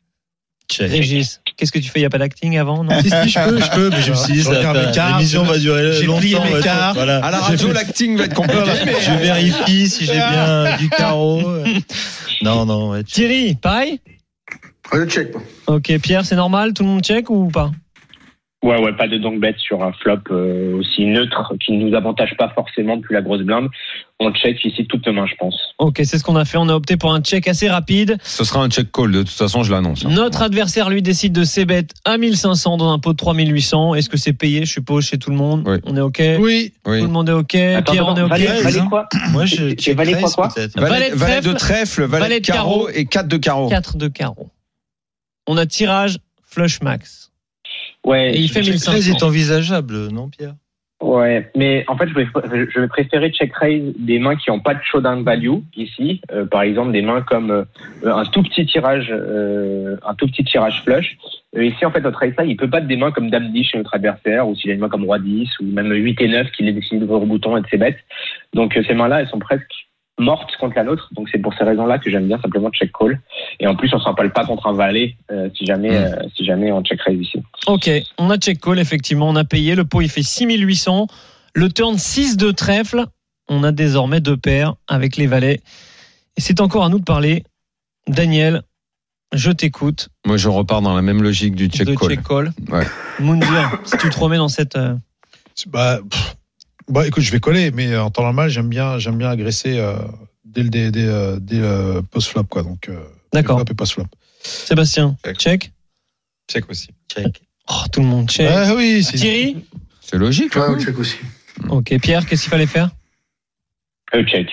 [SPEAKER 7] Check.
[SPEAKER 12] Régis, qu'est-ce que tu fais Il n'y a pas d'acting avant non
[SPEAKER 6] Si, si, je peux, je peux, mais je me suis dit,
[SPEAKER 7] ça
[SPEAKER 6] ça
[SPEAKER 7] va
[SPEAKER 6] fait-
[SPEAKER 7] faire- l'émission va durer
[SPEAKER 6] j'ai
[SPEAKER 7] longtemps.
[SPEAKER 6] plié mes
[SPEAKER 7] ouais,
[SPEAKER 6] cartes.
[SPEAKER 7] voilà.
[SPEAKER 5] À la radio,
[SPEAKER 7] [LAUGHS]
[SPEAKER 5] l'acting va être compliqué. mais-
[SPEAKER 7] Je vérifie si j'ai bien du carreau. Non, non, ouais. tu-
[SPEAKER 12] Thierry, pareil
[SPEAKER 9] Ouais, Je check. moi.
[SPEAKER 12] Ok, Pierre, c'est normal Tout le monde check ou pas
[SPEAKER 13] Ouais, ouais, pas de donc bête sur un flop euh, aussi neutre qui ne nous avantage pas forcément depuis la grosse blinde. On check ici toutes nos mains, je pense.
[SPEAKER 12] Ok, c'est ce qu'on a fait. On a opté pour un check assez rapide.
[SPEAKER 5] Ce sera un check call, de toute façon, je l'annonce.
[SPEAKER 12] Notre adversaire, lui, décide de ses bêtes à 1500 dans un pot de 3800. Est-ce que c'est payé, je suppose, chez tout le monde
[SPEAKER 5] Oui.
[SPEAKER 12] On est OK
[SPEAKER 6] Oui,
[SPEAKER 12] Tout
[SPEAKER 5] Oui.
[SPEAKER 12] le monde est OK
[SPEAKER 13] Attends,
[SPEAKER 12] Pierre,
[SPEAKER 13] attends,
[SPEAKER 12] on est OK
[SPEAKER 13] Valet,
[SPEAKER 7] Valais,
[SPEAKER 13] valet
[SPEAKER 7] hein.
[SPEAKER 13] quoi
[SPEAKER 7] Moi, je.
[SPEAKER 13] Tu valais quoi, quoi
[SPEAKER 7] peut-être.
[SPEAKER 12] Valet de
[SPEAKER 5] valet de
[SPEAKER 12] trèfle,
[SPEAKER 5] trèfle, valet de carreau et 4 de carreau.
[SPEAKER 12] 4 de carreau. On a tirage, flush max.
[SPEAKER 13] Ouais,
[SPEAKER 12] Et il fait
[SPEAKER 13] je-
[SPEAKER 12] 1500.
[SPEAKER 7] Très est envisageable, non, Pierre
[SPEAKER 13] Ouais, mais en fait, je vais, je vais préférer check raise des mains qui n'ont pas de showdown value ici. Euh, par exemple, des mains comme euh, un tout petit tirage, euh, un tout petit tirage flush. Euh, ici, en fait, notre raise size, il peut battre des mains comme dame 10 chez notre adversaire, ou s'il a une main comme roi 10, ou même 8 et 9 qu'il est décidé d'ouvrir au bouton et de ses bêtes. Donc, euh, ces mains-là, elles sont presque mortes contre la nôtre. Donc, c'est pour ces raisons-là que j'aime bien simplement check call. Et en plus, on ne s'en pas contre un valet euh, si jamais, euh, si jamais on check raise ici.
[SPEAKER 12] OK, on a check call, effectivement. On a payé. Le pot, il fait 6800. Le turn 6 de trèfle. On a désormais deux paires avec les valets. Et c'est encore à nous de parler. Daniel, je t'écoute.
[SPEAKER 5] Moi, je repars dans la même logique du check
[SPEAKER 12] de
[SPEAKER 5] call.
[SPEAKER 12] check call.
[SPEAKER 5] Ouais.
[SPEAKER 12] Moundir, si tu te remets dans cette. euh,
[SPEAKER 6] C'est- Bah, pff, bah, écoute, je vais coller, mais euh, en temps normal, j'aime bien, j'aime bien agresser euh, dès le dès, dès, euh, dès, euh, post-flop, quoi. Donc, euh,
[SPEAKER 12] D'accord.
[SPEAKER 6] flop et post-flop.
[SPEAKER 12] Sébastien,
[SPEAKER 10] Check.
[SPEAKER 12] check.
[SPEAKER 10] Check aussi.
[SPEAKER 7] Check.
[SPEAKER 12] Oh, tout le monde check.
[SPEAKER 6] Ah oui, c'est
[SPEAKER 12] Thierry
[SPEAKER 5] C'est logique.
[SPEAKER 9] Ouais,
[SPEAKER 5] hein.
[SPEAKER 9] on check aussi.
[SPEAKER 12] Ok, Pierre, qu'est-ce qu'il fallait faire
[SPEAKER 13] Euh, check.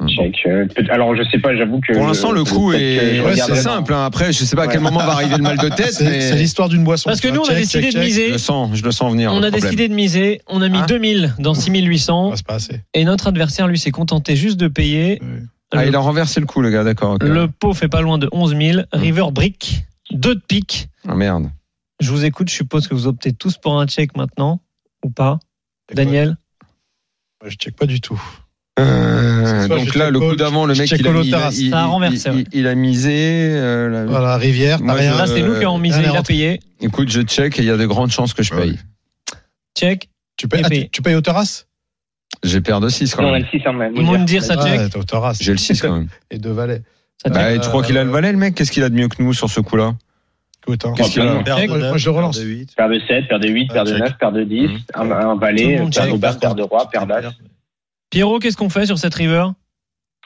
[SPEAKER 5] Mm.
[SPEAKER 13] Check. Euh, peut- alors, je sais pas, j'avoue que.
[SPEAKER 5] Pour l'instant, le coup
[SPEAKER 13] peut-être euh, que
[SPEAKER 5] est
[SPEAKER 13] je
[SPEAKER 5] ouais,
[SPEAKER 13] regarde
[SPEAKER 5] c'est
[SPEAKER 13] vraiment.
[SPEAKER 5] simple. hein. Après, je sais pas à quel
[SPEAKER 13] Ouais.
[SPEAKER 5] moment va arriver le mal de tête,
[SPEAKER 6] c'est c'est
[SPEAKER 5] mais
[SPEAKER 6] l'histoire d'une boisson.
[SPEAKER 12] Parce que
[SPEAKER 6] tu
[SPEAKER 12] nous, on
[SPEAKER 6] vois.
[SPEAKER 12] a
[SPEAKER 6] Check,
[SPEAKER 12] décidé
[SPEAKER 6] check,
[SPEAKER 12] de
[SPEAKER 6] check.
[SPEAKER 5] je
[SPEAKER 12] miser.
[SPEAKER 5] le sens, je le sens venir.
[SPEAKER 12] On
[SPEAKER 5] le
[SPEAKER 12] a
[SPEAKER 5] problème.
[SPEAKER 12] décidé de miser. On a mis
[SPEAKER 5] Hein
[SPEAKER 12] 2000 dans 6800.
[SPEAKER 6] Ah, c'est pas assez.
[SPEAKER 12] Et notre adversaire, lui, s'est contenté juste de payer.
[SPEAKER 6] Oui.
[SPEAKER 5] Ah,
[SPEAKER 12] le,
[SPEAKER 5] il a renversé le coup, le gars, d'accord. ok.
[SPEAKER 12] le pot fait pas loin de 11 000. River Brick, deux de pique.
[SPEAKER 5] Ah merde.
[SPEAKER 12] Je vous écoute, je suppose que vous optez tous pour un check maintenant, ou pas Daniel
[SPEAKER 6] Ouais, Je check pas du tout.
[SPEAKER 5] Euh,
[SPEAKER 6] C'est soit
[SPEAKER 5] donc
[SPEAKER 6] je
[SPEAKER 5] là,
[SPEAKER 6] check
[SPEAKER 5] le coup
[SPEAKER 6] call,
[SPEAKER 5] d'avant, le
[SPEAKER 6] je
[SPEAKER 5] mec,
[SPEAKER 6] check
[SPEAKER 5] il a,
[SPEAKER 6] call au
[SPEAKER 5] il,
[SPEAKER 6] terrasse.
[SPEAKER 5] il-
[SPEAKER 12] Ça a
[SPEAKER 5] il-
[SPEAKER 12] renversé,
[SPEAKER 5] il-
[SPEAKER 12] ouais.
[SPEAKER 5] il a misé. euh, la-
[SPEAKER 6] Voilà, rivière, t'as
[SPEAKER 5] Moi,
[SPEAKER 6] rien. Euh,
[SPEAKER 12] Là, c'est nous qui avons misé.
[SPEAKER 6] dernière
[SPEAKER 12] Il a
[SPEAKER 6] entrée.
[SPEAKER 12] payé.
[SPEAKER 5] Écoute, je check et il y a de grandes chances que je
[SPEAKER 8] Ouais.
[SPEAKER 5] paye.
[SPEAKER 12] Check.
[SPEAKER 6] Tu payes,
[SPEAKER 12] Et
[SPEAKER 6] ah,
[SPEAKER 12] puis-
[SPEAKER 6] tu, tu payes au terrasse
[SPEAKER 5] J'ai perdu de 6 quand
[SPEAKER 13] Non, on a
[SPEAKER 5] même.
[SPEAKER 13] le 6 en même.
[SPEAKER 12] Moundir, ça check.
[SPEAKER 6] Ouais, t'es au terrasse.
[SPEAKER 5] J'ai le 6 quand même.
[SPEAKER 6] Et deux valets.
[SPEAKER 12] Ça
[SPEAKER 5] Bah,
[SPEAKER 12] check.
[SPEAKER 5] et tu crois qu'il a le valet, le mec Qu'est-ce qu'il a de mieux que nous sur ce coup-là
[SPEAKER 6] Écoute, hein.
[SPEAKER 5] Qu'est-ce qu'il
[SPEAKER 13] Ah, bah,
[SPEAKER 5] a
[SPEAKER 7] Père de
[SPEAKER 6] Moi,
[SPEAKER 7] neuf,
[SPEAKER 6] moi, je le relance.
[SPEAKER 7] père de huit.
[SPEAKER 13] Paire de 7, paire de 8, paire de
[SPEAKER 7] check.
[SPEAKER 13] 9, paire de 10,
[SPEAKER 5] Mm.
[SPEAKER 13] un, un
[SPEAKER 12] Tout le
[SPEAKER 13] valet, euh,
[SPEAKER 12] monde
[SPEAKER 13] paire
[SPEAKER 12] check.
[SPEAKER 13] de base, paire de roi, paire d'as.
[SPEAKER 12] Pierrot, qu'est-ce qu'on fait sur cette river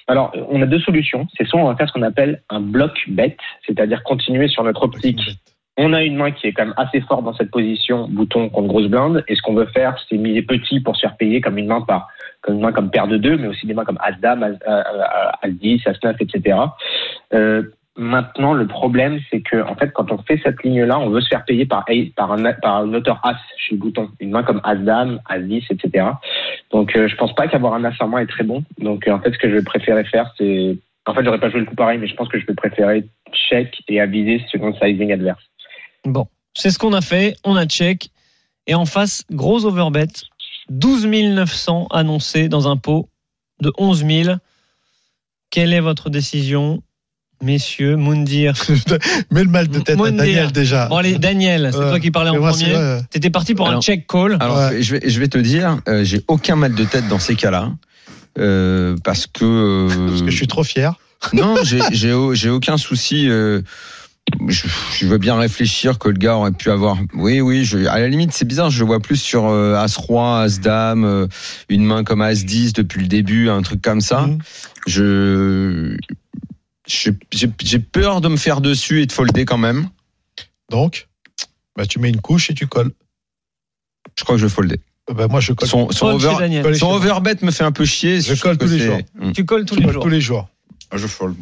[SPEAKER 13] Alors, euh, on a deux solutions. C'est soit on va faire ce qu'on appelle un bloc bet, c'est-à-dire continuer sur notre optique. On a une main qui est quand même assez forte dans cette position, bouton contre grosse blinde. Et ce qu'on veut faire, c'est miser petit pour se faire payer comme une main par, comme une main comme paire de deux, mais aussi des mains comme as dame, as, euh, euh, as 10, as 9, etc. Euh, maintenant, le problème, c'est que, en fait, quand on fait cette ligne-là, on veut se faire payer par, ace- par, un, par un auteur as chez le bouton. Une main comme as dame, as 10, etc. Donc, euh, je pense pas qu'avoir un as en main est très bon. Donc, euh, en fait, ce que je préférais faire, c'est, en fait, j'aurais pas joué le coup pareil, mais je pense que je vais préférer check et aviser selon le sizing adverse.
[SPEAKER 12] Bon, c'est ce qu'on a fait. On a check. Et en face, gros overbet. 12 900 annoncés dans un pot de 11 000. Quelle est votre décision Messieurs, Moundir.
[SPEAKER 6] [LAUGHS] Mets le mal de tête à
[SPEAKER 12] Moundir.
[SPEAKER 6] Daniel déjà.
[SPEAKER 12] Bon, allez, Daniel, c'est
[SPEAKER 6] Ouais.
[SPEAKER 12] toi qui parlais en
[SPEAKER 6] Mais moi, c'est
[SPEAKER 12] premier.
[SPEAKER 6] vrai.
[SPEAKER 12] T'étais parti pour un
[SPEAKER 5] Alors-
[SPEAKER 12] check call.
[SPEAKER 5] Alors, je, vais, je vais te dire, euh, j'ai aucun mal de tête dans ces cas-là. euh, parce que. euh,
[SPEAKER 6] [LAUGHS] Parce que je suis trop fier.
[SPEAKER 5] non, j'ai- j'ai au- j'ai aucun souci. euh, je, je veux bien réfléchir que le gars aurait pu avoir. Oui, oui. je- à la limite, c'est bizarre. Je le vois plus sur euh, As Roi, As Dame, euh, une main comme As 10 depuis le début, un truc comme ça.
[SPEAKER 6] Mhm.
[SPEAKER 5] Je je- j'ai j'ai peur de me faire dessus et de folder quand même.
[SPEAKER 6] Donc, bah, tu mets une couche et tu colles.
[SPEAKER 5] Je crois que je vais folder.
[SPEAKER 6] Bah, moi, je colle.
[SPEAKER 5] Son, son,
[SPEAKER 12] Paul chez
[SPEAKER 5] over,
[SPEAKER 12] Daniel.
[SPEAKER 6] Paul
[SPEAKER 5] son overbet me fait un peu chier.
[SPEAKER 6] Je
[SPEAKER 5] trouve
[SPEAKER 6] colle
[SPEAKER 5] que
[SPEAKER 6] tous les
[SPEAKER 5] c'est-
[SPEAKER 6] jours.
[SPEAKER 5] Mm.
[SPEAKER 12] Tu colles tous
[SPEAKER 6] Je
[SPEAKER 12] les
[SPEAKER 6] colle
[SPEAKER 12] jours.
[SPEAKER 6] tous les
[SPEAKER 5] [LAUGHS]
[SPEAKER 6] jours.
[SPEAKER 8] Ah, Je fold.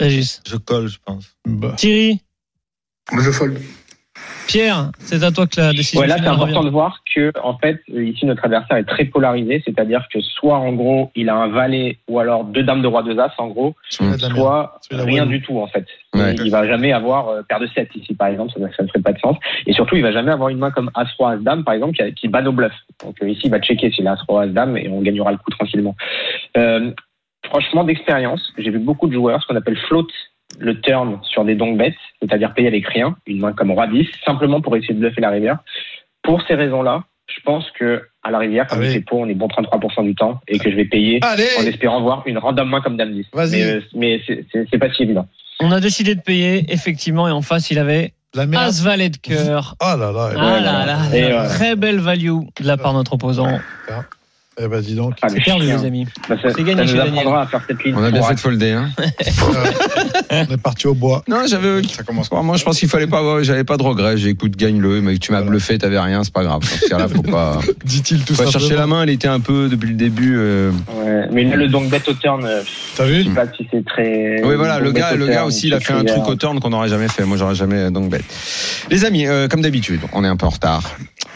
[SPEAKER 12] Régis.
[SPEAKER 7] Je colle, je pense.
[SPEAKER 6] Bah,
[SPEAKER 12] Thierry,
[SPEAKER 9] Je fold.
[SPEAKER 12] Pierre, c'est à toi que la décision
[SPEAKER 13] Ouais, là, c'est
[SPEAKER 12] finale
[SPEAKER 13] important
[SPEAKER 12] revient.
[SPEAKER 13] de voir que, en fait, ici, notre adversaire est très polarisé, c'est-à-dire que soit, en gros, il a un valet ou alors deux dames de roi, deux as, en gros,
[SPEAKER 6] celui-là de la merde.
[SPEAKER 13] soit
[SPEAKER 6] Celui-là,
[SPEAKER 13] rien
[SPEAKER 6] ouais.
[SPEAKER 13] du tout, en fait.
[SPEAKER 5] Ouais.
[SPEAKER 13] Il, il va jamais avoir euh, paire de 7 ici, par exemple, ça, ça ne ferait pas de sens. Et surtout, il va jamais avoir une main comme as roi, as dame, par exemple, qui, a- qui bat nos bluffs. Donc euh, ici, il va checker s'il a as roi, as dame et on gagnera le coup tranquillement. Euh, franchement, d'expérience, j'ai vu beaucoup de joueurs, ce qu'on appelle float le turn sur des donk bets, c'est-à-dire payer avec rien, une main comme roi 10, simplement pour essayer de bluffer la rivière. Pour ces raisons-là, je pense que à la rivière,
[SPEAKER 5] Ah
[SPEAKER 13] comme
[SPEAKER 6] Allez.
[SPEAKER 13] c'est pour, on est bon 33% du temps et que je vais payer en
[SPEAKER 6] Allez
[SPEAKER 13] espérant voir une random main comme Dame 10.
[SPEAKER 6] Vas-y.
[SPEAKER 13] Mais, euh, mais c'est- c'est c'est pas si évident.
[SPEAKER 12] On a décidé de payer, effectivement, et en face, il avait
[SPEAKER 6] La merde.
[SPEAKER 12] As Valet de cœur.
[SPEAKER 6] Ah là là. eh ben,
[SPEAKER 12] Ah là
[SPEAKER 13] voilà.
[SPEAKER 12] là,
[SPEAKER 13] Et
[SPEAKER 12] là,
[SPEAKER 13] voilà.
[SPEAKER 12] très belle value de la part de notre opposant.
[SPEAKER 6] Eh ben, dis donc.
[SPEAKER 13] Ah,
[SPEAKER 12] C'est
[SPEAKER 13] le
[SPEAKER 12] perdu,
[SPEAKER 13] chien.
[SPEAKER 12] les amis.
[SPEAKER 13] Bah, ça,
[SPEAKER 12] C'est gagné
[SPEAKER 13] ça
[SPEAKER 12] chez
[SPEAKER 13] nous
[SPEAKER 12] Daniel.
[SPEAKER 13] apprendra à faire cette ligne.
[SPEAKER 5] On a bien
[SPEAKER 13] pour
[SPEAKER 5] fait de folder. Hein.
[SPEAKER 6] Euh, on est parti au bois.
[SPEAKER 5] Non, j'avais
[SPEAKER 8] Ça commence
[SPEAKER 5] Bon, moi, je pense qu'il fallait pas. avoir- J'avais pas de regrets. J'ai écoute, gagne-le. Mais tu m'as
[SPEAKER 6] Voilà.
[SPEAKER 5] bluffé, t'avais rien, c'est pas grave. Dans ce cas-là, faut pas.
[SPEAKER 6] Dit-il tout
[SPEAKER 5] Faut pas
[SPEAKER 6] simplement.
[SPEAKER 5] chercher la main. Elle était un peu depuis le début. euh,
[SPEAKER 13] Ouais, mais le donc bet au turn, euh,
[SPEAKER 6] T'as vu
[SPEAKER 13] je sais pas si c'est très.
[SPEAKER 5] Oui, voilà. Le
[SPEAKER 13] donc, bet
[SPEAKER 5] gars,
[SPEAKER 13] au
[SPEAKER 5] le
[SPEAKER 13] turn,
[SPEAKER 5] gars aussi, il a fait un
[SPEAKER 13] c'est
[SPEAKER 5] truc
[SPEAKER 13] très-
[SPEAKER 5] au turn qu'on n'aurait jamais fait. Moi, j'aurais jamais donc bête. Les amis, euh, comme d'habitude, on est un peu en retard.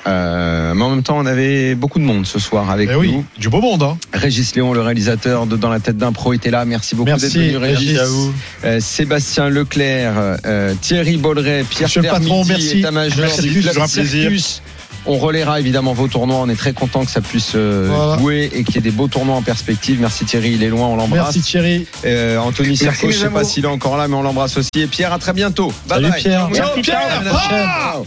[SPEAKER 5] Euh, mais en même temps, on avait beaucoup de monde ce soir avec
[SPEAKER 6] Eh
[SPEAKER 5] nous.
[SPEAKER 6] oui, du beau monde. Hein.
[SPEAKER 5] Régis Léon, le réalisateur de Dans la tête d'un pro, était là. Merci beaucoup d'être
[SPEAKER 6] Merci,
[SPEAKER 5] venu, Régis.
[SPEAKER 6] Régis. à vous.
[SPEAKER 5] Euh, Sébastien Leclerc, euh, Thierry Bolleret, Pierre
[SPEAKER 6] Monsieur le patron,
[SPEAKER 5] Termiti,
[SPEAKER 6] merci.
[SPEAKER 5] état-major
[SPEAKER 6] Merci,
[SPEAKER 5] du
[SPEAKER 6] Gus,
[SPEAKER 5] club
[SPEAKER 6] toujours un plaisir.
[SPEAKER 5] Circus. On relaiera évidemment vos tournois. On est très content que ça puisse euh,
[SPEAKER 6] Voilà.
[SPEAKER 5] jouer et qu'il y ait des beaux tournois en perspective. Merci Thierry, il est loin, on l'embrasse.
[SPEAKER 6] Merci Thierry.
[SPEAKER 5] Euh, Anthony
[SPEAKER 9] Merci,
[SPEAKER 5] Circo,
[SPEAKER 9] mes
[SPEAKER 5] je sais pas
[SPEAKER 9] amours.
[SPEAKER 5] s'il est encore là, mais on l'embrasse aussi. Et Pierre, à très bientôt. Bye
[SPEAKER 6] Salut,
[SPEAKER 5] bye.
[SPEAKER 6] Pierre.
[SPEAKER 5] Ciao,
[SPEAKER 6] Merci,
[SPEAKER 5] Pierre.
[SPEAKER 12] Ah,
[SPEAKER 6] Pierre.
[SPEAKER 5] À la prochaine. Ciao.